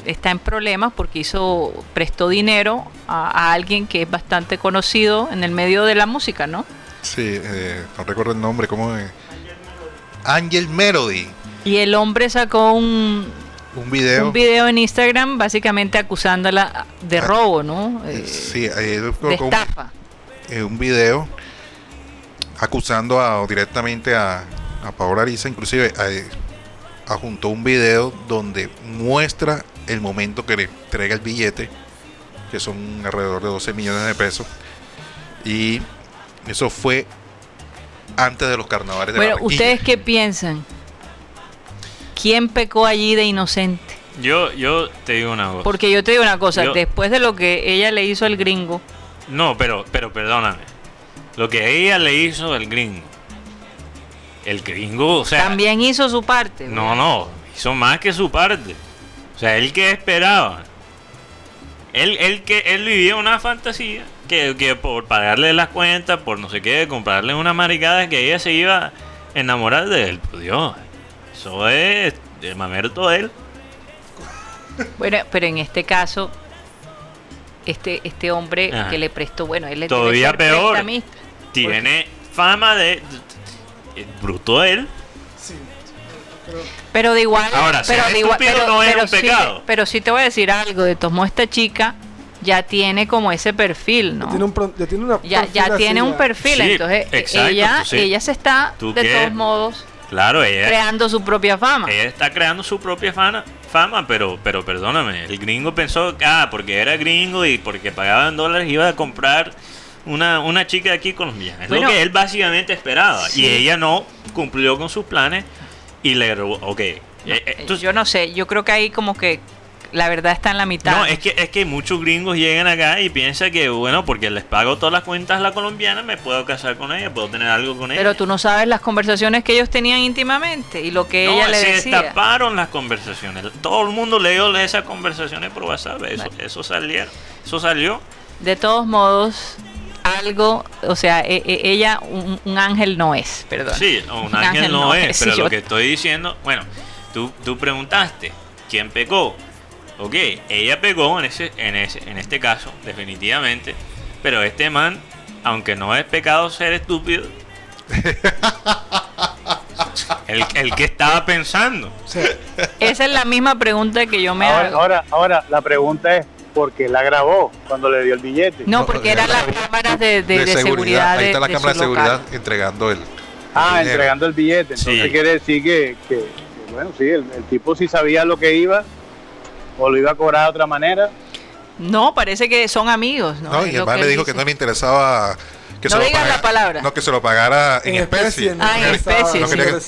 C: está en problemas porque hizo, prestó dinero a, a alguien que es bastante conocido en el medio de la música, ¿no?
E: Sí, eh, no recuerdo el nombre, ¿cómo es? Angel Melody.
C: Y el hombre sacó un,
E: Un video.
C: un video en Instagram básicamente acusándola de robo, ¿no? Eh,
E: sí, eh,
C: de
E: colocó un-
C: estafa.
E: eh, un video acusando a, o directamente a, a Paola Ariza, inclusive eh, adjuntó un video donde muestra el momento que le entrega el billete, que son alrededor de 12 millones de pesos, y eso fue antes de los carnavales de
C: Bueno,
E: Barranquilla.
C: ¿ustedes qué piensan? ¿Quién pecó allí de inocente?
D: Yo, yo te digo una cosa.
C: Porque yo te digo una cosa,
D: Pues, Yo-
C: después de lo que ella le hizo al gringo,
D: No, pero, pero perdóname. Lo que ella le hizo al gringo. El gringo, o sea.
C: también hizo su parte.
D: No, no. Hizo más que su parte. O sea, él que esperaba. Él, él que él vivía una fantasía. Que, que por pagarle las cuentas, por no sé qué, comprarle unas maricadas, que ella se iba a enamorar de él. Por Dios. Eso es el mamerto de él.
C: Bueno, pero en este caso, este, este hombre
D: Ajá.
C: que le prestó, bueno, él le debe
D: Todavía
C: ser
D: peor.
C: prestamista.
D: Tiene fama de. el bruto de él.
C: Pero de igual,
D: Ahora,
C: pero
D: ser
C: de igual,
D: estúpido
C: pero-
D: no es
C: pero
D: un
C: sí-
D: pecado.
C: pero sí te voy a decir algo, de todos modos esta chica ya tiene como ese perfil, ¿no?
F: Tiene un pro- ya tiene una
C: ya,
F: perfil
C: ya
F: así,
C: tiene un
F: ya.
C: perfil,
D: Sí,
C: entonces eh,
D: exacto,
C: ella,
D: tú sí.
C: ella se está,
D: ¿Tú
C: de
D: qué?
C: todos modos,
D: Claro, ella.
C: creando su propia fama.
D: Ella está creando su propia fana- fama, pero, pero perdóname, el gringo pensó, que, ah, porque era gringo y porque pagaban dólares iba a comprar una, una chica de aquí colombiana. Es
C: Bueno.
D: lo que él básicamente esperaba.
C: Sí.
D: Y ella no cumplió con sus planes y le robó. Ok. eh, eh, tú-
C: yo no sé, yo creo que ahí como que la verdad está en la mitad.
D: no, es que, es que muchos gringos llegan acá y piensan que, bueno, porque les pago todas las cuentas a la colombiana, me puedo casar con ella, puedo tener algo con ella.
C: Pero tú no sabes las conversaciones que ellos tenían íntimamente y lo que
D: No,
C: ella le
D: se
C: decía.
D: destaparon las conversaciones. Todo el mundo leyó esas conversaciones por WhatsApp. Eso, eso, salieron, eso salió.
C: De todos modos, algo, o sea, e- e- ella un, un ángel no es, perdón.
D: Sí, no, un ángel, no, es, pero
C: sí,
D: lo
C: yo-
D: que estoy diciendo, bueno, tú, tú preguntaste, ¿quién pecó? Ok, ella pecó en, ese, en, ese, en este caso, definitivamente, pero este man, aunque no es pecado ser
J: <laughs>
D: estúpido, el, el que estaba pensando.
C: Esa es la misma pregunta que yo me
J: Ahora,
C: hago.
J: ahora, ahora, la pregunta es, ¿por qué la grabó cuando le dio el billete?
C: No, porque eran las cámaras de, de- de seguridad.
E: Ahí
C: de-
E: está la
C: de
E: cámara de
C: su local.
E: seguridad entregando el.
J: Ah,
E: dinero.
J: entregando el billete. Entonces
E: Sí.
J: quiere decir que, que- que, bueno, sí, el, el tipo sí sabía lo que iba o lo iba a cobrar de otra manera.
C: No, parece que son amigos. No,
E: No,
C: Es
E: y el
C: lo
E: man
C: que
E: le
C: él
E: dijo que
C: dice.
E: no le interesaba que
C: No
E: se lo
C: digas
E: pagara.
C: la palabra.
E: No, que se lo pagara en,
F: En
E: especie.
F: especie, no Ah, en
E: No
F: especie, sí.
E: quería-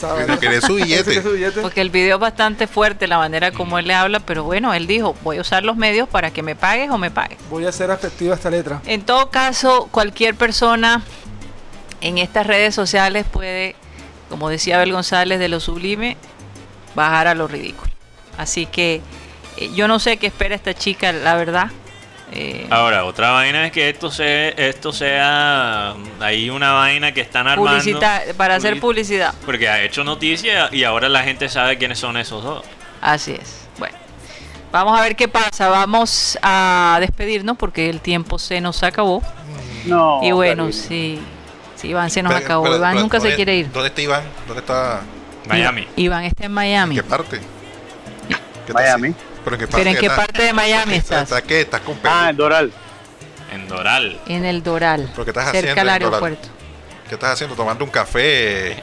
E: No quería, no quería su billete.
C: Porque el video es bastante fuerte, la manera como él le habla, pero bueno, él dijo, voy a usar los medios para que me pagues o me pagues.
F: Voy a hacer afectiva esta letra.
C: En todo caso, cualquier persona en estas redes sociales puede, como decía Abel González de lo sublime, bajar a lo ridículo. Así que eh, yo no sé qué espera esta chica, la verdad. Eh,
D: Ahora, otra vaina es que esto, se, esto sea, hay una vaina que están armando.
C: publicita- para hacer
D: Publici-
C: publicidad.
D: Porque ha hecho noticia y ahora la gente sabe quiénes son esos dos.
C: Así es. Bueno, vamos a ver qué pasa. Vamos a despedirnos porque el tiempo se nos acabó.
J: No.
C: y bueno,
J: Karina.
C: sí, sí, Iván se nos
E: Pero-
C: acabó.
E: pero-
C: Iván
E: pero
C: nunca se
E: ¿dónde-
C: quiere ir.
E: ¿Dónde está Iván? ¿Dónde está?
D: Miami.
C: Iván está en Miami.
E: ¿Qué parte? ¿Qué tal
J: Miami.
E: si- ¿Pero en qué
C: Pero en qué
E: está-
C: parte de Miami
E: está-
C: estás?
E: está qué? ¿Estás con Ah, en Doral.
D: En Doral.
C: En el Doral.
E: ¿Pero qué estás
C: cerca
E: haciendo
C: del
E: en Doral?
C: aeropuerto.
E: ¿Qué estás haciendo? ¿Tomando un café? eh,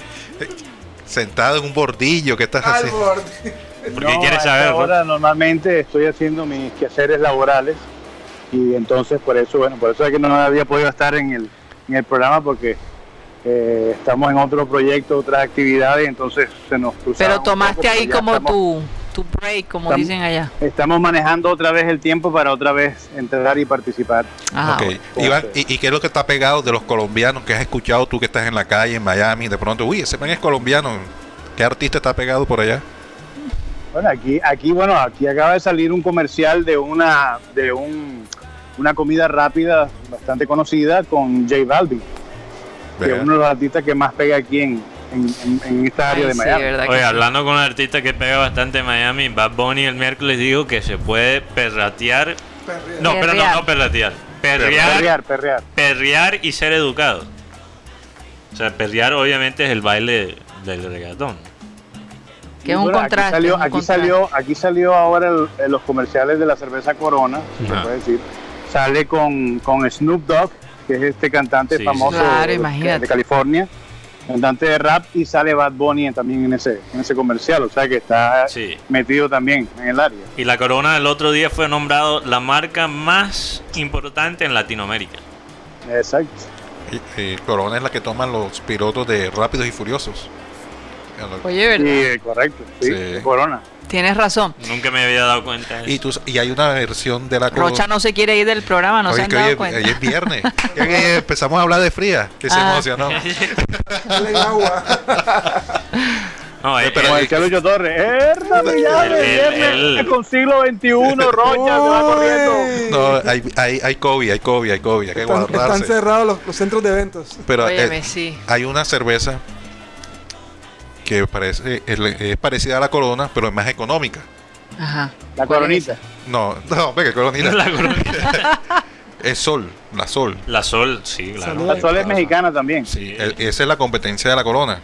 E: ¿Sentado en un bordillo? ¿Qué estás haciendo? ¿Por qué quieres
J: a
E: saber,
J: esta
E: Rob?
J: hora normalmente estoy haciendo mis quehaceres laborales y entonces por eso, bueno, por eso es que no había podido estar en el, en el programa porque eh, estamos en otro proyecto, otras actividades, entonces se nos cruzaron.
C: Pero
J: un
C: tomaste
J: poco,
C: ahí
J: pero ya
C: como
J: estamos-
C: tu, tu break, como
J: Estamos-
C: dicen allá.
J: Estamos manejando otra vez el tiempo para otra vez entrar y participar.
C: Ah,
E: Ok. Iván, ¿y, y qué es lo que está pegado de los colombianos que has escuchado tú que estás en la calle en Miami? De pronto, uy, ese man es colombiano. ¿Qué artista está pegado por allá?
J: Bueno, aquí, aquí, bueno, aquí acaba de salir un comercial de una, de un, una comida rápida bastante conocida con J Balvin, que
D: Vea.
J: es uno de los artistas que más pega aquí en, en, en- en esta área
C: Ah,
J: de Miami.
D: Oye, hablando con un artista que pega bastante en Miami, Bad Bunny el miércoles dijo que se puede perratear. No, pero no,
J: Perrear.
D: no perratear. Perrear,
J: perrear, perrear.
D: perrear y ser educado. O sea, perrear obviamente es el baile del reggaetón.
J: Y bueno, Aquí salió, aquí salió, aquí salió ahora el- eh, los comerciales de la cerveza Corona, se
D: Ajá.
J: puede decir. Sale con, con Snoop Dogg, que es este cantante
D: Sí, sí,
J: famoso
D: sí. Claro,
J: de- de,
D: imagínate.
J: California, cantante de rap, y sale Bad Bunny también en ese, en ese comercial, o sea que está
D: Sí.
J: metido también en el área.
D: Y la corona del otro día fue nombrado la marca más importante en Latinoamérica.
J: Exacto.
E: Corona es la que toman los pilotos de Rápidos y Furiosos.
C: Oye, ¿verdad?
J: Sí, eh, correcto.
E: Sí,
J: Corona.
C: Tienes razón.
D: Nunca me había dado cuenta. de
E: Y, tú- y hay una versión de la Corona.
C: Rocha no se quiere ir del programa, no
E: Oye,
C: se han
E: que
C: dado
E: hoy es-
C: cuenta.
E: hoy
C: <laughs>
E: es viernes. Ya que empezamos a hablar de fría, que se
C: Ah.
E: emocionó. <laughs>
D: No, eh,
J: Como
D: eh,
J: decía Lucho Torres, ¡Hermano, ya
D: El- el- el-
J: con siglo XXI,
D: <laughs>
J: Rocha, se va corriendo!
E: No, hay, hay, hay COVID, hay COVID, hay COVID, hay que
F: Están, están
E: guardarse.
F: cerrados los, los centros de eventos.
E: Pero eh, hay una cerveza que parece es, es parecida a la corona, pero es más económica.
C: Ajá.
J: La coronita.
E: No, <laughs> no, venga,
D: <laughs>
E: coronita.
D: La coronita.
E: es sol, la sol.
D: La sol, sí, claro.
J: La Sol es mexicana también.
E: El- esa es la competencia de la corona.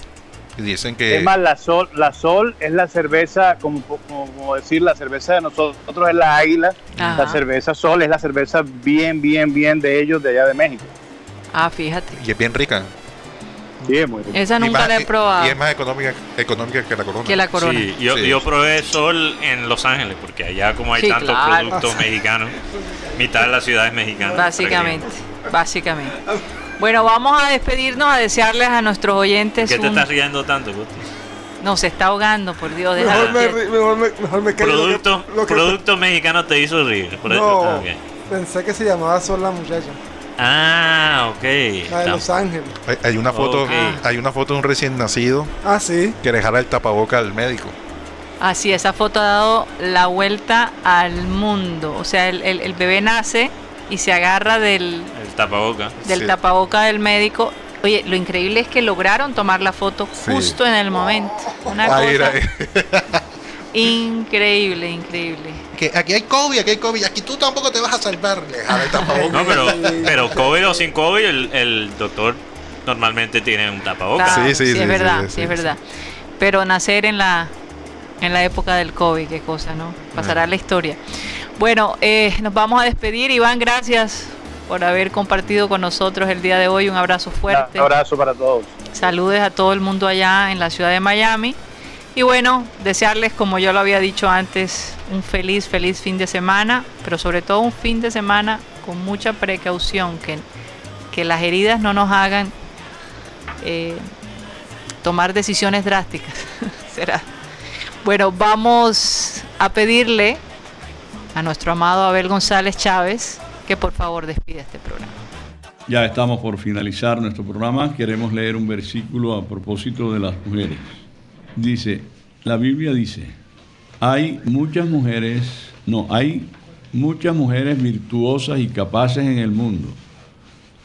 E: Y dicen que.
J: Es más, la sol, la sol es la cerveza, como, como- como decir, la cerveza de nosotros es la águila.
C: Ajá.
J: La cerveza sol es la cerveza bien, bien, bien de ellos de allá de México.
C: Ah, fíjate.
E: y es bien rica.
J: Sí, es muy
C: rica. Esa nunca la he probado.
E: Y es más económica, económica que la corona.
C: Que la corona.
D: Sí, yo,
E: Sí.
D: yo probé sol en Los Ángeles, porque allá como hay
C: Sí,
D: tantos
C: claro. <laughs>
D: productos mexicanos, mitad de la ciudad es mexicana.
C: Básicamente, básicamente. Bueno, vamos a despedirnos, a desearles a nuestros
D: ¿Por
C: oyentes
D: ¿Qué te
C: un...
D: estás riendo tanto, Guti?
C: No, se está ahogando, por Dios, déjalo
F: Mejor me,
C: quieto.
F: ri- mejor me, mejor me callo lo que-
D: Producto,
F: lo que-
D: producto mexicano te hizo reír. por eso-
F: No.
D: ah, ok.
F: Pensé que se llamaba Sol la muchacha.
D: Ah, ok.
F: La de
D: Tam-
F: Los Ángeles.
E: Hay, hay una foto,
D: Ok.
E: hay una foto de un recién nacido
F: Ah, sí.
E: que le jala el tapaboca al médico.
C: Así, esa foto ha dado la vuelta al mundo. O sea, el, el- el bebé nace y se agarra del,
D: El tapaboca.
C: del tapaboca del médico. Oye, lo increíble es que lograron tomar la foto justo en el momento. <laughs> Una cosa
E: Ahí era-
C: increíble, increíble.
E: que aquí hay COVID, aquí hay COVID, aquí tú tampoco te vas a salvar. Le jala el tapaboca.
D: No, pero, pero COVID o sin COVID, el, el doctor normalmente tiene un tapaboca.
C: Claro, sí, es verdad, sí, es verdad. Pero nacer en la en la época del COVID, qué cosa, ¿no? Pasará
D: Ah.
C: la historia. Bueno, eh, nos vamos a despedir. Iván, gracias por haber compartido con nosotros el día de hoy. Un abrazo fuerte.
J: Un abrazo para todos.
C: Saludes a todo el mundo allá en la ciudad de Miami. Y bueno, desearles, como yo lo había dicho antes, un feliz, feliz fin de semana, pero sobre todo un fin de semana con mucha precaución, que, que las heridas no nos hagan eh, tomar decisiones drásticas. <laughs> Será. Bueno, vamos a pedirle a nuestro amado Abel González Chávez que por favor despida este programa.
M: Ya estamos por finalizar nuestro programa. Queremos leer un versículo a propósito de las mujeres. Dice, la Biblia dice, hay muchas mujeres, no, hay muchas mujeres virtuosas y capaces en el mundo,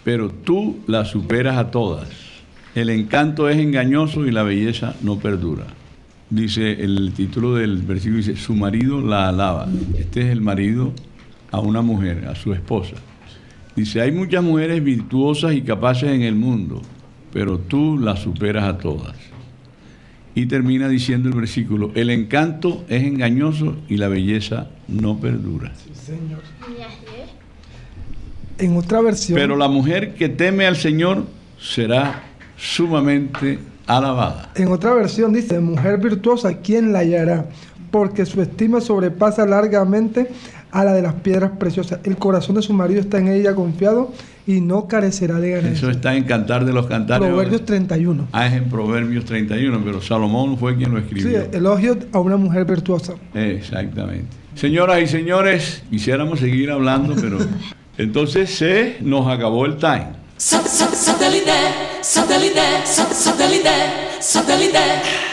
M: pero tú las superas a todas. El encanto es engañoso y la belleza no perdura. Dice el título del versículo, dice, su marido la alaba. Este es el marido a una mujer, a su esposa. Dice, hay muchas mujeres virtuosas y capaces en el mundo, pero tú las superas a todas. Y termina diciendo el versículo, el encanto es engañoso y la belleza no perdura.
F: En otra versión,
M: Pero la mujer que teme al Señor será sumamente alabada.
F: en otra versión dice, mujer virtuosa, ¿quién la hallará? Porque su estima sobrepasa largamente a la de las piedras preciosas. El corazón de su marido está en ella confiado y no carecerá de
M: Eso
F: ganancia.
M: está en Cantar de los Cantares.
F: Proverbios 31.
M: Ah, es en Proverbios 31, pero Salomón fue quien lo
F: Sí,
M: escribió.
F: elogio a una mujer virtuosa.
M: Exactamente. Señoras y señores, quisiéramos seguir hablando, pero entonces se nos acabó el time.
N: Satellite, satellite, satellite, satellite, satellite.